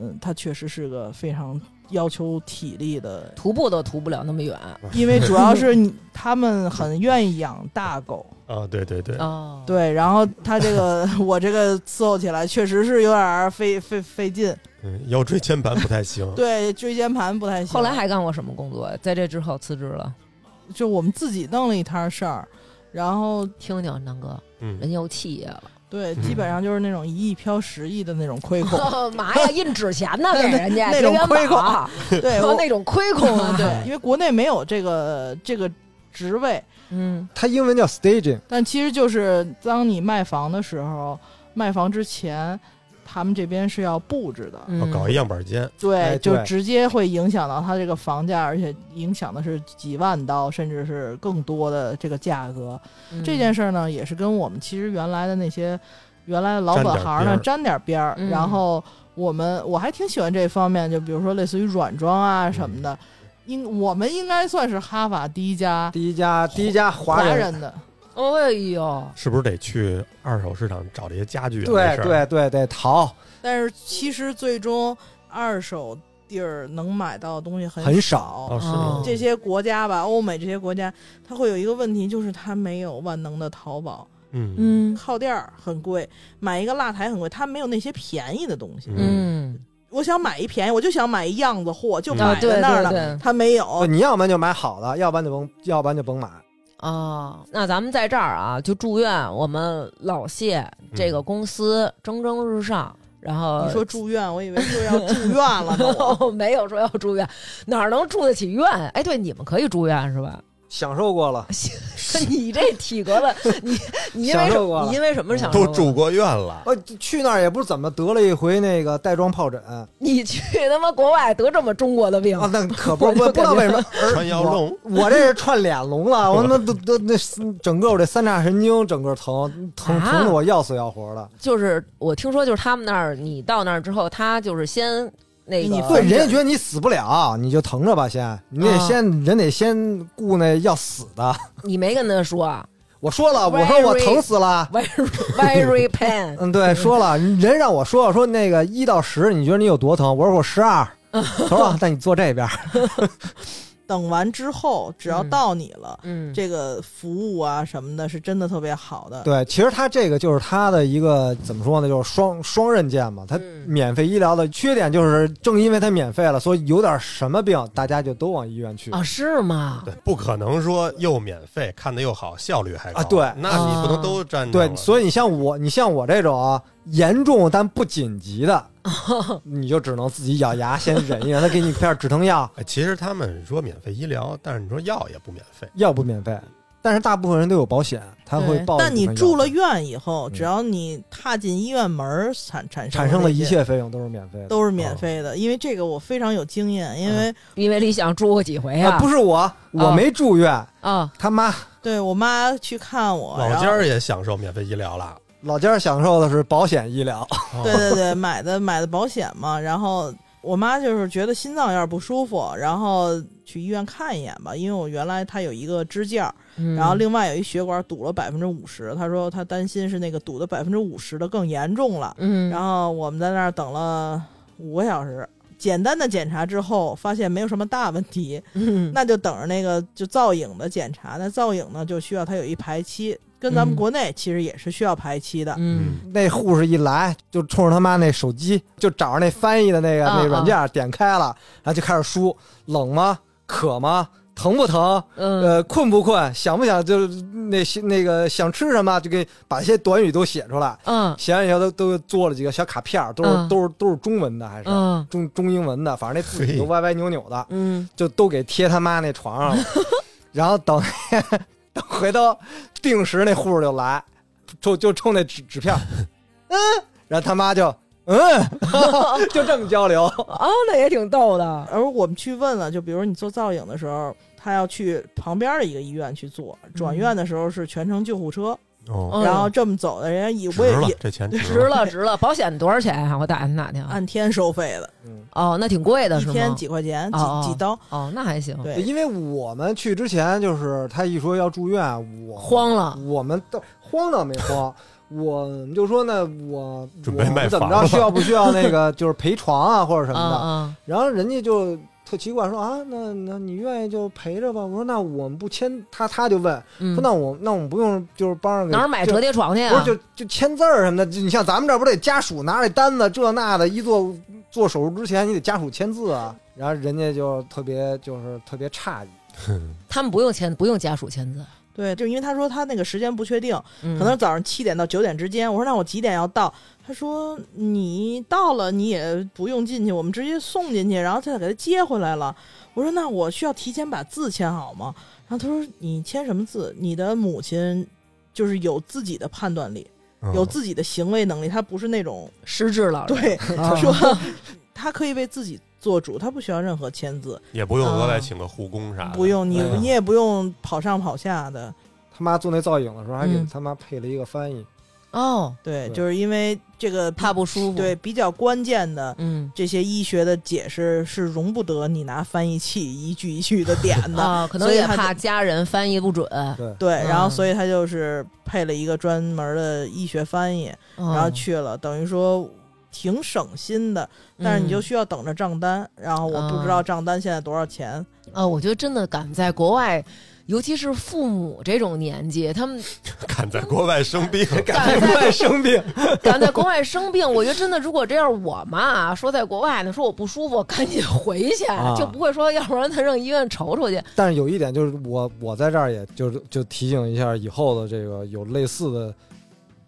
Speaker 4: 嗯，它确实是个非常要求体力的
Speaker 2: 徒步都徒不了那么远
Speaker 4: 因为主要
Speaker 3: <laughs>
Speaker 4: 是你他们很愿意养大狗。
Speaker 3: 啊，对对对，
Speaker 2: 哦，
Speaker 4: 对，然后它这个 <laughs> 我这个伺候起来确实是有点儿费费费劲，
Speaker 3: 嗯，腰椎间盘不太行。
Speaker 4: 对椎间盘不太行。
Speaker 2: 后来还干过什么工作？在这之后辞职了。
Speaker 4: 就我们自己弄了一摊事儿，然后
Speaker 2: 听听南哥，人
Speaker 3: 嗯，
Speaker 2: 有企业了，
Speaker 4: 对，
Speaker 3: 嗯
Speaker 4: 基本上就是那种一亿飘十亿的那种亏
Speaker 2: <laughs>
Speaker 4: 空。
Speaker 2: 妈呀，印纸钱呢给人家，
Speaker 4: 那种
Speaker 2: 节约
Speaker 4: 亏空
Speaker 2: 宝 <laughs>
Speaker 4: 对，
Speaker 2: 说
Speaker 4: 我
Speaker 2: 那种 <laughs> 亏空啊，
Speaker 4: <laughs> 对，因为国内没有这个这个职位，
Speaker 2: 嗯，
Speaker 1: 它英文叫 staging，
Speaker 4: 但其实就是当你卖房的时候，卖房之前，他们这边是要布置的，
Speaker 2: 嗯
Speaker 3: 哦搞一样板间，
Speaker 1: 哎
Speaker 4: 对，就
Speaker 1: 对
Speaker 4: 直接会影响到它这个房价，而且影响的是几万刀，甚至是更多的这个价格。
Speaker 2: 嗯
Speaker 4: 这件事儿呢，也是跟我们其实原来的那些原来的老本行呢沾点边儿，
Speaker 2: 嗯
Speaker 4: 然后我们我还挺喜欢这方面，就比如说类似于软装啊什么的，应我们应该算是哈法第一家
Speaker 1: 第一家第一家华人。
Speaker 4: 人的，
Speaker 2: 哎呦，
Speaker 3: 是不是得去二手市场找这些家具啊？
Speaker 1: 对
Speaker 3: 这事
Speaker 1: 对
Speaker 3: 儿
Speaker 1: 对对，淘
Speaker 4: 但是其实最终二手地儿能买到的东西很
Speaker 1: 很
Speaker 4: 少。嗯
Speaker 3: 哦，是
Speaker 2: 哦
Speaker 3: 吗？
Speaker 4: 这些国家吧，欧美这些国家，它会有一个问题，就是它没有万能的淘宝，
Speaker 3: 嗯
Speaker 2: 嗯
Speaker 4: 靠店儿很贵，买一个蜡台很贵，它没有那些便宜的东西。
Speaker 2: 嗯，
Speaker 4: 我想买一便宜，我就想买一样子货，就
Speaker 3: 嗯
Speaker 2: 啊
Speaker 4: 买
Speaker 2: 对
Speaker 4: 在那儿
Speaker 2: 对
Speaker 4: 了，
Speaker 2: 对，
Speaker 4: 它没有。
Speaker 1: 哦你要不然就买好的，要不然就甭，要不然就甭买。
Speaker 2: 哦，那咱们在这儿啊，就祝愿我们老谢这个公司蒸蒸日上。然后 <laughs>
Speaker 4: 你说住院，我以为又要住院了呢。我
Speaker 2: 没有说要住院，哪儿能住得起院？哎，对，你们可以住院是吧？ <laughs>
Speaker 1: 享受过了，
Speaker 2: 你这体格子，你你因为
Speaker 1: 享
Speaker 2: 什
Speaker 1: 受过
Speaker 2: 么？
Speaker 1: 了
Speaker 2: 你因为什么想
Speaker 3: 都住过院了，
Speaker 1: 我哦去那儿也不是怎么得了一回那个带状疱疹啊，
Speaker 2: 你去他妈国外得这么中国的病，
Speaker 1: 那可不，我不知道为什么。
Speaker 3: 穿腰龙，
Speaker 1: 我这是串脸聋
Speaker 3: <laughs>
Speaker 1: 了，我那都都那整个我这三叉神经整个疼疼
Speaker 2: 啊
Speaker 1: 疼的我要死要活的。
Speaker 2: 就是我听说就是他们那儿，你到那儿之后，他就是先那个
Speaker 4: 给你
Speaker 1: 对，
Speaker 4: 缝
Speaker 1: 人家觉得你死不了，你就疼着吧先，你得
Speaker 2: 啊
Speaker 1: 先人得先顾那要死的。
Speaker 2: 你没跟他说啊
Speaker 1: 我说了，我说我
Speaker 2: Very-
Speaker 1: 疼死了。
Speaker 2: very very pain，
Speaker 1: 嗯，对，说了，人让我说，我说那个一到十，你觉得你有多疼？我说我十
Speaker 4: <laughs>
Speaker 1: 二。他说，那你坐这边。
Speaker 4: 等完之后，只要
Speaker 2: 嗯
Speaker 4: 到你了，
Speaker 2: 嗯，
Speaker 4: 这个服务啊什么的，是真的特别好的。
Speaker 1: 对，其实他这个就是他的一个怎么说呢，就是双双刃剑嘛。他
Speaker 2: 嗯
Speaker 1: 免费医疗的缺点就是，正因为他免费了，所以有点什么病，大家就都往医院去。
Speaker 4: 哦
Speaker 2: 啊是吗？
Speaker 3: 对，不可能说又免费，看的又好，效率还高
Speaker 1: 啊对啊
Speaker 3: 那你不能都占
Speaker 1: 对，
Speaker 3: 以
Speaker 1: 所以你像我，你像我这种啊严重但不紧急
Speaker 4: <laughs>
Speaker 1: 的，你就只能自己咬牙先忍一忍。他给你片止疼药，
Speaker 3: 哎其实他们说免费医疗，但是你说药也不免费，
Speaker 1: 药不免费，但是大部分人都有保险，他会
Speaker 6: 对
Speaker 1: 报。
Speaker 4: 但你住了院以后，
Speaker 1: 嗯
Speaker 4: 只要你踏进医院门儿，产产
Speaker 1: 产生
Speaker 4: 生
Speaker 1: 的
Speaker 4: 的
Speaker 1: 一
Speaker 4: 一
Speaker 1: 切费用都是免费的。
Speaker 4: 都是免费的，因为这个我非常有经验，因为
Speaker 2: 因为李想住过几回
Speaker 1: 啊，不
Speaker 2: 是
Speaker 1: 是我，我
Speaker 2: 啊
Speaker 1: 没住院，
Speaker 2: 啊，
Speaker 1: 他妈
Speaker 4: 对我妈去看我，
Speaker 3: 老
Speaker 4: 然后
Speaker 3: 家儿也享受免费医疗了，
Speaker 1: 老家享受的是保险医 <laughs> 疗，
Speaker 4: <laughs> 对对对，买的买的保险嘛，然后我妈就是觉得心脏有点不舒服，然后去医院看一眼吧，因为我原来她有一个支架，
Speaker 2: 嗯
Speaker 4: 然后另外有一血管堵了百分之五十，她说她担心是那个堵的百分之五十的更严重了，
Speaker 2: 嗯，
Speaker 4: 然后我们在那儿等了五个小时。简单的检查之后，发现没有什么大问题，
Speaker 2: 嗯
Speaker 4: 那就等着那个就造影的检查。那造影呢，就需要它有一排期，跟咱们
Speaker 2: 嗯
Speaker 4: 国内其实也是需要排期的。
Speaker 2: 嗯
Speaker 1: 那护士一来就冲着他妈那手机，就找着那翻译的那个
Speaker 2: 啊
Speaker 1: 那软件点开了，然后就开始输，冷吗？渴吗？疼不疼？
Speaker 2: 嗯
Speaker 1: 呃，困不困？想不想？就是那些那个想吃什么，就给把这些短语都写出来。
Speaker 2: 嗯
Speaker 1: 写完以后都都做了几个小卡片儿，都是、
Speaker 2: 嗯
Speaker 1: 都是都是中文的，还是、
Speaker 4: 啊
Speaker 2: 嗯
Speaker 1: 中中英文的，反正那字体都
Speaker 3: 嘿
Speaker 1: 歪歪扭扭的。
Speaker 2: 嗯
Speaker 1: 就都给贴他妈那床上了，然后等 <laughs> 等回头定时那护士就来，就就冲那纸纸片儿，嗯，然后他妈就嗯， <laughs> 就这么交流，
Speaker 2: 哦，那也挺逗的，
Speaker 4: 而我们去问了，就比如你做造影的时候，他要去旁边的一个医院去做，转
Speaker 2: 嗯
Speaker 4: 院的时候是全程救护车，
Speaker 3: 哦，
Speaker 4: 然后这么走的人家也
Speaker 3: 值
Speaker 4: 我也
Speaker 3: 了
Speaker 4: 也，
Speaker 3: 这钱
Speaker 2: 值了值了，保险多少钱啊？我打听打听啊，
Speaker 4: 按天收费的，
Speaker 1: 嗯。
Speaker 2: 哦，那挺贵的
Speaker 4: 一
Speaker 2: 是吗？
Speaker 4: 天几块钱，几
Speaker 2: 哦哦
Speaker 4: 几刀，
Speaker 2: 哦，那还行，
Speaker 4: 对，
Speaker 1: 因为我们去之前，就是他一说要住院，我
Speaker 2: 慌了，
Speaker 1: 我们都慌倒没慌，我们就说呢，我
Speaker 3: 准备
Speaker 1: 我
Speaker 3: 卖
Speaker 1: 们怎么
Speaker 3: 房
Speaker 1: 着，
Speaker 3: 了
Speaker 1: 需要不需要那个就是陪床啊或者什
Speaker 2: 嗯
Speaker 1: 么的，
Speaker 2: 嗯
Speaker 1: 然后人家就特奇怪说啊，那那你愿意就陪着吧。我说那我们不签，他他就问
Speaker 2: 嗯，
Speaker 1: 说那我那我们不用就是帮着给
Speaker 2: 哪儿买
Speaker 1: 就
Speaker 2: 折叠床去
Speaker 1: 不
Speaker 2: 啊？
Speaker 1: 是就就签字儿什么的，就你像咱们这儿不得家属拿着单子这那的，一做做手术之前你得家属签字啊。然后人家就特别就是特别诧异，
Speaker 2: 他们不用签，不用家属签字，嗯
Speaker 4: 对，就因为他说他那个时间不确定，
Speaker 2: 可
Speaker 4: 可能早上七点到九点之间。我说那我几点要到？他说你到了你也不用进去，我们直接送进去，然后再给他接回来了。我说那我需要提前把字签好吗？然后他说你签什么字？你的母亲就是有自己的判断力，
Speaker 3: 嗯
Speaker 4: 有自己的行为能力，她不是那种
Speaker 2: 失智老人，
Speaker 4: 对
Speaker 2: 啊
Speaker 4: 说， <laughs> 她可以为自己做主，她不需要任何签字，
Speaker 3: 也不用
Speaker 1: 啊
Speaker 3: 额外请个护工啥的，
Speaker 4: 不用你
Speaker 1: 哎呀
Speaker 4: 你也不用跑上跑下的。
Speaker 1: 他妈做那造影的时候还给
Speaker 2: 嗯
Speaker 1: 他妈配了一个翻译，
Speaker 2: 哦，
Speaker 4: 对，
Speaker 1: 对
Speaker 4: 就是因为这个
Speaker 2: 怕不舒服，
Speaker 4: 对，比较关键的。
Speaker 2: 嗯
Speaker 4: 这些医学的解释是容不得你拿翻译器一句一句的点
Speaker 2: <laughs>
Speaker 4: 的。
Speaker 2: 啊，可能
Speaker 4: 嗯所以
Speaker 2: 也
Speaker 4: 他就
Speaker 2: 怕家人翻译不准，
Speaker 1: 对，
Speaker 4: 对，然后
Speaker 2: 嗯
Speaker 4: 所以他就是配了一个专门的医学翻译，
Speaker 2: 然
Speaker 4: 然后去了，等于说挺省心的，
Speaker 2: 嗯
Speaker 4: 但是你就需要等着账单。然后我不知道账单现在多少钱，
Speaker 2: 啊，我觉得真的敢在国外，尤其是父母这种年纪，他们
Speaker 3: 敢在国外
Speaker 1: <laughs>
Speaker 3: 生病，
Speaker 1: 赶快生病，
Speaker 2: 敢在国外生病，我觉得真的，如果这样，我妈啊说在国外呢，说我不舒服，赶紧回去，
Speaker 1: 啊
Speaker 2: 就不会说，要不然他让医院瞅瞅去。
Speaker 1: 但是有一点就是我，我在这儿也就是就提醒一下以后的这个有类似的，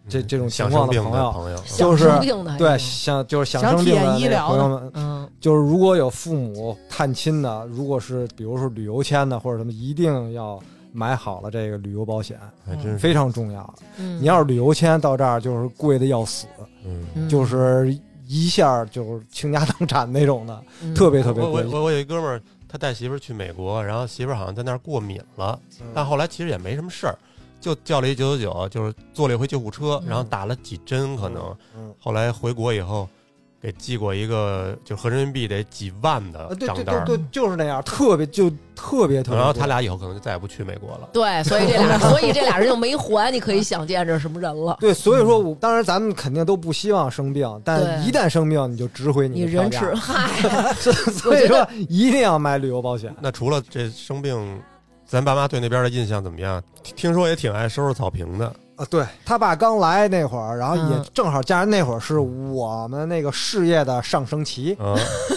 Speaker 1: 这这种情
Speaker 3: 想
Speaker 1: 况
Speaker 3: 嗯生
Speaker 1: 的
Speaker 3: 病
Speaker 1: 朋友
Speaker 3: 朋友，嗯
Speaker 1: 就
Speaker 2: 想
Speaker 1: 是
Speaker 2: 生病的，
Speaker 1: 对想就是想
Speaker 6: 想
Speaker 1: 生病
Speaker 6: 体验
Speaker 1: 的
Speaker 6: 医
Speaker 1: 那个
Speaker 6: 疗
Speaker 1: 朋友
Speaker 6: 的
Speaker 1: 们，
Speaker 2: 嗯，
Speaker 1: 就是如果有父母探亲的，如果是比如说旅游签的或者什么，一定要买好了这个旅游保险，
Speaker 3: 还真是，
Speaker 1: 非常重要。
Speaker 2: 嗯，
Speaker 1: 你要是旅游签到这儿就是贵的要死，
Speaker 3: 嗯，
Speaker 2: 嗯
Speaker 1: 就是一下就是倾家荡产那种的，
Speaker 2: 嗯
Speaker 1: 特别特别
Speaker 3: 我我
Speaker 1: 贵。
Speaker 3: 我我有一哥们儿，他带媳妇儿去美国，然后媳妇儿好像在那儿过敏了，
Speaker 1: 嗯
Speaker 3: 但后来其实也没什么事儿，就叫了一九九九，就是坐了一回救护车，
Speaker 2: 嗯
Speaker 3: 然后打了几针，可能
Speaker 1: 嗯，
Speaker 3: 后来回国以后给寄过一个，就合人民币得几万的
Speaker 1: 啊对
Speaker 3: 账
Speaker 1: 对
Speaker 3: 单
Speaker 1: 对
Speaker 3: 儿，
Speaker 1: 对，就是那样，特别就特别特别贵。
Speaker 3: 然后他俩以后可能就再也不去美国了。
Speaker 2: 对，所以这俩，所以这俩人就没还，你可以想见这是什么人了。
Speaker 1: 对，所以说我当然咱们肯定都不希望生病，但
Speaker 2: 嗯对
Speaker 1: 一旦生 <laughs> 病你就值回
Speaker 2: 你
Speaker 1: 的
Speaker 2: 人
Speaker 1: 票
Speaker 2: 吃
Speaker 1: 价，
Speaker 2: 嗨，
Speaker 1: <laughs> 所以说一定要买旅游保险。
Speaker 3: 那除了这生病，咱爸妈对那边的印象怎么样？听听说也挺爱收拾草坪的，
Speaker 1: 啊，对他爸刚来那会儿，然后也
Speaker 2: 嗯
Speaker 1: 正好加上那会儿是我们那个事业的上升
Speaker 2: <laughs>
Speaker 1: 期，
Speaker 3: <laughs> 啊，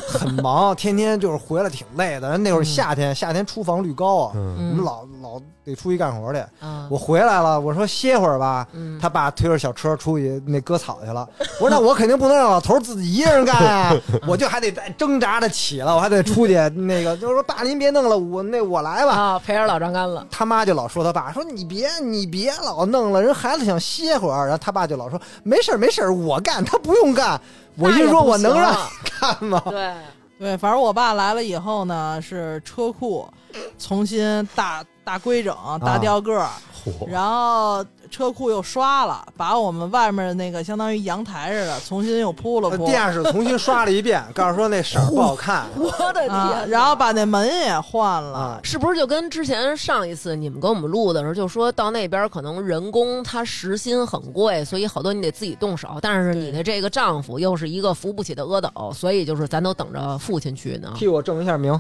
Speaker 1: 很忙，天天就是回来挺累的。人那会儿
Speaker 2: 嗯
Speaker 1: 夏天，夏天出房率高啊，
Speaker 3: 嗯，
Speaker 1: 我
Speaker 2: 嗯
Speaker 1: 们老老得出去干活去。
Speaker 2: 啊
Speaker 1: 我回来了，我说歇会儿吧，
Speaker 2: 嗯
Speaker 1: 他爸推着小车出去那割草去了。 <laughs> 我说那我肯定不能让老头儿自己一个人干
Speaker 2: <laughs>
Speaker 1: 啊，我就还得再挣扎着起了，我还得出去那个，就是说爸您别弄了，我那我来吧。
Speaker 2: 啊，陪着老张干了，
Speaker 1: 他妈就老说他爸说你别你别老弄了，人孩子想歇会儿。然后他爸就老说没事儿没事儿，我干他不用干。我
Speaker 2: 那
Speaker 1: 一
Speaker 2: 也
Speaker 1: 说
Speaker 2: 不
Speaker 1: 我能
Speaker 2: 行
Speaker 1: 让你干 <laughs> 吗？
Speaker 2: 对，
Speaker 6: 对，反正我爸来了以后呢，是车库重新大大规整、大雕个儿，
Speaker 3: 嚯，
Speaker 6: 然后车库又刷了，把我们外面的那个相当于阳台似的重新又铺了
Speaker 1: 呃
Speaker 6: 铺
Speaker 1: 地。下室重新刷了一遍，告诉说那色儿不好看。
Speaker 2: 我的天
Speaker 6: 啊
Speaker 2: 哪，，
Speaker 6: 然后把那门也换了，
Speaker 1: 啊，
Speaker 2: 是不是就跟之前上一次你们给我们录的时候，就说到那边可能人工他时薪很贵，所以好多你得自己动手，但是你的这个丈夫又是一个扶不起的阿斗，所以就是咱都等着父亲去呢。
Speaker 1: 替我证一下名，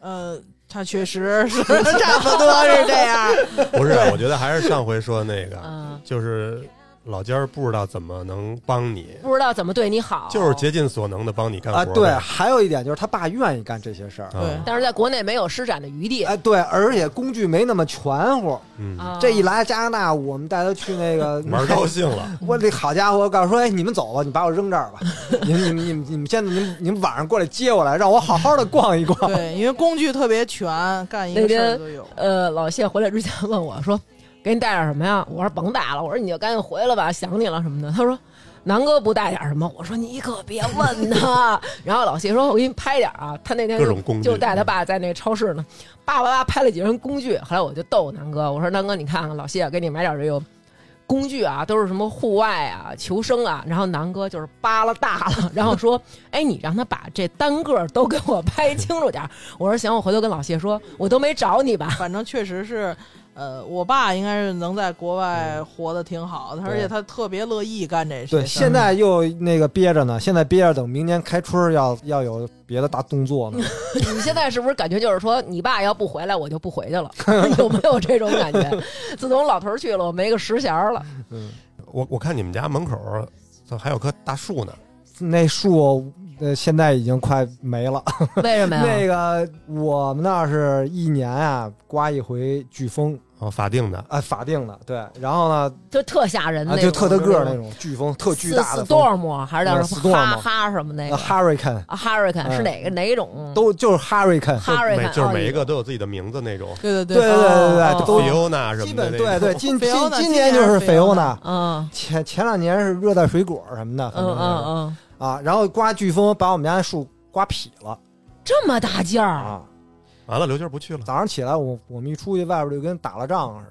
Speaker 6: 呃，他确实 <laughs> 是
Speaker 1: 差不多是这样。
Speaker 3: <laughs> 不是，我觉得还是上回说那个，
Speaker 2: 嗯，
Speaker 3: 就是老家儿不知道怎么能帮你，
Speaker 2: 不知道怎么对你好，
Speaker 3: 就是竭尽所能的帮你干活
Speaker 1: 啊，
Speaker 3: 呗。
Speaker 1: 对，还有一点就是他爸愿意干这些事儿。
Speaker 3: 啊
Speaker 2: 但是在国内没有施展的余地。
Speaker 1: 哎，对，而且工具没那么全乎。
Speaker 3: 嗯，
Speaker 2: 啊
Speaker 1: 这一来加拿大，我们带他去那个
Speaker 3: <laughs> 玩高兴了，
Speaker 1: <laughs> 我这好家伙，告诉说，哎，你们走吧，你把我扔这 <laughs> 儿吧，你们你们你们你们现在你们你们晚上过来接我来，让我好好的逛一
Speaker 6: <laughs>
Speaker 1: 逛。
Speaker 6: 对，因为工具特别全，干一个事儿都有。
Speaker 2: 呃，老谢回来之前问我说：“给你带点什么呀？”我说：“甭带了。”我说：“你就赶紧回来吧，想你了什么的。”他说：“南哥不带点什么？”我说：“你可别问他。” <laughs> 然后老谢说：“我给你拍点啊。”他那天
Speaker 3: 各
Speaker 2: 就
Speaker 3: 种工具嗯
Speaker 2: 就带他爸在那超市呢，叭叭叭拍了几张工具。后来我就逗南哥，我说：“南哥，你看看老谢啊给你买点这个。”工具啊，都是什么户外啊、求生啊，然后南哥就是扒拉大了，然后说：“哎，你让他把这单个儿都给我拍清楚点儿。”我说：“行，我回头跟老谢说，我都没找你吧。”
Speaker 6: 反正确实是，呃，我爸应该是能在国
Speaker 1: 嗯
Speaker 6: 外活得挺好的，而且他特别乐意干这事。
Speaker 1: 对，现在又那个憋着呢，现在憋着，等明年开春儿要要有别的大动作
Speaker 2: <laughs>
Speaker 1: 呢。
Speaker 2: 你现在是不是感觉就是说，你爸要不回来，我就不回去了？ <laughs> 有没有这种感觉？自从老头儿去了，我没个实弦
Speaker 1: <laughs>
Speaker 2: 儿了。
Speaker 1: 嗯，
Speaker 3: 我我看你们家门口儿怎么还有棵大树呢，
Speaker 1: 那树呃现在已经快没
Speaker 2: <laughs>
Speaker 1: 了。
Speaker 2: 为什么
Speaker 1: 那个我们那儿是一年啊刮一回飓风
Speaker 3: 哦，法定的，
Speaker 1: 啊，法定的对，然后呢
Speaker 2: 就特吓人
Speaker 1: 啊
Speaker 2: 那
Speaker 1: 就
Speaker 2: 种，
Speaker 1: 特大个儿那
Speaker 2: 种
Speaker 1: 种飓风，特巨大的呃风。
Speaker 2: storm 还是叫什么哈
Speaker 1: storm
Speaker 2: 哈什么那
Speaker 1: 呃
Speaker 2: 个
Speaker 1: hurricane
Speaker 2: 啊 hurricane
Speaker 1: 嗯
Speaker 2: 是哪个哪种？
Speaker 1: 都就是 hurricane，
Speaker 3: 每
Speaker 2: hurricane
Speaker 3: 就是每一个都有自己的名字那种，
Speaker 6: 对对
Speaker 1: 对对对对
Speaker 6: 哦
Speaker 1: 对
Speaker 6: 哦
Speaker 1: 都
Speaker 3: 菲欧娜什
Speaker 1: 基
Speaker 3: 么的
Speaker 1: 本
Speaker 3: 那种，
Speaker 1: 对对，今今
Speaker 6: Fiona，
Speaker 1: 今
Speaker 6: 今
Speaker 1: 年
Speaker 6: 年
Speaker 1: 就是是
Speaker 6: Fiona
Speaker 2: 嗯
Speaker 1: 前前两年是热带水果什么的，
Speaker 2: 嗯嗯嗯，
Speaker 1: 嗯啊，然后刮飓风把我们家的树刮劈了
Speaker 2: 这么大劲儿，
Speaker 1: 啊！
Speaker 3: 完了刘娟不去了，
Speaker 1: 早上起来我我们一出去，外边就跟打了仗似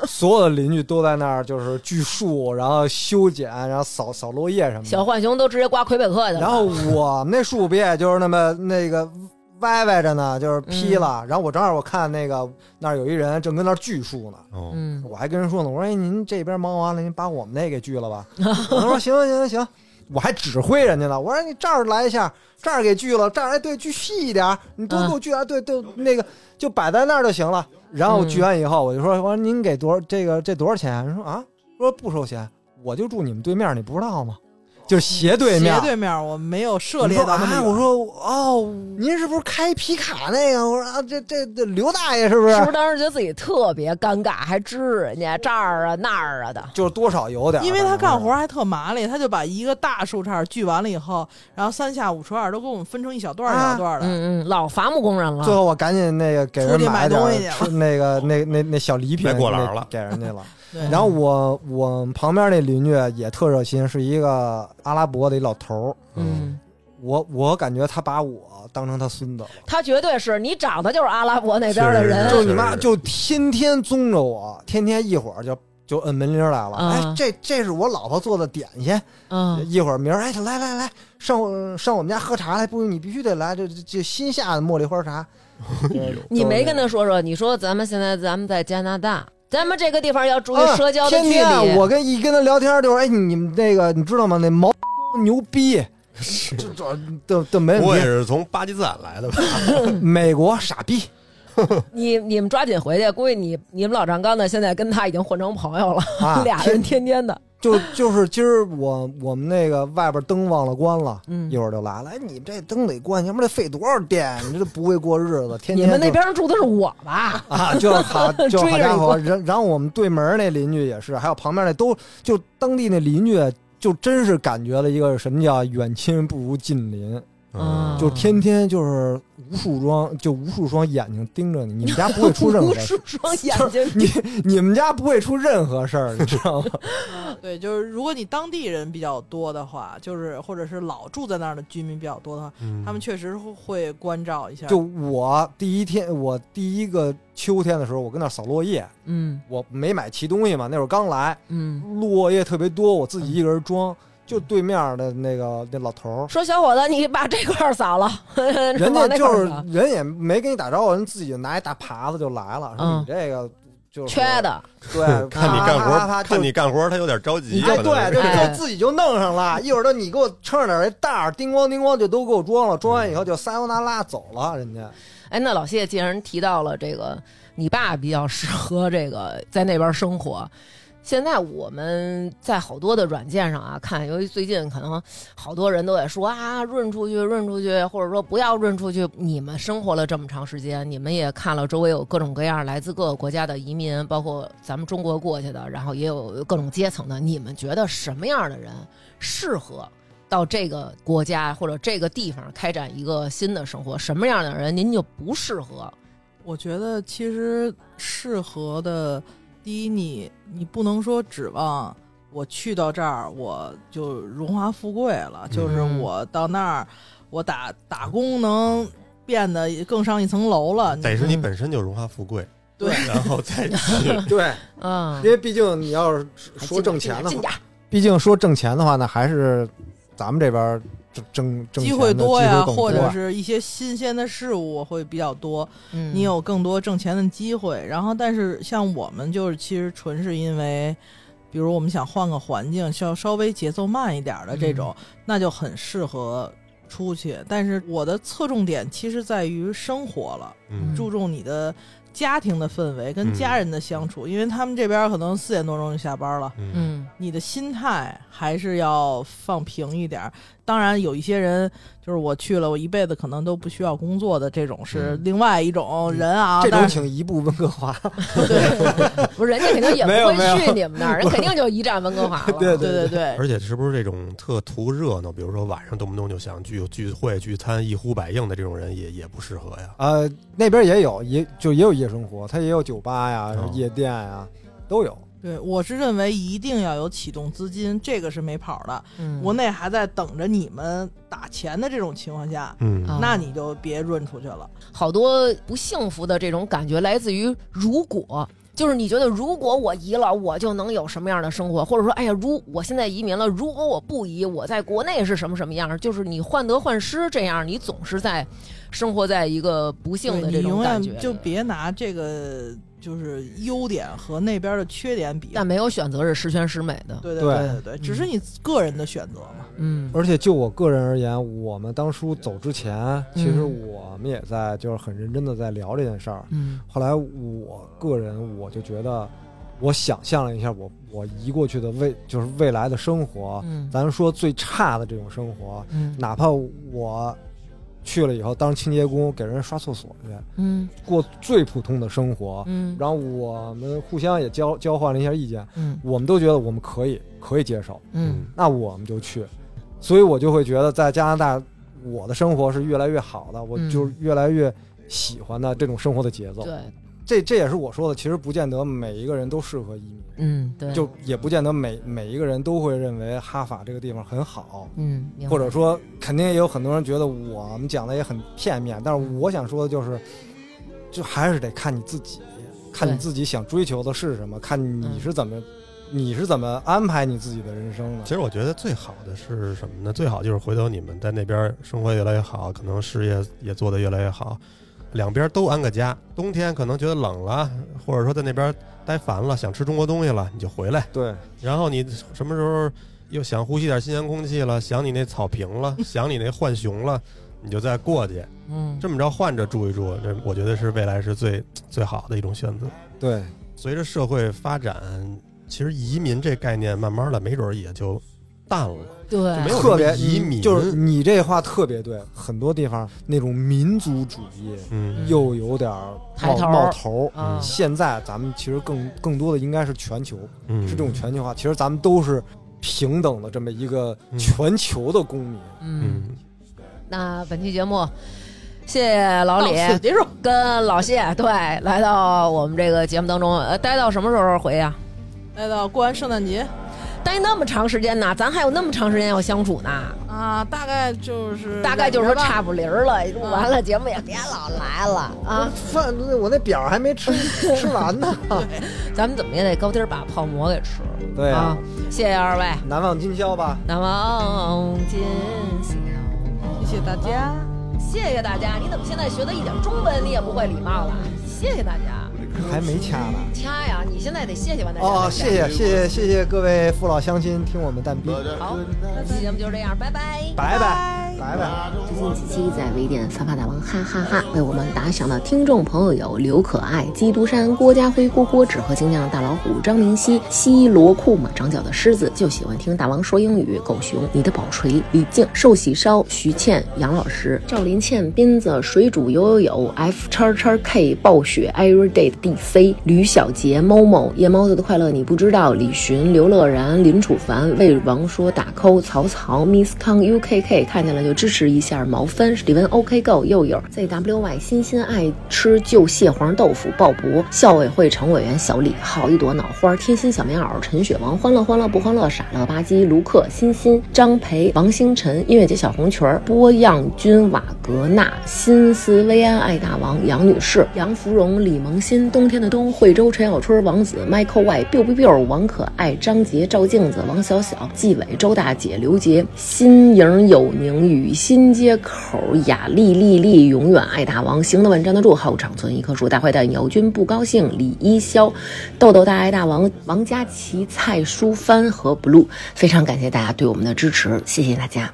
Speaker 1: 的， <laughs> 所有的邻居都在那儿就是锯树，然后修剪，然后扫扫落叶什么
Speaker 2: 小
Speaker 1: 的。
Speaker 2: 浣熊都直接刮魁北克去了。
Speaker 1: 然后我们那树不也就是那么那个歪歪着呢，就是劈了。然后我正好我看那个那儿有一人正跟那儿锯树呢，
Speaker 3: 哦，
Speaker 2: 嗯
Speaker 4: <laughs>
Speaker 1: 我还跟人说呢，我说哎，您这边忙完了，您把我们那给锯了吧？我说行行行行，我还指挥人家呢，我说你这儿来一下，这儿给锯了，这儿哎对锯细一点儿，你多
Speaker 4: 嗯
Speaker 1: 给我锯啊，对对，那个就摆在那儿就行了。然后
Speaker 2: 嗯
Speaker 1: 锯完以后，我就说我说您给多少这个这多少钱啊？人说啊，说不收钱，我就住你们对面，你不知道吗？就是斜对面
Speaker 4: 斜。对面我没有涉
Speaker 1: 我
Speaker 4: 猎
Speaker 1: 说
Speaker 4: 到那么
Speaker 1: 啊，
Speaker 4: 远
Speaker 1: 我说哦，您是不是开皮卡那个？我说啊，这这这刘大爷是不是？
Speaker 2: 是不是当时觉得自己特别尴尬，还支着人家这儿啊那儿啊的？
Speaker 1: 就是多少有点儿，
Speaker 4: 因为他干
Speaker 1: 反
Speaker 4: 活
Speaker 1: 正是
Speaker 4: 还特麻利，他就把一个大树杈锯完了以后，然后三下五除二都给我们分成一小段儿一
Speaker 1: 啊
Speaker 4: 小段儿的。
Speaker 2: 嗯嗯，老伐木工人了
Speaker 1: 最。后我赶紧那个给人买了点
Speaker 4: 出去买东西
Speaker 1: 儿
Speaker 4: 去了
Speaker 1: 吃那个那那那小礼品
Speaker 3: 买过篮儿
Speaker 1: 那
Speaker 3: 了
Speaker 1: 给人家了。
Speaker 4: 对
Speaker 1: 然后我我旁边那邻居也特热心，是一个阿拉伯的一老头儿。
Speaker 2: 嗯，
Speaker 1: 我我感觉他把我当成他孙子了，
Speaker 2: 他绝对是你长得就是阿拉伯那边的
Speaker 3: 是
Speaker 1: 就是
Speaker 2: 人，
Speaker 1: 你妈
Speaker 3: 是
Speaker 1: 就天天宗着我，天天一会儿就就摁门铃儿来了。
Speaker 2: 啊
Speaker 1: 哎，这这是我老婆做的点心，
Speaker 2: 嗯
Speaker 1: 一会儿明儿哎来来来上我上我们家喝茶来，不行你必须得来，这这这新下的茉莉花
Speaker 3: <laughs>
Speaker 1: 茶。
Speaker 3: 哎
Speaker 2: 你没跟
Speaker 1: 他。
Speaker 2: 他说说？你说咱们现在咱们在加拿大，咱们这个地方要注意
Speaker 1: 啊
Speaker 2: 社交的距
Speaker 1: 天天
Speaker 2: 离。
Speaker 1: 我跟一跟他聊天，就是哎，你们那个你知道吗？那
Speaker 3: <laughs>
Speaker 1: 毛牛逼，
Speaker 3: 是
Speaker 1: 这这这这没
Speaker 3: 不会
Speaker 1: 问
Speaker 3: 是从巴基斯坦来的吧？
Speaker 1: 题。美国傻逼，
Speaker 2: 你你们抓紧回去，估计你你们老丈干子现在跟他已经混成朋友了，
Speaker 1: 啊
Speaker 2: <laughs> 俩人
Speaker 1: 天
Speaker 2: 天天的。
Speaker 1: <laughs> 就就是今儿我我们那个外边灯忘了关了，
Speaker 2: 嗯
Speaker 1: 一会儿就来了。哎，你们这灯得关，要不然得费多少电？啊你这不会过日子，天天
Speaker 2: 你们
Speaker 1: 就
Speaker 2: 那边住的是我吧？
Speaker 1: 啊，就
Speaker 2: <laughs>
Speaker 1: 好就好
Speaker 2: 追着你
Speaker 1: 家伙，
Speaker 2: 过
Speaker 1: 然 <laughs> 然后我们对门那邻居也是，还有旁边那都就当地那邻居。就真是感觉了一个什么叫远亲不如近邻，
Speaker 3: 哦
Speaker 2: 嗯
Speaker 1: 就天天就是无数双，就无数双眼睛盯着你，你们家 <laughs> 不会出任何
Speaker 2: <laughs> 无
Speaker 1: 事
Speaker 2: 数
Speaker 1: 儿，
Speaker 2: 双眼睛，
Speaker 1: 你 <laughs> 你们家不会出任何事儿，你知道
Speaker 2: <laughs>
Speaker 1: 吗？
Speaker 4: 对，就是如果你当地人比较多的话，就是或者是老住在那儿的居民比较多的话，
Speaker 3: 嗯
Speaker 4: 他们确实会会关照一下。
Speaker 1: 就我第一天，我第一个秋天的时候，我跟那儿扫落叶，
Speaker 2: 嗯
Speaker 1: 我没买齐东西嘛，那会儿刚来，
Speaker 2: 嗯。
Speaker 1: 落叶特别多，我自己一个人装，就对面的那个那老头儿。
Speaker 2: 说小伙子，你把这块儿扫了， <laughs>
Speaker 1: 人
Speaker 2: 往
Speaker 1: 家
Speaker 2: 那块
Speaker 1: 就
Speaker 2: 儿
Speaker 1: 是
Speaker 2: 扫
Speaker 1: 人也没跟你打招呼，人自己拿一大耙子就来了，说
Speaker 2: 嗯
Speaker 1: 你这个就是
Speaker 2: 缺，的，
Speaker 1: 对，
Speaker 3: <laughs> 看你
Speaker 1: 啪
Speaker 3: 干
Speaker 1: 啪啪
Speaker 3: 活，
Speaker 1: 啪
Speaker 3: 看
Speaker 1: 啊就
Speaker 3: 你干活，他有点着急。
Speaker 1: 哎，
Speaker 3: 可能
Speaker 1: 对，
Speaker 3: 是
Speaker 1: 就
Speaker 2: 哎
Speaker 1: 就自己就弄上了，一会儿都你给我撑上点这袋儿，叮咣叮咣就都给我装了，装完以后就撒由那拉走了，人家
Speaker 2: 哎，那老谢，既然提到了这个，你爸比较适合这个在那边生活。现在我们在好多的软件上啊，看，由于最近可能好多人都在说啊，润出去，润出去，或者说不要润出去。你们生活了这么长时间，你们也看了周围有各种各样来自各个国家的移民，包括咱们中国过去的，然后也有各种阶层的。你们觉得什么样的人适合到这个国家或者这个地方开展一个新的生活，什么样的人您就不适合。
Speaker 4: 我觉得其实适合的，第一，你你不能说指望我去到这儿我就荣华富贵了，就是
Speaker 2: 嗯
Speaker 4: 我到那儿我打打工能变得更上一层楼了。
Speaker 3: 得是你本身就荣华富贵，
Speaker 4: 对
Speaker 3: 然后再去
Speaker 1: 对，
Speaker 2: 嗯
Speaker 1: 因，为毕竟你要是说挣钱的话，毕竟说挣钱的话，那还是咱们这边挣挣挣
Speaker 4: 机
Speaker 1: 钱
Speaker 4: 会
Speaker 1: 的
Speaker 4: 多呀，
Speaker 1: 机会更
Speaker 4: 或者
Speaker 1: 多
Speaker 4: 是一些新鲜的事物会比较多，
Speaker 2: 你
Speaker 3: 嗯
Speaker 4: 你有更多挣钱的机会。然后，但是像我们就是其实纯是因为，比如我们想换个环境，稍稍微节奏慢一点儿的
Speaker 3: 嗯
Speaker 4: 这种，那就很适合出去。但是我的侧重点其实在于生活了，
Speaker 3: 嗯
Speaker 4: 注重你的家庭的氛围跟
Speaker 3: 嗯
Speaker 4: 家人的相处，因为他们这边儿可能四点多钟就下班了。
Speaker 3: 嗯
Speaker 2: 嗯
Speaker 4: 你的心态还是要放平一点儿。当然，有一些人就是我去了，我一辈子可能都不需要工作的，这种是
Speaker 3: 嗯
Speaker 4: 另外一种人啊。
Speaker 1: 这种
Speaker 4: 但是
Speaker 1: 请移步温哥华，
Speaker 2: 对， <laughs> 不是人家肯定也不
Speaker 1: 没有没有
Speaker 2: 会去你们那儿，人肯定就一站温哥华了。
Speaker 1: 对
Speaker 4: <laughs> 对对对，
Speaker 3: 而且是不是这种特图热闹，比如说晚上动不动就想聚聚会、聚餐、一呼百应的这种人也，也不适合呀。
Speaker 1: 呃，那边也有，也就也有夜生活，它也有酒吧呀、
Speaker 3: 哦
Speaker 1: 夜店呀，都有。
Speaker 4: 对我是认为一定要有启动资金，这个是没跑的。
Speaker 2: 嗯
Speaker 4: 国内还在等着你们打钱的这种情况下，
Speaker 3: 嗯
Speaker 2: 啊
Speaker 4: 那你就别润出去了。
Speaker 2: 好多不幸福的这种感觉来自于如果。就是你觉得，如果我移了，我就能有什么样的生活，或者说，哎呀，如我现在移民了，如果我不移，我在国内是什么什么样？就是你患得患失这样，你总是在生活在一个不幸
Speaker 4: 对
Speaker 2: 的
Speaker 4: 你
Speaker 2: 这种
Speaker 4: 永
Speaker 2: 感觉
Speaker 4: 远
Speaker 2: 里。
Speaker 4: 就别拿这个
Speaker 6: 就是优点和那边的缺点比，
Speaker 2: 但没有选择是十全十美的。
Speaker 6: 对对
Speaker 1: 对
Speaker 6: 对对对，只是你个人的选择嘛。
Speaker 2: 嗯
Speaker 1: 而且就我个人而言，我们当初走之前，其实
Speaker 2: 嗯
Speaker 1: 我们也在就是很认真的在聊这件事儿。
Speaker 2: 嗯
Speaker 1: 后来我个人我就觉得，我想象了一下我我移过去的未就是未来的生活，
Speaker 2: 嗯
Speaker 1: 咱说最差的这种生活，
Speaker 2: 嗯
Speaker 1: 哪怕我去了以后当清洁工给人刷厕所去，
Speaker 2: 嗯
Speaker 1: 过最普通的生活。
Speaker 2: 嗯
Speaker 1: 然后我们互相也交交换了一下意见，
Speaker 2: 嗯
Speaker 1: 我们都觉得我们可以可以接受，
Speaker 2: 嗯
Speaker 1: 那我们就去。所以我就会觉得在加拿大，我的生活是越来越好的，我
Speaker 2: 嗯
Speaker 1: 就是越来越喜欢的这种生活的节奏。
Speaker 2: 对
Speaker 1: 这这也是我说的，其实不见得每一个人都适合移民，
Speaker 2: 嗯对
Speaker 1: 就也不见得每每一个人都会认为哈法这个地方很好，
Speaker 2: 嗯明白
Speaker 1: 或者说肯定也有很多人觉得我们讲的也很片面，但是我想说的就是，就还是得看你自己，看你
Speaker 2: 对
Speaker 1: 自己想追求的是什么，看你
Speaker 2: 嗯
Speaker 1: 是怎么，你是怎么安排你自己的人生
Speaker 3: 其
Speaker 1: 的。
Speaker 3: 实我觉得最好的是什么呢？最好就是回头你们在那边生活越来越好，可能事业也做得越来越好，两边都安个家。冬天可能觉得冷了，或者说在那边待烦了，想吃中国东西了，你就回来。
Speaker 1: 对，
Speaker 3: 然后你什么时候又想呼吸点新鲜空气了， <laughs> 想你那草坪了，想你那浣熊了，你就再过去，
Speaker 2: 嗯
Speaker 3: 这么着换着住一住，这我觉得是未来是最最好的一种选择。
Speaker 1: 对，
Speaker 3: 随着社会发展，其实移民这概念慢慢的没准儿也就淡了。
Speaker 2: 对
Speaker 3: 就没有
Speaker 1: 特别
Speaker 3: 什么移民
Speaker 1: 就是你这话特别对，很多地方那种民族主义
Speaker 3: 嗯
Speaker 2: 嗯
Speaker 1: 又有点儿
Speaker 2: 抬
Speaker 1: 冒
Speaker 2: 头
Speaker 1: 冒头儿。
Speaker 2: 啊
Speaker 1: 现在咱们其实更更多的应该是全球，
Speaker 3: 嗯，
Speaker 1: 是这种全球化。其实咱们都是平等的这么一个全球的公民。
Speaker 2: 嗯
Speaker 3: 嗯，
Speaker 2: 那本期节目，谢谢老李
Speaker 4: <laughs>
Speaker 6: 到此结束，
Speaker 2: 跟老谢对来到我们这个节目当中，呃，待到什么时候回呀、
Speaker 6: 待到过完圣诞节
Speaker 2: 待那么长时间呢，咱还有那么长时间要相处呢，
Speaker 6: 啊，大概就是
Speaker 2: 大概就是说
Speaker 6: 两年吧
Speaker 2: 差不离儿了，录完了节目也别老来了啊，
Speaker 1: 饭，我那表还没 <laughs> 吃吃完呢。
Speaker 2: 咱们怎么也得高低儿把泡馍给吃了
Speaker 1: 对啊
Speaker 2: 啊，谢谢二位，
Speaker 1: 难忘今宵吧。
Speaker 2: 难忘哦今宵，
Speaker 6: 谢谢大家。
Speaker 2: 谢谢大家，你怎么现在学的一点中文你也不会礼貌了？谢谢大家，
Speaker 1: 还没掐呢。
Speaker 2: 掐呀，你现在得谢谢吧，大家
Speaker 1: 哦，谢谢谢谢谢谢各位父老乡亲听我们蛋逼，
Speaker 2: 好，那期节目就这样，拜拜。
Speaker 1: 拜拜拜拜。
Speaker 5: 最新几期在微店发发大王哈哈哈为我们打赏的听众朋友有刘可爱、基督山、郭家辉、郭郭纸和精酿大老虎、张明熙、西罗库马、长角的狮子就喜欢听大王说英语、狗熊、你的宝锤、李静、寿喜烧、徐倩、杨老师、赵林倩、斌子、水煮有有有、F 叉叉 K、暴雪、Everyday DC、吕小杰、猫猫、夜猫子的快乐你不知道、李寻、刘乐然、林楚凡、魏王说打扣、曹操、Miss 康 UKK 看见了就支持一下毛帆、史蒂文 OK Go 又有 ZWY 欣欣爱吃就蟹黄豆腐鲍勃校委会常委员小李好一朵脑花贴心小棉袄陈雪王欢乐欢乐不欢乐傻乐吧唧卢克欣欣张培王星辰音乐节小红裙儿波漾君瓦格纳新斯薇安爱大王杨女士杨芙蓉李萌新冬天的冬惠州陈小春王子 Michael Y biu biu biu 王可爱张杰赵镜子王小小纪伟周大姐刘杰新营有宁与新街口雅丽丽丽永远爱大王行得稳站得住后场存一棵树大坏蛋姚军不高兴李一潇豆豆大爱大王王佳琪蔡淑帆和 blue 非常感谢大家对我们的支持，谢谢大家。